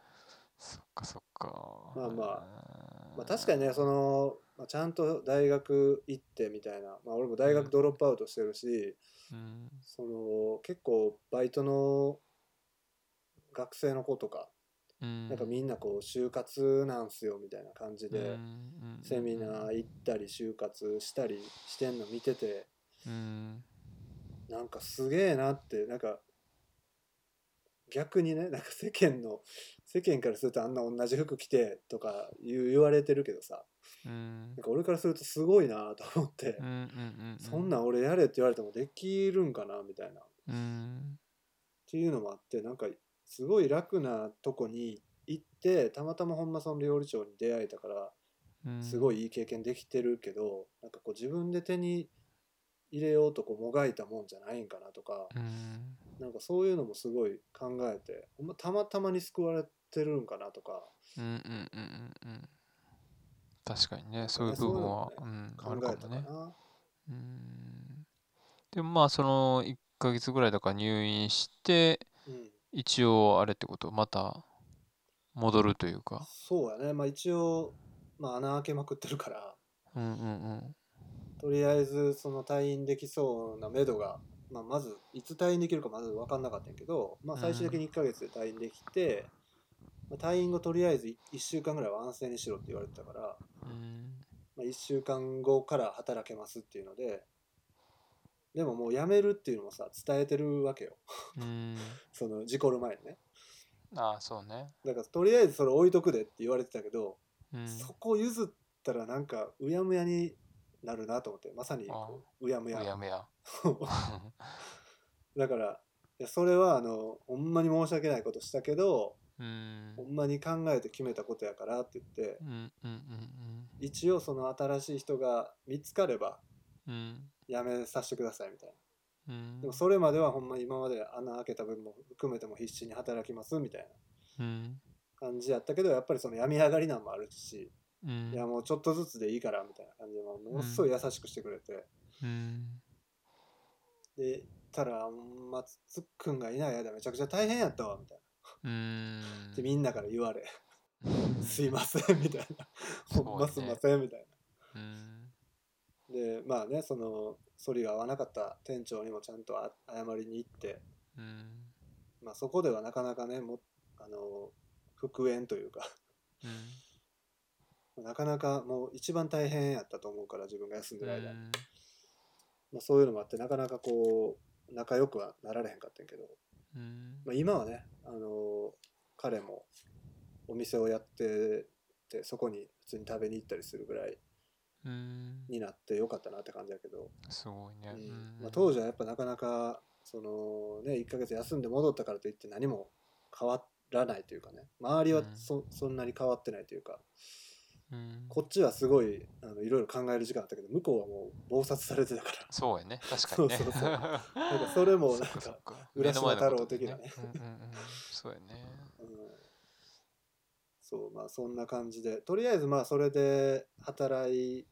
S1: そっかそっか。
S2: まあま
S1: あ
S2: まあ、確かにねその、まあ、ちゃんと大学行ってみたいな、まあ、俺も大学ドロップアウトしてるし、
S1: うん。
S2: その結構バイトの学生の子とか、
S1: うん。
S2: なんかみんなこう就活なんすよみたいな感じで、
S1: うん
S2: セミナー行ったり就活したりしてんの見てて
S1: うん。
S2: なんかすげえなってなんか逆にねなんか世間の世間からするとあんな同じ服着てとか言う言われてるけどさ
S1: うん
S2: なん。か俺からするとすごいなと思って、
S1: うん。うん。
S2: そんなん俺やれって言われてもできるんかなみたいな
S1: うん。
S2: っていうのもあってなんかすごい楽なとこに行ってたまたまほんまその料理長に出会えたから
S1: うん。
S2: すご
S1: い。
S2: いいい経験できてるけどなんかこう自分で手に入れようとこうもがいたもんじゃないんかなとか
S1: うん。
S2: なんかそういうのもすごい考えてほんまたまたまに救われてるんかなとか
S1: うん。うん。うん。うん。うん。確かにね、そういう
S2: そうい
S1: 部分
S2: うの
S1: は
S2: も、ね
S1: うん、あ
S2: 考
S1: る
S2: え
S1: か
S2: たか
S1: も
S2: な
S1: ね。うん。でもまあ、その1ヶ月ぐらいだから入院して、
S2: うん、
S1: 一応あれってことまた戻るというか
S2: そうやねまあ一応、まあ、穴開けまくってるから
S1: うんうん
S2: とりあえずその退院できそうな目処がまあ、まずいつ退院できるかまず分かんなかったんやけど、まあ、最終的に1ヶ月で退院できて、まあ、退院後とりあえず1週間ぐらいは安静にしろって言われてたから、
S1: うん
S2: まあ、1週間後から働けますっていうのででももう辞めるっていうのもさ伝えてるわけよ
S1: うん
S2: その事故る前にね
S1: ああそうね
S2: だからとりあえずそれ置いとくでって言われてたけど、
S1: うん
S2: そこ譲ったらなんかうやむやになるなと思ってまさにこううやむ
S1: う
S2: や
S1: やむや
S2: だからいやそれはあのほんまに申し訳ないことしたけど
S1: うん
S2: ほんまに考えて決めたことやからって言って
S1: うんうんうん
S2: 一応その新しい人が見つかれば
S1: うんうん
S2: 辞めさせてくださいみたいな
S1: うん
S2: でもそれまではほんま今まで穴開けた分も含めても必死に働きますみたいな
S1: うん
S2: 感じやったけどやっぱりその病み上がりなんもあるし、
S1: うん
S2: いやもうちょっとずつでいいからみたいな感じでもうものすごい優しくしてくれて、
S1: うん
S2: でたらほんまつっくんがいない間めちゃくちゃ大変やったわみたい
S1: うん
S2: なでみんなから言われ「 すいません」みたいな「
S1: すごいね
S2: ほんますいません」みたい
S1: うん
S2: なでまあねその反りが合わなかった店長にもちゃんとあ謝りに行って、
S1: うん
S2: まあ、そこではなかなかねもあの復縁というか
S1: うん
S2: なかなかもう一番大変やったと思うから自分が休んでる間、
S1: うん
S2: まあ、そういうのもあってなかなかこう仲良くはなられへんかったんやけど、
S1: うん
S2: まあ、今はね、あの彼もお店をやっててそこに普通に食べに行ったりするぐらい
S1: うん
S2: になってよかったなって感じやけど、
S1: すごいねう
S2: う。ん
S1: ん
S2: まあ、当時はやっぱなかなかそのね1ヶ月休んで戻ったからといって何も変わらないというかね周りはそ,、そんなに変わってないというか
S1: うん
S2: こっちはすごいあのいろいろ考える時間あったけど向こうはもう暴殺されてたか
S1: そうやね。確かにね。
S2: そうそうそう
S1: な
S2: らなんかそれもなん
S1: っそ
S2: か
S1: っか
S2: 浦
S1: 目
S2: 島
S1: の前のこ
S2: 太郎
S1: と
S2: 的
S1: で
S2: なね
S1: ね。うんうんうんそうやね。
S2: うんそうまあそんな感じでとりあえずまあそれで働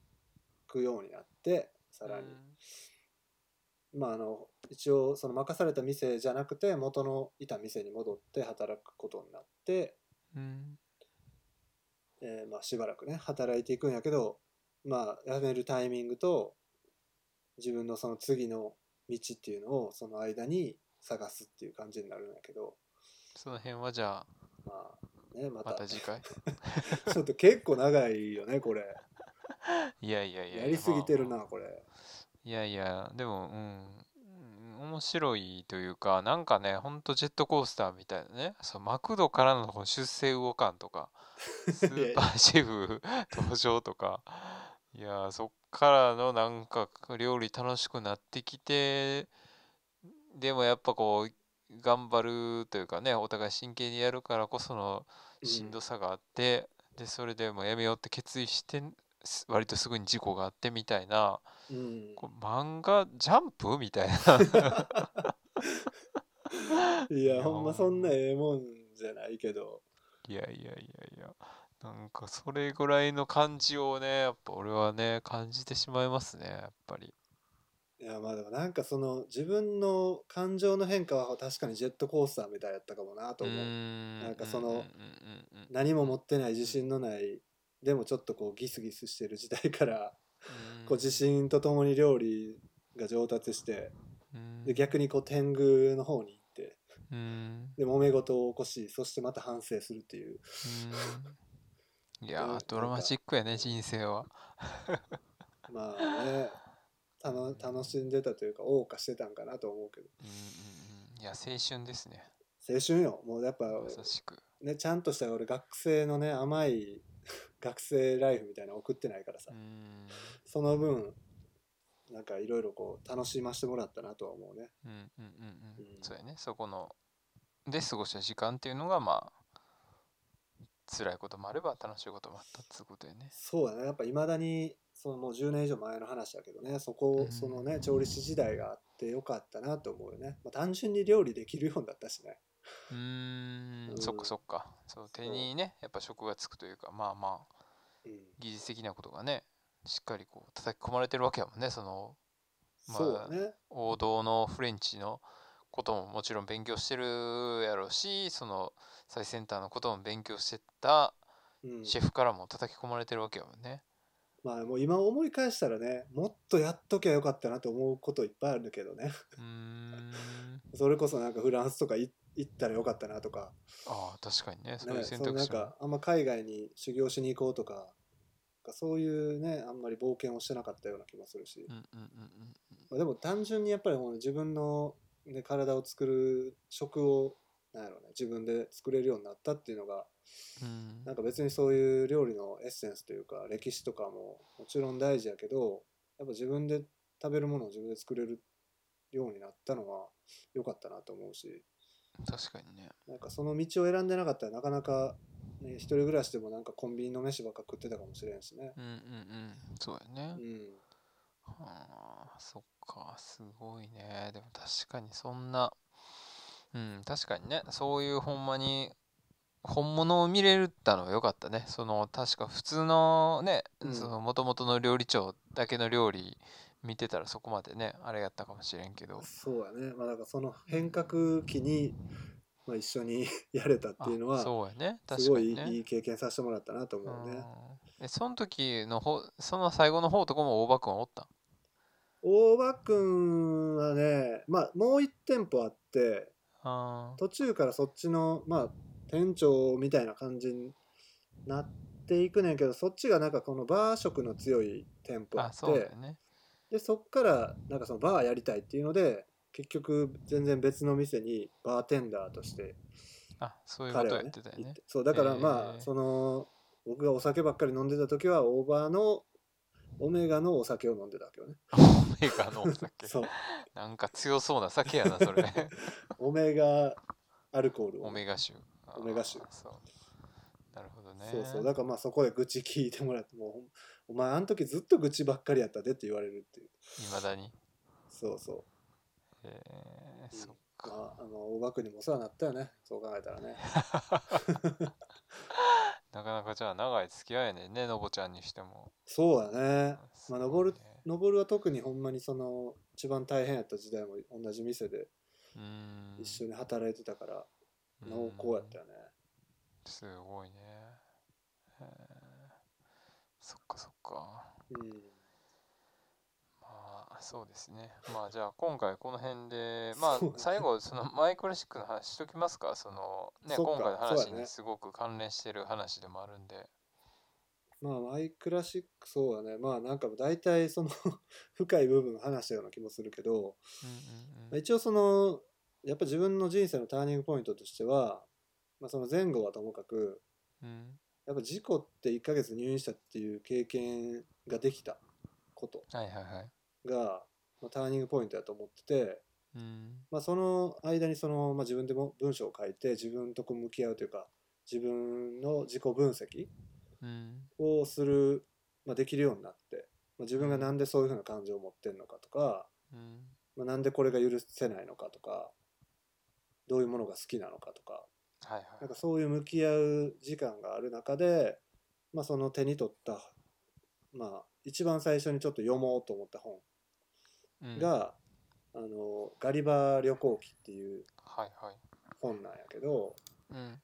S2: くようになってさらに、まああの一応その任された店じゃなくて元のいた店に戻って働くことになって、
S1: うん
S2: えーまあしばらくね働いていくんやけどまあ辞めるタイミングと自分のその次の道っていうのをその間に探すっていう感じになるんやけど
S1: その辺はじゃあ
S2: まあねまた
S1: また次回。
S2: ちょっと結構長いよねこれ
S1: いやいやいや。
S2: やりすぎてる
S1: まあ
S2: なこれ
S1: いやいや、でも、うん、うん面白いというか、なんかね、ほんとジェットコースターみたいなね、そう、マクドからのこの出世魚館とか、スーパーシェフ 登場とか、いや、そっからのなんか料理楽しくなってきて、でもやっぱこう、頑張るというかね、お互い真剣にやるからこそのしんどさがあって、で、それでもうやめようって決意して、す割とすぐに事故があってみたいな、
S2: うん
S1: これ漫画ジャンプみたいな
S2: い
S1: い
S2: や
S1: や
S2: ほんまそんなええもんじゃないけど
S1: いやいやいやいやなんかそれぐらいの感じをねやっぱ俺はね感じてしまいますねやっぱり
S2: いやまあでもなんかその自分の感情の変化は確かにジェットコースターみたいやったかもなと思う、
S1: な
S2: なんかその
S1: うん
S2: 何も持ってない自信のないでもちょっとこうギスギスしてる時代からこう自信とともに料理が上達して
S1: うん
S2: で逆にこう天狗の方に行って
S1: うん
S2: で揉め事を起こしそしてまた反省するっていう
S1: うんいや
S2: なん
S1: ー
S2: か
S1: ドラマチックやね人生は
S2: まあねたの楽しんでたというか謳歌してたんかなと思うけど
S1: うんうんうんいや青春ですね
S2: 青春よもうやっぱ
S1: まさしく
S2: ねちゃんとした俺学生のね甘い 学生ライフみたいなの送ってないからさ、
S1: うん
S2: その分なんかいろいろこう楽しましてもらったなとは思うね
S1: うんうんうんうん
S2: うん
S1: そうやねそこので過ごした時間っていうのがまあ辛いこともあれば楽しいこともあったっつうことやね
S2: そうだねやっぱいまだにそのもう10年以上前の話だけどねそこ、
S1: うん
S2: そのね調理師時代があってよかったなと思うよね、まあ、単純に料理できるようになったしね
S1: うーん
S2: うん
S1: そっかそっかそう手にねやっぱ職がつくというかまあまあ
S2: うん
S1: 技術的なことがねしっかりこう叩き込まれてるわけやもんねそのまあ
S2: そうだね
S1: 王道のフレンチのことももちろん勉強してるやろうしその最先端のことも勉強してた
S2: うん
S1: シェフからも叩き込まれてるわけやもんね
S2: まあもう今思い返したらねもっとやっときゃよかったなと思うこといっぱいあるけどね
S1: うーん
S2: それこそなんかフランスとかい行ったらよかったなとか、
S1: ああ確かにねそうい
S2: ね、
S1: う
S2: そ
S1: 選
S2: の
S1: 択
S2: なん
S1: 肢も
S2: かあんま海外に修行しに行こうとかそういうねあんまり冒険をしてなかったような気もするし、
S1: うんうんうん
S2: まあ、でも単純にやっぱりもう自分の、ね、体を作る食をなんやろうね自分で作れるようになったっていうのが
S1: うんう
S2: なんんか別にそういう料理のエッセンスというか歴史とかももちろん大事やけどやっぱ自分で食べるものを自分で作れるようになったのは良かったなと思うし
S1: 確かにね
S2: なんかその道を選んでなかったらなかなか、ね、一人暮らしでもなんかコンビニの飯ばっか食ってたかもしれんしね。
S1: うんうんうんそうや
S2: う
S1: ね
S2: ん
S1: はあそっかすごいねでも確かにそんなうん確かにねそういうほんまに本物を見れるたのは良かったねその確か普通のね
S2: うん
S1: その元々の料理長だけの料理見てたらそこまでねあれやったかもしれんけど
S2: そうやね、まあ、だからその変革期に、まあ、一緒に やれたっ
S1: あ
S2: ていうのは
S1: そうやね
S2: す
S1: 確
S2: ご
S1: かに
S2: い
S1: ね
S2: いい経験させてもらったなと思うね。
S1: うんえその時のほその最後の方とかも大場君はおったん
S2: 大場君はね、まあ、もう1店舗あって
S1: あー
S2: 途中からそっちの、まあ、店長みたいな感じになっていくねんけどそっちがなんかこのバー色の強い店舗
S1: あ
S2: あって
S1: そうだよね
S2: でそっからなんかそのバーやりたいっていうので結局全然別の店にバーテンダーとして
S1: あそういうこ
S2: 彼
S1: とや
S2: は
S1: っ
S2: ね
S1: てたよ
S2: 行っ
S1: ね
S2: てそうだからま
S1: へー
S2: あその僕がお酒ばっかり飲んでた時はオーバーのオメガのお酒を飲んでたわけよね。
S1: オメガのお酒
S2: そう
S1: なんか強そうな酒やな それ
S2: オメガアルコールをね
S1: オメガ臭
S2: オメガ臭
S1: あーそうなるほどね
S2: そうそうだからまあそこで愚痴聞いてもらってもうほんお前あの時ずっと愚痴ばっかりやったでって言われるっていう
S1: いまだに
S2: そうそ
S1: えー、
S2: う、
S1: そっ
S2: うん
S1: か
S2: まああの大場君にもお世話になったよねそう考えたらね
S1: なかなかじゃあ長い付き合いやねんねのぼちゃんにしても
S2: そうだね
S1: す
S2: ま
S1: ご
S2: あ
S1: い
S2: 登
S1: ね
S2: る登るは特にほんまにその一番大変やった時代も同じ店で
S1: うーん
S2: 一緒に働いてたから
S1: うん
S2: 濃厚やったよね、
S1: すごいねへーそっかそっか
S2: うん
S1: まあそうですねまあじゃあ今回この辺でまあ
S2: そうだね
S1: 最後そのマイクロシックの話しときますかそのね
S2: そっか
S1: 今回の
S2: そう
S1: 話
S2: だね
S1: にすごく関連してる話でもあるんで
S2: まあマイクラシックそうだねまあなんか大体その 深い部分話したような気もするけど、
S1: うん
S2: まあ一応そのやっぱ自分の人生のターニングポイントとしては、まあ、その前後はともかく
S1: うんうんうん
S2: やっぱ事故って1ヶ月入院したっていう経験ができたこと
S1: はいはいはい
S2: が、まあ、ターニングポイントだと思ってて、
S1: うん
S2: まあ、その間にその、まあ、自分でも文章を書いて自分とこう向き合うというか自分の自己分析
S1: うん
S2: をする、まあ、できるようになって、まあ、自分がなんでそういうふうな感情を持ってるのかとか、
S1: うん
S2: まあ、なんでこれが許せないのかとかどういうものが好きなのかとか
S1: はい
S2: な
S1: は
S2: ん
S1: い
S2: かそういう向き合う時間がある中で、まあ、その手に取った、まあ、一番最初にちょっと読もうと思った本
S1: うん
S2: が「あのガリバー旅行記」っていう
S1: はいはい
S2: 本なんやけど
S1: うん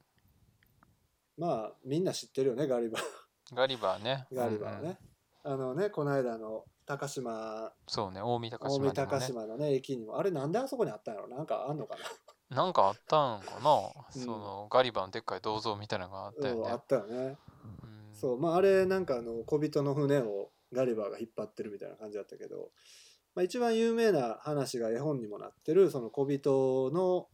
S2: まあみんな知ってるよねガリバー
S1: ガリバーね
S2: ガリ
S1: うん
S2: バーは
S1: うん
S2: ね。あのねこの間の高島
S1: そうね近江高
S2: 近江
S1: 島で
S2: 高
S1: もね
S2: 島のね駅にもあれなんであそこにあったんやろなんかあんのか
S1: なんかあったんかな
S2: うん
S1: そのガリバーのでっかい銅像みたいなのがあった
S2: な、
S1: よ
S2: うん、あ
S1: ね
S2: ったよね
S1: うん
S2: そうまああれなんかあの小人の船をガリバーが引っ張ってるみたいな感じだったけど、まあ、一番有名な話が絵本にもなってるその小人の、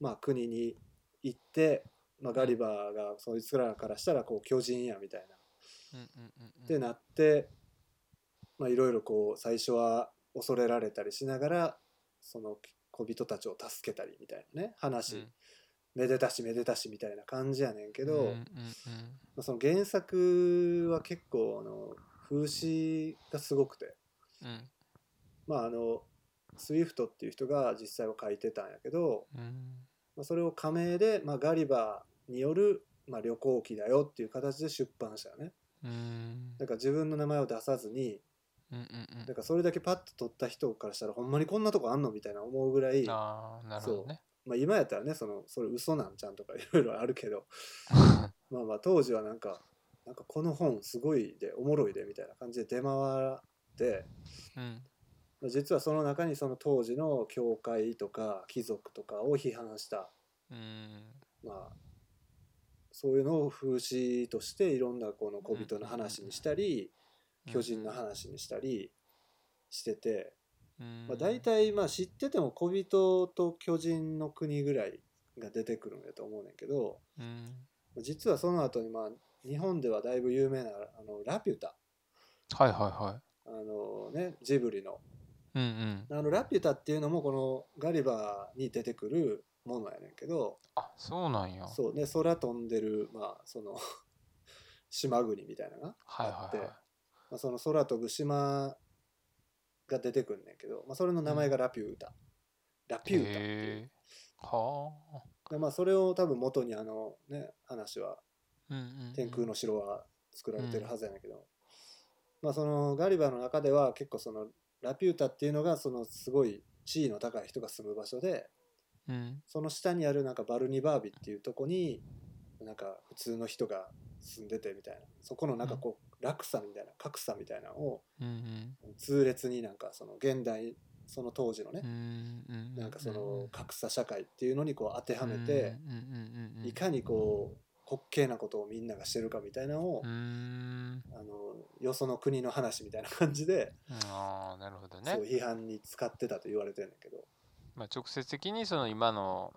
S2: まあ、国に行って、まあ、ガリバーがそいつらからしたらこう巨人やみたいな
S1: うんうんうんうん
S2: ってなってまあいろいろこう最初は恐れられたりしながらその小人たちを助けたりみたいなね話、
S1: うん
S2: めでたしめでたしみたいな感じやねんけど。
S1: うんうんうん
S2: まあその原作は結構あの風刺がすごくて
S1: うん
S2: まああのスウィフトっていう人が実際は書いてたんやけど、
S1: うん
S2: まあ、それを仮名で、まあ、ガリバーによる、まあ、旅行記だよっていう形で出版したよね
S1: うん
S2: だから自分の名前を出さずに
S1: うんうんう
S2: だからそれだけパッと取った人からしたらほんまにこんなとこあんのみたいな思うぐらい
S1: ん。ああ、なるほどね。
S2: まあ、今や ったらねそのそれ嘘なんちゃんとかいろいろあるけどまあまあ当時はなんかなんかこの本すごいでおもろいでみたいな感じで出回って
S1: うん
S2: 実はその中にその当時の教会とか貴族とかを批判した、
S1: うん
S2: まあ、そういうのを風刺としていろんなこの小人の話にしたり巨人の話にしたりしてて、
S1: うん
S2: まあ、大体まあ知ってても小人と巨人の国ぐらいが出てくるんやと思うねんけど
S1: うん
S2: 実はその後にまあ日本ではだいぶ有名なあのラピュタ
S1: はいはいは
S2: あのねジブリの
S1: いうんうん
S2: あのラピュタっていうのもこのガリバーに出てくるものやねんけど
S1: あそうなんや
S2: そうね空飛んでるまあその 島国みたいなのが
S1: はい
S2: あっ
S1: は
S2: て、
S1: いはい
S2: まあ、その空飛ぶ島が出てくんねんけど、まあ、それの名前がラピュータ、ラピュータっていう
S1: へえはあ
S2: でまあそれを多分元にあのね話は
S1: うんうんうん
S2: 天空の城は作られてるはずやねんけど、まあそのガリバーの中では結構そのラピュータっていうのがそのすごい地位の高い人が住む場所で
S1: うん
S2: その下にあるなんかバルニバービっていうとこになんか普通の人が住んでてみたいなそこのなんかこう落差みたいな格差みたいなのを
S1: うん
S2: 痛烈になんかその現代その当時のね
S1: うんうんううん
S2: なんかその格差社会っていうのにこう当てはめて
S1: うんうんうんうん
S2: いかにこう滑稽なことをみんながしてるかみたいなのを
S1: うん
S2: あのよその国の話みたいな感じで
S1: ああなるほどね
S2: そう批判に使ってたと言われてるんだけど
S1: まあ直接的にその今の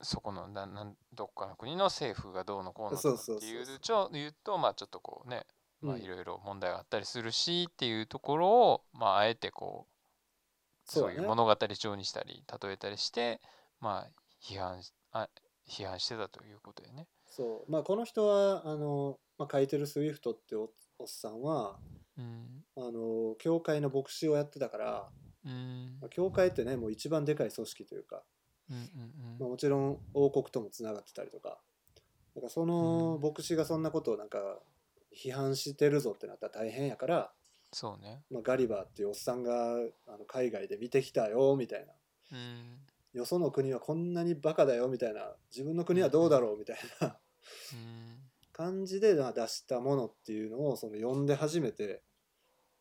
S1: そこのななんどっかの国の政府がどうのこうの
S2: そ
S1: と
S2: う
S1: か
S2: そうそう
S1: っていうちょ言うとまあちょっとこうねまあ
S2: うん
S1: いろいろ問題があったりするしっていうところをまああえてこう
S2: そう
S1: そ
S2: だ
S1: う
S2: ね
S1: いう物語調にしたり例えたりしてまあ批判しあ批判してたということよね。
S2: そうまあこの人はあの、まあ、書いてるスウィフトっておおっさんは
S1: うん
S2: あの教会の牧師をやってたから
S1: うん
S2: まあ教会ってねもう一番でかい組織というか、
S1: うんうんう
S2: まあ、
S1: ん
S2: もちろん王国ともつながってたりとかだからその
S1: うん
S2: 牧師がそんなことをなんか批判してるぞってなったら大変やから、
S1: そうね。
S2: まあ、ガリバーっていうおっさんがあの海外で見てきたよみたいな
S1: うん
S2: よその国はこんなにバカだよみたいな自分の国はどうだろうみたいな
S1: うん
S2: 感じでまあ出したものっていうのをその読んで初めて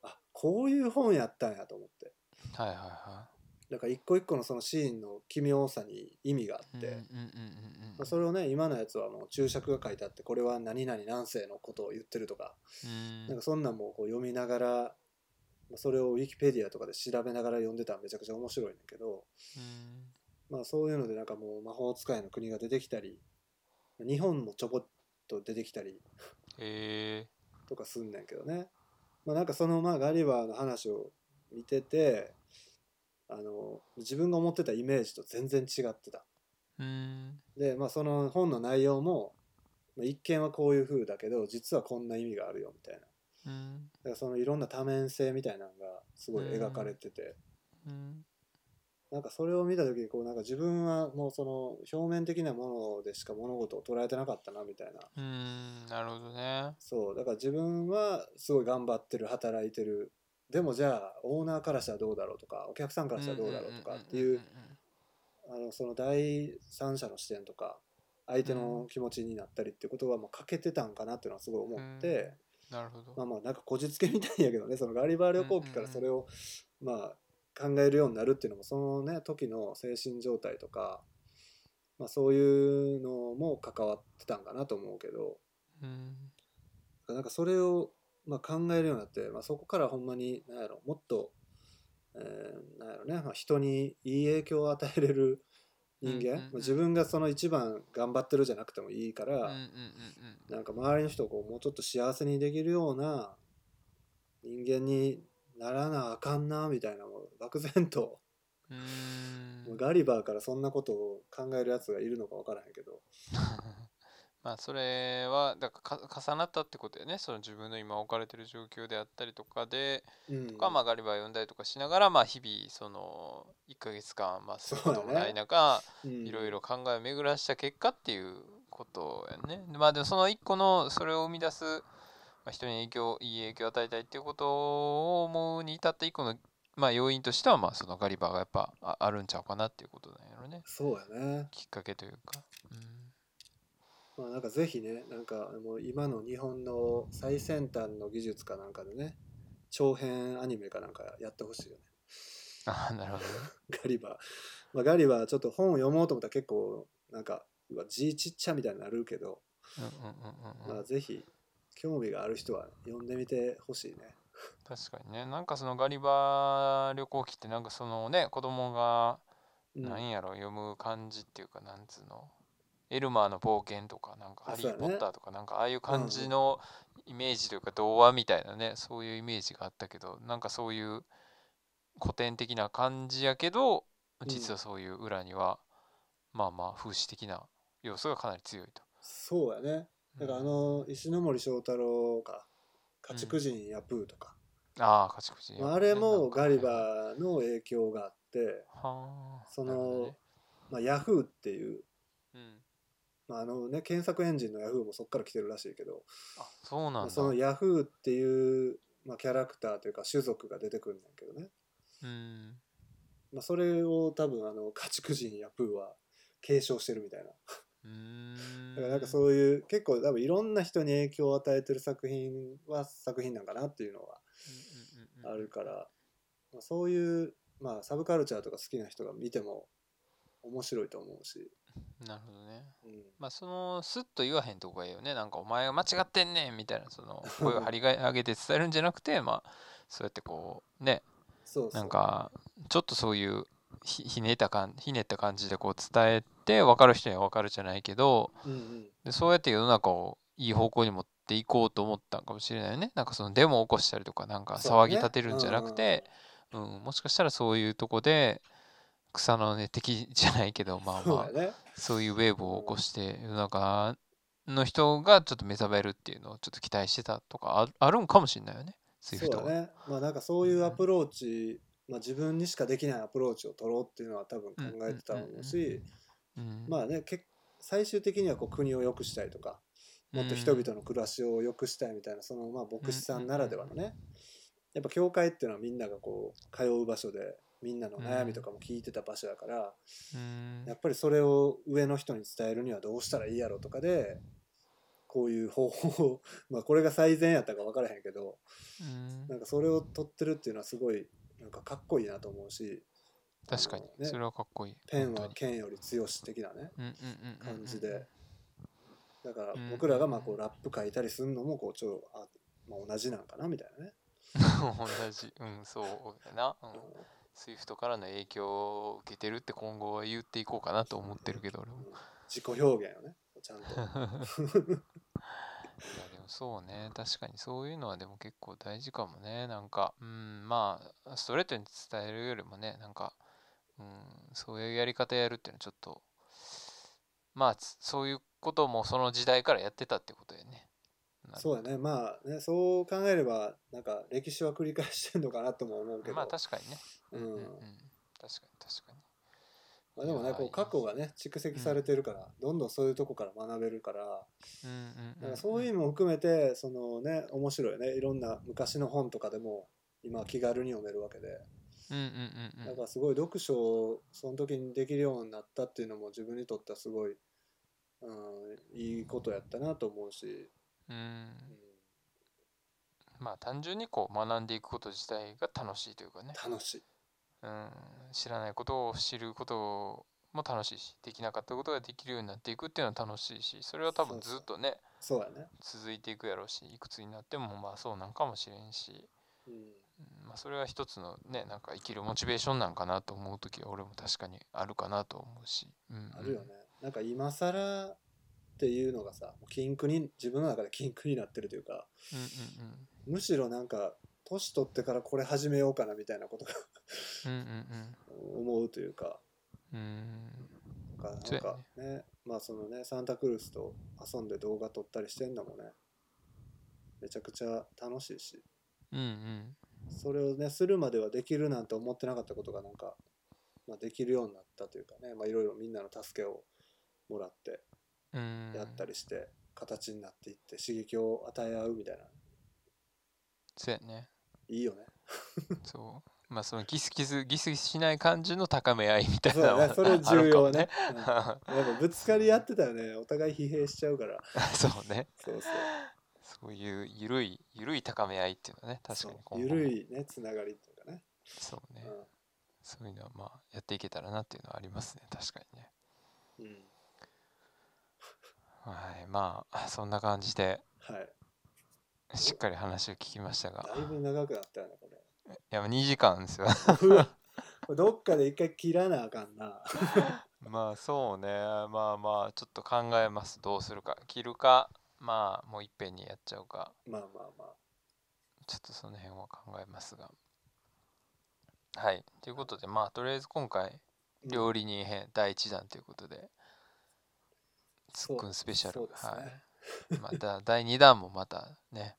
S2: あこういう本やったんやと思って
S1: はいはいは
S2: だから一個一個のそのシーンの奇妙さに意味が
S1: い。
S2: あって、
S1: うんうんうんうんう
S2: まあ
S1: ん
S2: それをね今のやつはもう注釈が書いてあってこれは何々何世のことを言ってるとか、
S1: うん
S2: なんかそんなんもこう読みながらまあそれをウィキペディアとかで調べながら読んでたらめちゃくちゃ面白いねんだけど、
S1: うん
S2: まあ、そういうのでなんかもう魔法使いの国が出てきたり日本もちょこっと出てきたり
S1: へえ
S2: とかすんねんけどね、まあ、なんかそのまあガリバーの話を見ててあの自分が思ってたイメージと全然違ってた
S1: うん
S2: で、まあ、その本の内容もまあ一見はこういう風だけど実はこんな意味があるよみたいなだ
S1: うん
S2: からそのいろんな多面性みたいなのがすごい描かれてて、
S1: うん
S2: なんかそれを見た時にこうなんか自分はもうその表面的なものでしか物事を捉えてなかったなみたいな
S1: うんなるほどね
S2: そうだから自分はすごい頑張ってる働いてるでもじゃあオーナーからしたらどうだろうとかお客さんからしたらどうだろうとかっていうん
S1: んんんん
S2: あのその第三者の視点とか相手の気持ちになったりってことはもう欠けてたんかなっていうのはすごい思って、
S1: うんなるほど、
S2: まあまあなんかこじつけみたいやけどねそのガリバー旅行記からそれをまあ考えるようになるっていうのもそのね時の精神状態とか、まあ、そういうのも関わってたんかなと思うけど
S1: うん
S2: なんかそれをまあ考えるようになって、まあ、そこからほんまになんやろもっと、えーなんやろね、まあ、人にいい影響を与えれる人
S1: うん
S2: 間、
S1: うんうん
S2: まあ自分がその一番頑張ってるじゃなくてもいいか
S1: う
S2: ら、
S1: んうんうんうん
S2: なんか周りの人をこうもうちょっと幸せにできるような人間にならなあかんなみたいなもう漠然と、
S1: うーん
S2: もうガリバーからそんなことを考えるやつがいるのか分からへんけど
S1: まあそれはだからか重なったってことやねその自分の今置かれてる状況であったりとかで、
S2: うん
S1: とかまあガリバー読んだりとかしながらまあ日々その1ヶ月間まあすることも
S2: そうだね
S1: ない中、
S2: うん
S1: いろいろ考えを巡らした結果っていうことやね。でまあでもその一個のそれを生み出す、まあ、人に影響いい影響を与えたいっていうことを思うに至った一個の、まあ、要因としてはまあそのガリバーがやっぱああるんちゃうかなっていうことなんやろね。
S2: そうやね
S1: きっかけというか。
S2: まあ、なんかぜひねなんかもう今の日本の最先端の技術かなんかでね長編アニメかなんかやってほしいよね
S1: ああなるほどね
S2: ガリバー、まあ、ガリバーちょっと本を読もうと思ったら結構なんかうわ字ちっちゃみたいになるけど、
S1: うんうんうんうん
S2: ま
S1: う
S2: あ、
S1: ん
S2: ぜひ興味がある人は読んでみてほしいね
S1: 確かにねなんかそのガリバー旅行記ってなんかそのね子供が
S2: うん
S1: なんやろ読む感じっていうかなんつうのエルマーの冒険とかなんか
S2: あ
S1: ハリ
S2: そう
S1: ー・
S2: やね
S1: ポッターとかなんかああいう感
S2: うんう
S1: じ
S2: ん
S1: のイメージというか童話みたいなねそういうイメージがあったけどなんかそういう古典的な感じやけど
S2: ん
S1: 実はそういう裏にはまあまあ風刺的な要素がかなり強いと。
S2: そうやねだからあの石ノ森章太郎か家畜人やプーとか、
S1: ああ、カチコチ。
S2: まあ、あれもガリ
S1: ー。
S2: バーの影響があって、
S1: はあ。
S2: そ
S1: なるほど
S2: の
S1: ね、
S2: まあ、ヤフーっていう、
S1: うん。
S2: まあ、あのね検索エンジンのヤフーもそっから来てるらしいけど、
S1: あ、そう
S2: ま
S1: な
S2: あ、
S1: んだ。
S2: そのヤフーっていう、まあ、キャラクターというか種族が出てくるんだけどね、
S1: うん。
S2: まあ、それを多分あの家畜人やプーは継承してるみたいな
S1: うーん。
S2: だからなんかそういう結構多分いろんな人に影響を与えてる作品は作品なんかなっていうのは
S1: うんうんうんうん
S2: あるから、まあ、そういう、まあ、サブカルチャーとか好きな人が見ても面白いと思うし、
S1: なるほどね。
S2: うん、
S1: まあそのスッと言わへんとこがいいよね。なんかお前が間違ってんねんみたいなその声を張り 上げて伝えるんじゃなくて、まあそうやってこうね、
S2: そうそう
S1: なんかちょっとそういうひひねった感ひねった感じでこう伝えて分かる人には分かるじゃないけど、
S2: うんうん
S1: でそうやって世の中をいい方向に持っていこうと思ったんかもしれないよね。なんかそのデモを起こしたりとかなんか
S2: そうだ
S1: 騒
S2: ね
S1: ぎ立てるんじゃなくて、うん、もしかしたらそういうとこで草の根的じゃないけど、まあ
S2: そう
S1: まあ
S2: だね
S1: そういうウェーブを起こして世の中の人がちょっと目覚めるっていうのをちょっと期待してたとかああるんかもしれないよね。スイ
S2: そ
S1: フ
S2: う
S1: ト
S2: だ
S1: は。
S2: ねまあなんかそういうアプローチ、まあ、自分にしかできないアプローチを取ろうっていうのは多分考えてたと思うし、
S1: うん
S2: まあねけ最終的にはこう国を良くしたいとかもっと人々の暮らしを良くしたいみたいなそのまあ牧師さんならではのねやっぱ教会っていうのはみんながこう通う場所でみんなの悩みとかも聞いてた場所やから
S1: うん
S2: やっぱりそれを上の人に伝えるにはどうしたらいいやろとかでこういう方法を まあこれが最善やったか分からへんけど
S1: うん
S2: なんかそれを取ってるっていうのはすごいなんかかっこいいなと思うし
S1: 確か
S2: あの
S1: に
S2: ね
S1: それはかっこいい。
S2: ペン
S1: 本
S2: は
S1: 当に
S2: 剣より強し的なね
S1: うんうんうんうんうん
S2: 感じでだから
S1: うん
S2: 僕らがまあこうラップ書いたりするのもこうちょあ、まあ、同じなんかなみたいなね、
S1: 同じうんそうやな、うん
S2: うん、
S1: スイフトからの影響を受けてるって今後は言っていこうかなと思ってるけど俺も
S2: 自己表現をねちゃ んと
S1: いやでもそうね確かにそういうのはでも結構大事かもねなんかうんまあストレートに伝えるよりもねなんか、うん、そういうやり方やるっていうのはちょっとまあつそういうこともその時代からやってたってことやねなる
S2: そうだねまあねそう考えればなんか歴史は繰り返してんのかなとも思うけど、
S1: まあ確かにね
S2: うん
S1: うん、確かに確かに
S2: まあでもね
S1: い
S2: こ
S1: うや
S2: 過去がね蓄積されてるから、どんどんそういうとこから学べるから
S1: うんうんう
S2: なん
S1: ん
S2: かそういうのも含めてそのね面白いねいろんな昔の本とかでも今気軽に読めるわけで
S1: うんうんうん
S2: なん
S1: うん
S2: かすごい読書をその時にできるようになったっていうのも自分にとってはすごい、うん、いいことやったなと思うし、
S1: うん
S2: うん
S1: まあ単純にこう学んでいくこと自体が楽しいというかね
S2: 楽しい。
S1: うん、知らないことを知ることも楽しいしできなかったことができるようになっていくっていうのは楽しいしそれは多分
S2: そうそう
S1: ずっとね
S2: そうやね。
S1: 続いていくやろうしいくつになってもまあそうなんかもしれんし、
S2: うん
S1: うんまあ、それは一つのねなんか生きるモチベーションなんかなと思う時は俺も確かにあるかなと思うし、うんうん、
S2: あるよね。なんか今更っていうのがさ、もう禁句に、自分の中で禁句になってるというか、
S1: うん
S2: むしろなんか、年取ってからこれ始めようかなみたいなことが
S1: うんうんうん
S2: 思うというか、
S1: うんうん
S2: なんか
S1: そう
S2: なん
S1: やね
S2: かねまあそのね、サンタクルースと遊んで動画撮ったりしてんのもね、めちゃくちゃ楽しいし、
S1: うんうん
S2: それをね、するまではできるなんて思ってなかったことがなんか、まあ、できるようになったというかね、まあいろいろみんなの助けをもらって、
S1: うん
S2: やったりして形になっていって刺激を与え合うみたいな
S1: そうやね
S2: いいよね
S1: そうまあそのギスギスギスギスしない感じの高め合いみたい
S2: そう
S1: なの
S2: だ
S1: は
S2: ねそれ重要ねうん
S1: あるかも
S2: やっ
S1: ね
S2: ぱぶつかり合ってたよ ねお互い疲弊しちゃうから
S1: そうね
S2: そうそう
S1: そういうゆるいゆるい高め合いっていうのはね確かに
S2: そうゆる
S1: い
S2: いねつながりとかね、
S1: そうねそういうのはまあやっていけたらなっていうのはありますね確かにね
S2: うんうん
S1: はいまあ そんな感じで
S2: はい
S1: しっかり話を聞きましたが
S2: だいぶ長くなったよねこれ
S1: いや2時間ですよ
S2: うわこれどっかで一回切らなあかんな
S1: まあそうねまあまあちょっと考えますどうするか切るかまあもういっぺんにやっちゃうか
S2: まあまあまあ
S1: ちょっとその辺は考えますがはいということでまあとりあえず今回料理人編第1弾ということでつ
S2: そう
S1: っくんスペシャ
S2: そう
S1: ル
S2: ですね
S1: はいまた第2弾もまたね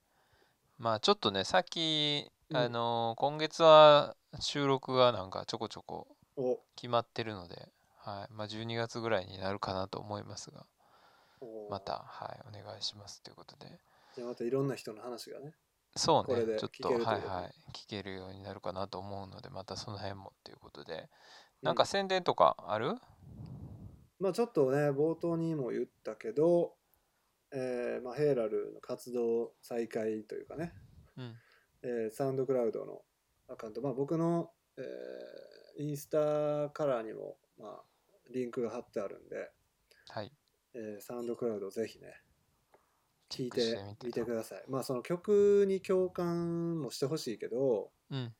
S1: まあちょっとねさっき
S2: うん
S1: あのー今月は収録がなんかちょこちょこ
S2: お
S1: 決まってるので、はいまあ、12月ぐらいになるかなと思いますが
S2: お
S1: また、はい、お願いしますということで
S2: じゃあまたいろんな人の話がね
S1: そう
S2: これ
S1: ね
S2: で
S1: ちょっ
S2: 聞
S1: と
S2: けるという
S1: はい
S2: ことで
S1: はい聞けるようになるかなと思うのでまたその辺もということでなんか宣伝とかある、
S2: まあちょっとね冒頭にも言ったけど、えーまあ、ヘイラルの活動再開というかね、
S1: うん
S2: えーサウンドクラウドのアカウント、まあ、僕の、えーインスタからにも、まあ、リンクが貼ってあるんで、
S1: はい
S2: えーサウンドクラウドぜひね
S1: チェ
S2: 聞い
S1: ックして
S2: て
S1: みて
S2: みてくださいまあその曲に共感もしてほしいけど
S1: うん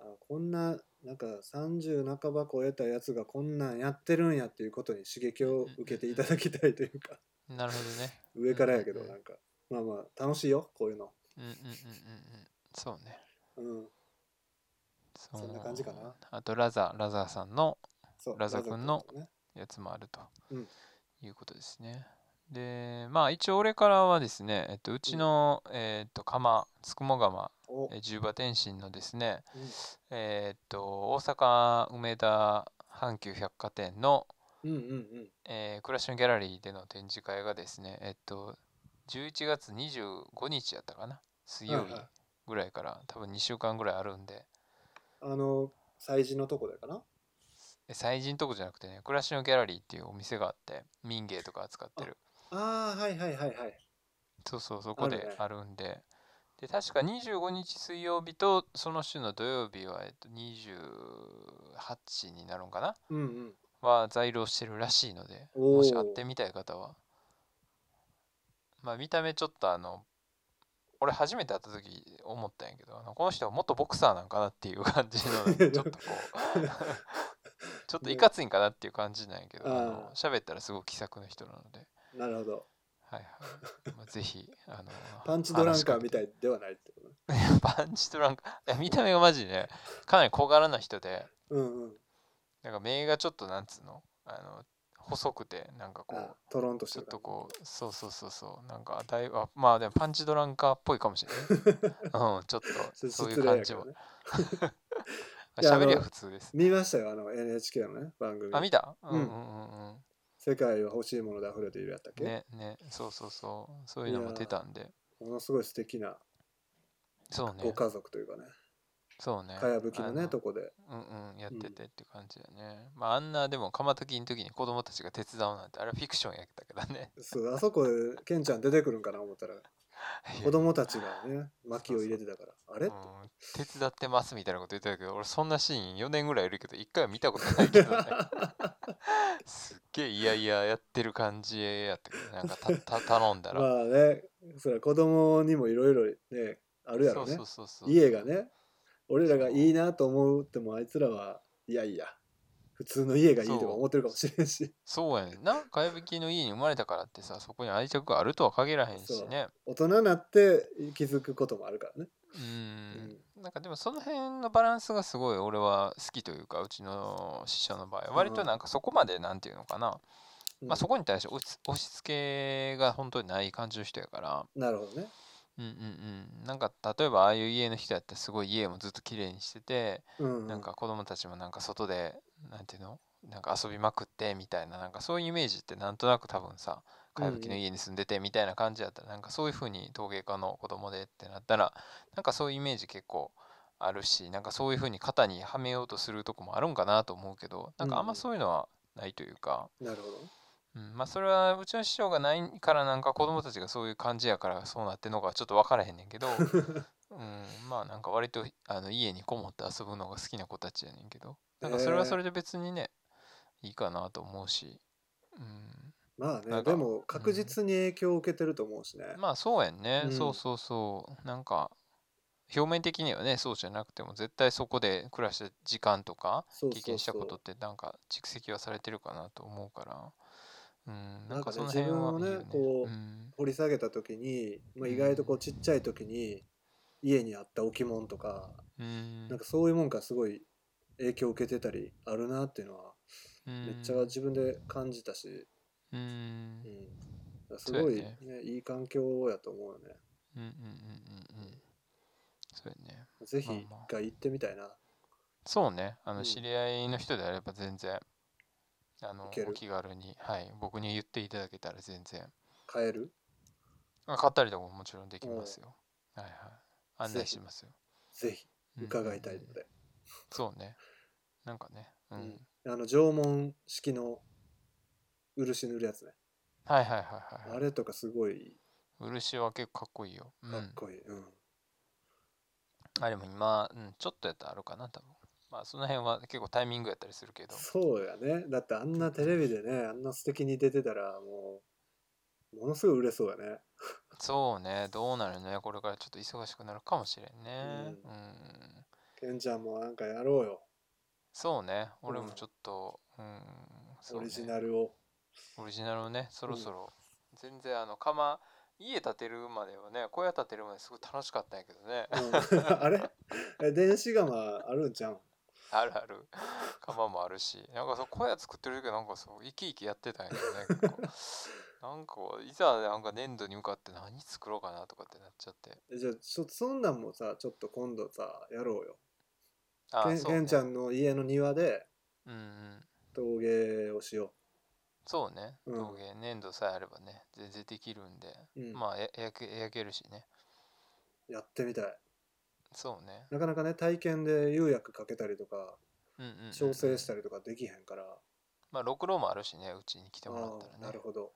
S2: あこんななんか30半ば超えたやつがこんなんやってるんやっていうことに刺激を受けていただきたいというか
S1: なるほどね
S2: 上からやけど
S1: うんうん
S2: なんかまあまあ楽しいよこういうの
S1: うんうんうんうんうんそうね
S2: うん
S1: そ
S2: そんな感じかな
S1: あとラザラザさんの
S2: そう
S1: ラザ君の
S2: 君ね
S1: やつもあると、
S2: うん
S1: いうことですね。で、まあ一応俺からはですね、えっと、うちの、えっと釜、つくも釜、
S2: お、
S1: えー十馬天心のですね、
S2: う
S1: えっと大阪梅田阪急百貨店の、
S2: ん、うんうんうん
S1: えークラッシュギャラリーでの展示会がですね、えっと11月25日やったかな、水曜
S2: はい
S1: 日
S2: はい
S1: ぐらいから、多分2週間ぐらいあるんで、
S2: あの催事のとこだよかな
S1: え祭神とこじゃなくてね、クラッシュギャラリーっていうお店があって、民芸とか扱ってる。
S2: ああはいはいはいはい
S1: そうそうそこ
S2: ある
S1: で
S2: ね
S1: あるんでで確か25日水曜日とその週の土曜日は、えっと、28になるんかな
S2: うんうん
S1: は在労してるらしいので
S2: おー
S1: もし会ってみたい方はまあ見た目ちょっとあの俺初めて会った時思ったんやけどあのこの人は元ボクサーなんかなっていう感じのな んかちょっとこうちょっといかついんかなっていう感じなんやけどあの
S2: あー
S1: 喋ったらすごい気さくな人なので
S2: なるほど
S1: はいはい。まあ、ぜひ、あの、
S2: パンチドランカーみ
S1: 話した
S2: いではないってことね
S1: かけて パンチドランカー。いや見た目がマジね、かなり小柄な人で、
S2: うんうん
S1: なんか目がちょっとなんつうの、あの、細くて、なんかこ
S2: あ
S1: う、
S2: トロンとし
S1: ち
S2: て
S1: ょっ
S2: る
S1: とこう、そうそうそうそう、なんかだいぶ、あまあでもパンチドランカーっぽいかもしれない。うん、ちょっと、そういう感じも。
S2: いやあの
S1: 喋りは普通です。
S2: 見ましたよあの NHK のね番組
S1: あ、見たうん
S2: う
S1: うんんうんうん。
S2: 世界は欲しいもので溢れているやったっけ、
S1: ね、ね、そうそうそう、そういうのも出たんで、
S2: ものすごい素敵な
S1: そうね
S2: ご、家族というかね
S1: そうね。
S2: かやぶきの
S1: あ
S2: ねとこで
S1: うんうんやっ
S2: うん
S1: ててって感じだね、まああんなでも釜炊きの時に子供たちが手伝うなんてあれはフィクションやったけど ね
S2: そうあそこでケンちゃん出てくるんかな思ったら子供たちがね薪を入れてたからあ
S1: う
S2: れ
S1: ん、手伝ってますみたいなこと言ってたけど俺そんなシーン4年ぐらいいるけど1回は見たことないけどね すっげえいやいややってる感じやったけどなんかたた頼んだら、
S2: まあねそれは子供にもいろいろねあるや
S1: そ
S2: ろ
S1: う
S2: ね
S1: そうそうそう
S2: 家がね俺らがいいなと思ってもあいつらはいやいや普通の家がいいとか思ってるかもしれんし
S1: そうやねんなかやぶきの家に生まれたからってさそこに愛着があるとは限らへんし
S2: そう
S1: ね
S2: 大人になって気づくこともあるからね
S1: うんなんかでもその辺のバランスがすごい俺は好きというかうちの師匠の場合は割となんかそこまでなんていうのかな、
S2: うん
S1: まあ、そこに対して押し押し付けが本当にない感じの人やから
S2: なるほどね
S1: うんうんうんなんか例えばああいう家の人やったらすごい家もずっと綺麗にしてて
S2: うんうん
S1: なんか子供たちもなんか外でなんていうのなんか遊びまくってみたいななんかそういうイメージってなんとなく多分さ
S2: う
S1: か
S2: んうん
S1: やぶきの家に住んでてみたいな感じだったらなんかそういう風に陶芸家の子供でってなったらなんかそういうイメージ結構あるしなんかそういうふうに肩にはめようとするとこもあるんかなと思うけどなんかあんまそういうのはないというか、
S2: なるほど
S1: うん、まあそれはうちの師匠がないからなんか子供たちがそういう感じやからそうなってんのかちょっと分からへんねん けど、うん、まあなんか割とあの家にこもって遊ぶのが好きな子たちやねんけどなんかそれはそれで別にね、いいかなと思うし、う
S2: ま
S1: な
S2: あね
S1: んか
S2: でも確実に影響を受けてると思うしね、
S1: ん、まあそうやんね、
S2: うん
S1: そうそうそうなんか表面的にはねそうじゃなくても絶対そこで暮らした時間とか、
S2: そう
S1: 経
S2: そう
S1: 験し
S2: そ
S1: た
S2: う
S1: ことってなんか蓄積はされてるかなと思うからうんな
S2: なんん
S1: か
S2: かね
S1: その辺はいいよね
S2: 自分をねこう
S1: うん
S2: 掘り下げた時に、まあ、意外とこうちっちゃい時に家にあった置物とか
S1: うん
S2: なんかそういうもんからすごい影響を受けてたりあるなっていうのはめっちゃ自分で感じたし、
S1: うん
S2: うんす
S1: そうや
S2: ごい、
S1: ね
S2: ねいい環境やと思うよね
S1: うんうんうんうんうんそうやね
S2: ぜひ
S1: まあ
S2: 一
S1: まあ
S2: 回行ってみたいな、
S1: そうねあ
S2: う
S1: の
S2: ん
S1: 知り合いの人であれば全然あの
S2: いける
S1: お気軽にはい僕に言っていただけたら全然
S2: 買える
S1: あ買ったりとかももちろんできますよはいはい案
S2: ぜ
S1: 内
S2: ひ
S1: しますよ
S2: ぜひ
S1: うん
S2: 伺いたい
S1: うんう
S2: の
S1: ん
S2: で、
S1: そうねなんかねう
S2: うん
S1: ん
S2: あの縄文式の漆塗るやつね
S1: はいはいはいは
S2: あ
S1: い
S2: れとかすごい
S1: 漆は結構かっこいいよう
S2: かっ
S1: ん
S2: こいい、うん
S1: あ、でも今、うん、ちょっとやったらあるかな、多分。まあ、その辺は結構タイミングやったりするけど。
S2: そうやねだってあんなテレビでねあんな素敵に出てたらもうものすごい売れそうやね
S1: そうね、どうなるね、これからちょっと忙しくなるかもしれんね。う。
S2: うんケンちゃんもなんかやろうよ
S1: そうね、俺
S2: う
S1: も
S2: ん
S1: ちょっと、うん、そう
S2: オ
S1: ね
S2: リジナル を
S1: オリジナルをね、そろ
S2: うん
S1: そろ、全然あの、釜、家建てるまではね、小屋建てるまですごい楽しかったんやけどね。
S2: うん あれえ電子窯あるんちゃうん
S1: あるある。釜もあるし、なんかそう、小屋作ってる時はなんかそう、生き生きやってたんやけどね、結構 なんか、いざなんか粘土に向かって何作ろうかなとかってなっちゃって。
S2: えじゃあちょそんなんもさちょっと今度さやろうよ
S1: あ
S2: ケ
S1: あ
S2: ン
S1: そう
S2: ケ
S1: ね
S2: ンちゃんの家の庭で
S1: うんうん
S2: 陶芸をしよ
S1: そうね
S2: うん
S1: 陶芸粘土さえあればね全然できるんで、
S2: う、うん
S1: まあや焼け焼けるしね
S2: やってみたい
S1: そうね
S2: なかなかね体験で釉薬かけたりとか
S1: うんうんうん、
S2: 調整したりとかできへんから、
S1: まあろくろもあるしねうちに来てもら
S2: あ
S1: った
S2: あ
S1: ら
S2: な
S1: ね
S2: るほど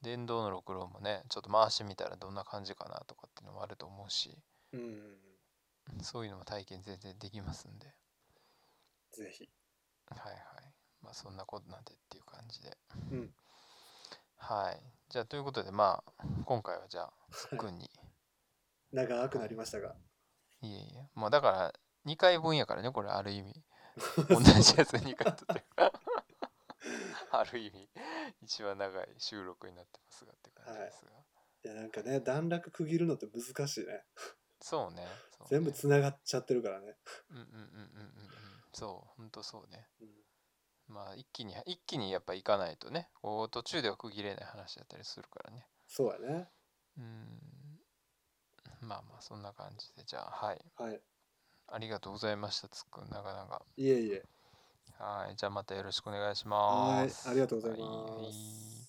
S1: 電動のろくろもねちょっと回してみたらどんな感じかなとかっていうのもあると思うし
S2: うんうんうん
S1: そういうのも体験全然できますんで
S2: ぜひ
S1: はいはいまあそんなことなんでっていう感じで
S2: うん
S1: はいじゃあということでまあ今回はじゃあすっくんに
S2: 長くなりましたが
S1: いえいえもうだから2回分やからねこれある 意味同じやつ2回撮ってるからある意味一番長い収録になってますがって感じですが、
S2: いやなんかね段落区切るのって難しいね
S1: そうねそうね
S2: 全部つながっちゃってるからね、
S1: うんうんうんうんうんうんそうほんとそうね
S2: うん
S1: まあ一気に一気にやっぱ行かないとねこう途中では区切れない話だったりするからね
S2: そうやね
S1: うんまあまあそんな感じでじゃあはい
S2: はい
S1: ありがとうございましたつっくん長々
S2: いえいえ
S1: はいじゃあまたよろしくお願いし
S2: は
S1: ま
S2: い
S1: す
S2: ありがとうござい
S1: は
S2: ます